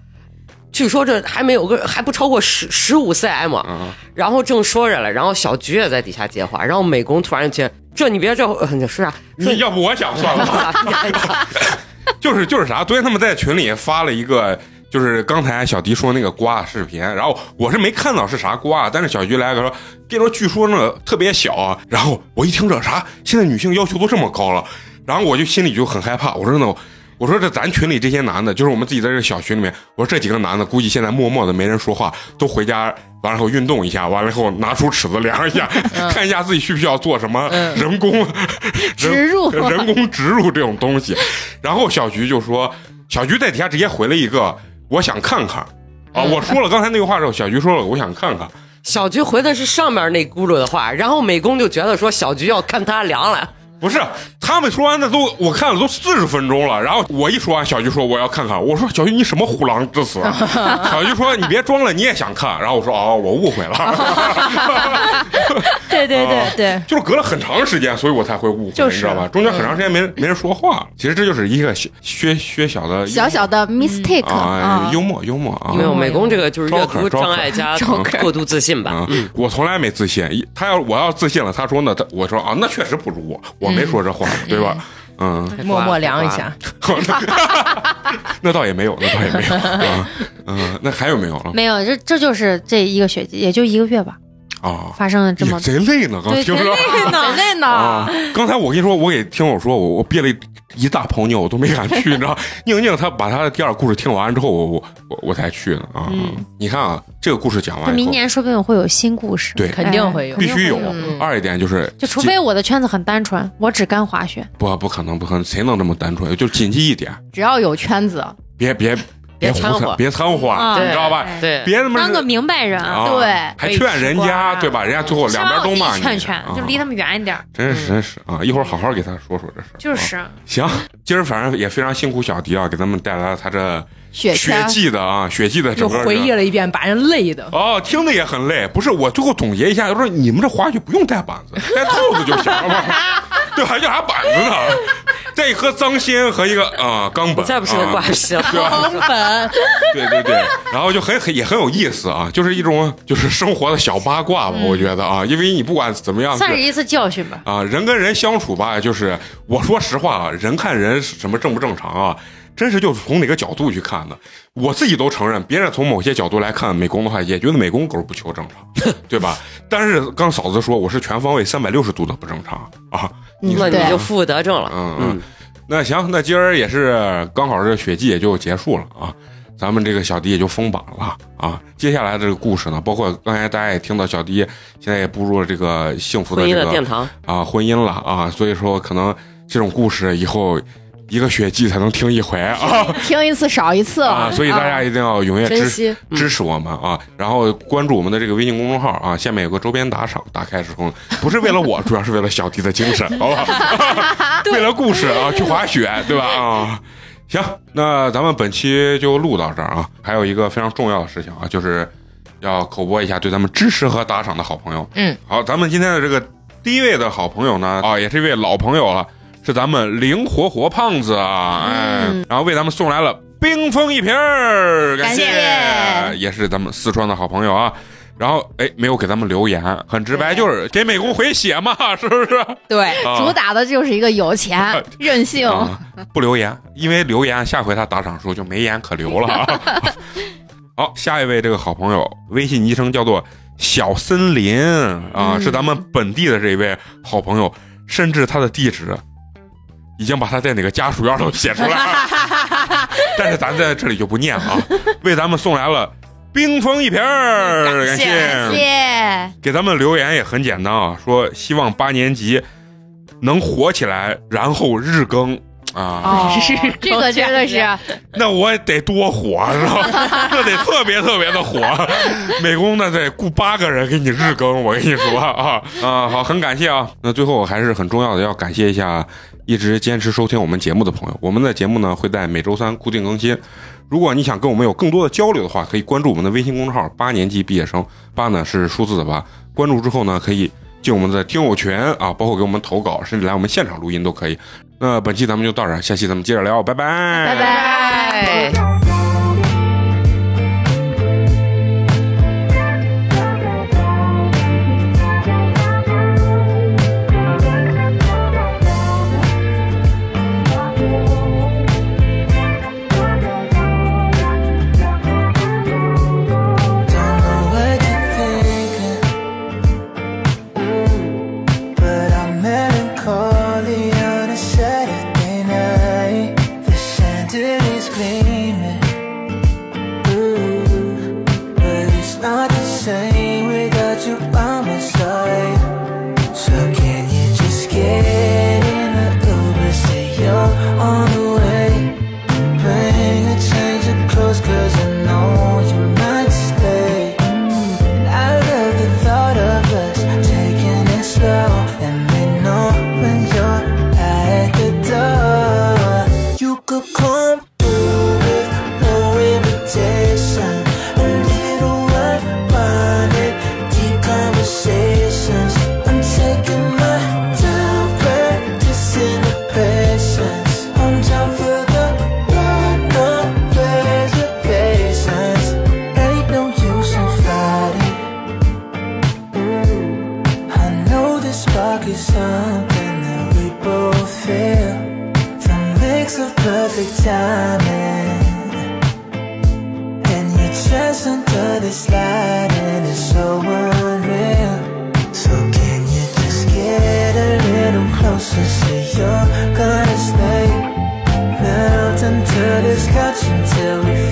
Speaker 5: 据说这还没有个，还不超过十十五 cm。”
Speaker 1: 啊
Speaker 5: 然后正说着了，然后小菊也在底下接话，然后美工突然间，这你别这，呃你说啥？
Speaker 1: 你要不我想算
Speaker 5: [laughs]
Speaker 1: 了。就是就是啥，昨天他们在群里发了一个，就是刚才小迪说那个瓜的视频，然后我是没看到是啥瓜，但是小菊来个说，别说据说那个特别小啊，然后我一听这啥，现在女性要求都这么高了，然后我就心里就很害怕，我说呢。我说这咱群里这些男的，就是我们自己在这小群里面，我说这几个男的估计现在默默的没人说话，都回家完了以后运动一下，完了以后拿出尺子量一下，
Speaker 2: 嗯
Speaker 1: 看一下自己需不需要做什么人工、
Speaker 2: 植入
Speaker 1: 人人工植入这种东西。然后小菊就说，小菊在底下直接回了一个“我想看看”，啊，
Speaker 2: 嗯
Speaker 1: 我说了刚才那个话之后，小菊说了“我想看看
Speaker 5: 小菊回的是上面那轱辘的话，然后美工就觉得说小菊要看他凉了，”
Speaker 1: 不是，他们说完的都我看了都四十分钟了，然后我一说完，小菊说我要看看，我说小菊你什么虎狼之词啊？小菊说你别装了，你也想看，然后我说哦，我误会了，
Speaker 6: 对对
Speaker 1: 啊
Speaker 6: 对对，
Speaker 1: 就是隔了很长时间，所以我才会误会，
Speaker 6: 就是
Speaker 1: 你知道吧？中间很长时间没人、没人说话，其实这就是一个薛薛小的
Speaker 3: 小小的 mistake
Speaker 1: 啊
Speaker 3: 啊，
Speaker 1: 幽默幽默啊
Speaker 5: 没。有美工这个就是阅
Speaker 1: 招客
Speaker 5: 读障碍加
Speaker 1: 招客
Speaker 5: 过度自信吧
Speaker 1: 啊。，我从来没自信。一他要我要自信了，他说呢，他我说啊，那确实不如我，我没说这话，对吧？嗯，
Speaker 6: 默默量一下，
Speaker 1: [laughs] 那倒也没有，那倒也没
Speaker 4: [laughs]
Speaker 1: 有啊。嗯，那还有没有了
Speaker 4: 没有，这这就是这一个学期，也就一个月吧，
Speaker 1: 啊？
Speaker 4: 发生了这
Speaker 1: 也
Speaker 4: 么
Speaker 1: 贼累呢，刚
Speaker 4: 对
Speaker 1: 听
Speaker 4: 贼
Speaker 1: 着
Speaker 4: 累呢，
Speaker 6: [laughs]
Speaker 4: 贼累
Speaker 1: 啊。 [laughs] 刚才我跟你说，我给听友说，我我憋了一一大泡尿，我都没敢去，你知
Speaker 4: [laughs]
Speaker 1: 道？宁宁她把她的第二故事听完之后，我我我我才去呢啊。你看啊，这个故事讲
Speaker 4: 那
Speaker 1: 完以
Speaker 4: 嗯明
Speaker 1: 后，
Speaker 4: 年说不定会有新故事，
Speaker 1: 对
Speaker 6: 肯定会有
Speaker 4: 哎
Speaker 1: 必须有
Speaker 4: 肯定会。
Speaker 1: 二一点就是，
Speaker 4: 就除非我的圈子很单纯，我只干滑雪，
Speaker 1: 不不可能，不可能，谁能这么单纯？就谨记一点，
Speaker 2: 只要有圈子，
Speaker 1: 别别
Speaker 5: 别
Speaker 1: 胡
Speaker 5: 掺
Speaker 1: 扯
Speaker 5: 和
Speaker 1: 别掺和，
Speaker 4: 啊
Speaker 1: 你知道吧？
Speaker 4: 哎
Speaker 5: 对，
Speaker 1: 别他妈
Speaker 4: 当个明白人，
Speaker 1: 啊，
Speaker 2: 对
Speaker 1: 还劝人
Speaker 4: 被吃
Speaker 1: 家
Speaker 4: 瓜啊
Speaker 1: 对吧？人家最后
Speaker 4: 先
Speaker 1: 两
Speaker 4: 把
Speaker 1: 边
Speaker 4: 我
Speaker 1: 都
Speaker 4: 自
Speaker 1: 骂
Speaker 4: 己
Speaker 1: 你，
Speaker 4: 劝劝，
Speaker 1: 啊
Speaker 4: 就离他们远一点儿，
Speaker 1: 真是真是啊！一会儿好好给他说说这事儿。
Speaker 4: 就
Speaker 1: 啊
Speaker 4: 是
Speaker 1: 行，
Speaker 4: 啊
Speaker 1: 今儿反正也非常辛苦小迪啊，给咱们带来了他这
Speaker 2: 雪
Speaker 1: 血
Speaker 2: 圈
Speaker 1: 迹的啊，血迹的整
Speaker 6: 就
Speaker 1: 个
Speaker 6: 回忆
Speaker 1: 这。
Speaker 6: 了一遍，把人累的。
Speaker 1: 哦，听的也很累。不是，我最后总结一下，就是你们这滑雪不用带板子，带兔子就行了嘛，对吧？要啥板子呢？带一颗脏心和一个啊、钢本，
Speaker 5: 再不是个
Speaker 1: 啊
Speaker 5: 瓜皮
Speaker 1: [laughs]
Speaker 5: 了。
Speaker 1: 对吧？对对对，然后就很很也很有意思啊，就是一种就是生活的小八卦吧，我觉得啊，因为你不管怎么样，
Speaker 4: 嗯算是一次教训吧。
Speaker 1: 啊，人跟人相处吧，就是我说实话啊，人看人什么正不正常啊，真是就是从哪个角度去看的。我自己都承认，别人从某些角度来看美工的话，也觉得美工狗不求正
Speaker 4: [laughs]
Speaker 1: 常，对吧？但是刚嫂子说我是全方位三百六十度的不正常啊，你
Speaker 5: 那
Speaker 1: 说
Speaker 5: 你
Speaker 2: 对
Speaker 5: 就负负得正了。
Speaker 1: 嗯嗯，那行，那今儿也是刚好这雪季也就结束了啊，咱们这个小迪也就封榜了啊。接下来的这个故事呢，包括刚才大家也听到，小迪现在也步入了这个幸福的
Speaker 5: 婚姻
Speaker 1: 这
Speaker 5: 的
Speaker 1: 个
Speaker 5: 殿堂，
Speaker 1: 啊婚姻了啊，所以说可能这种故事以后一个雪季才能听一回啊。
Speaker 2: 听一次少一次了
Speaker 1: 啊，所以大家一定要踊跃
Speaker 5: 珍
Speaker 1: 支
Speaker 5: 惜嗯
Speaker 1: 支持我们啊，然后关注我们的这个微信公众号啊，下面有个周边打赏，打开之后 [laughs] 不是为了我，主要是为了小弟的精 [laughs] 神，好不好？为了故事啊，去滑雪，对吧？啊。行，那咱们本期就录到这儿啊。还有一个非常重要的事情啊，就是要口播一下对咱们支持和打赏的好朋友。
Speaker 6: 嗯，
Speaker 1: 好，咱们今天的这个第一位的好朋友呢，啊，也是一位老朋友了，是咱们灵活活胖子啊，哎，然后为咱们送来了冰封一瓶儿，感谢，也是咱们四川的好朋友啊。然后哎，没有给咱们留言，很直白，就是给美工回血嘛，是不是？
Speaker 2: 对
Speaker 1: 啊，
Speaker 2: 主打的就是一个有钱、任性。
Speaker 1: 啊，不留言，因为留言下回他打赏的时候就没言可留了啊。好，下一位这个好朋友，微信昵称叫做小森林啊，是咱们本地的这一位好朋友，甚至他的地址已经把他在哪个家属院都写出来了，但是咱在这里就不念了啊，为咱们送来了冰封一瓶儿，感
Speaker 2: 感谢，
Speaker 1: 给咱们留言也很简单啊，说希望八年级能火起来，然后日更啊，
Speaker 2: 哦
Speaker 6: 是，
Speaker 2: 这个真的是
Speaker 1: 那我得多火
Speaker 2: [laughs]
Speaker 1: 是吧？那得特别特别的火，美工那得雇八个人给你日更，我跟你说啊啊，好，很感谢啊。那最后还是很重要的，要感谢一下一直坚持收听我们节目的朋友。我们的节目呢会在每周三固定更新。如果你想跟我们有更多的交流的话，可以关注我们的微信公众号“八年级毕业生”，八呢是数字的八。关注之后呢，可以进我们的听友群啊，包括给我们投稿，甚至来我们现场录音都可以。那本期咱们就到这儿，下期咱们接着聊，拜拜，拜
Speaker 2: 拜拜。
Speaker 5: 哎。
Speaker 7: Don't know what you're thinking, but I'm melancholy on a Saturday night. The chandelier is gleaming, Mm. timing, and your chance under the sliding is so unreal. So can you just get a little closer so you're gonna stay? Melt into this couch until we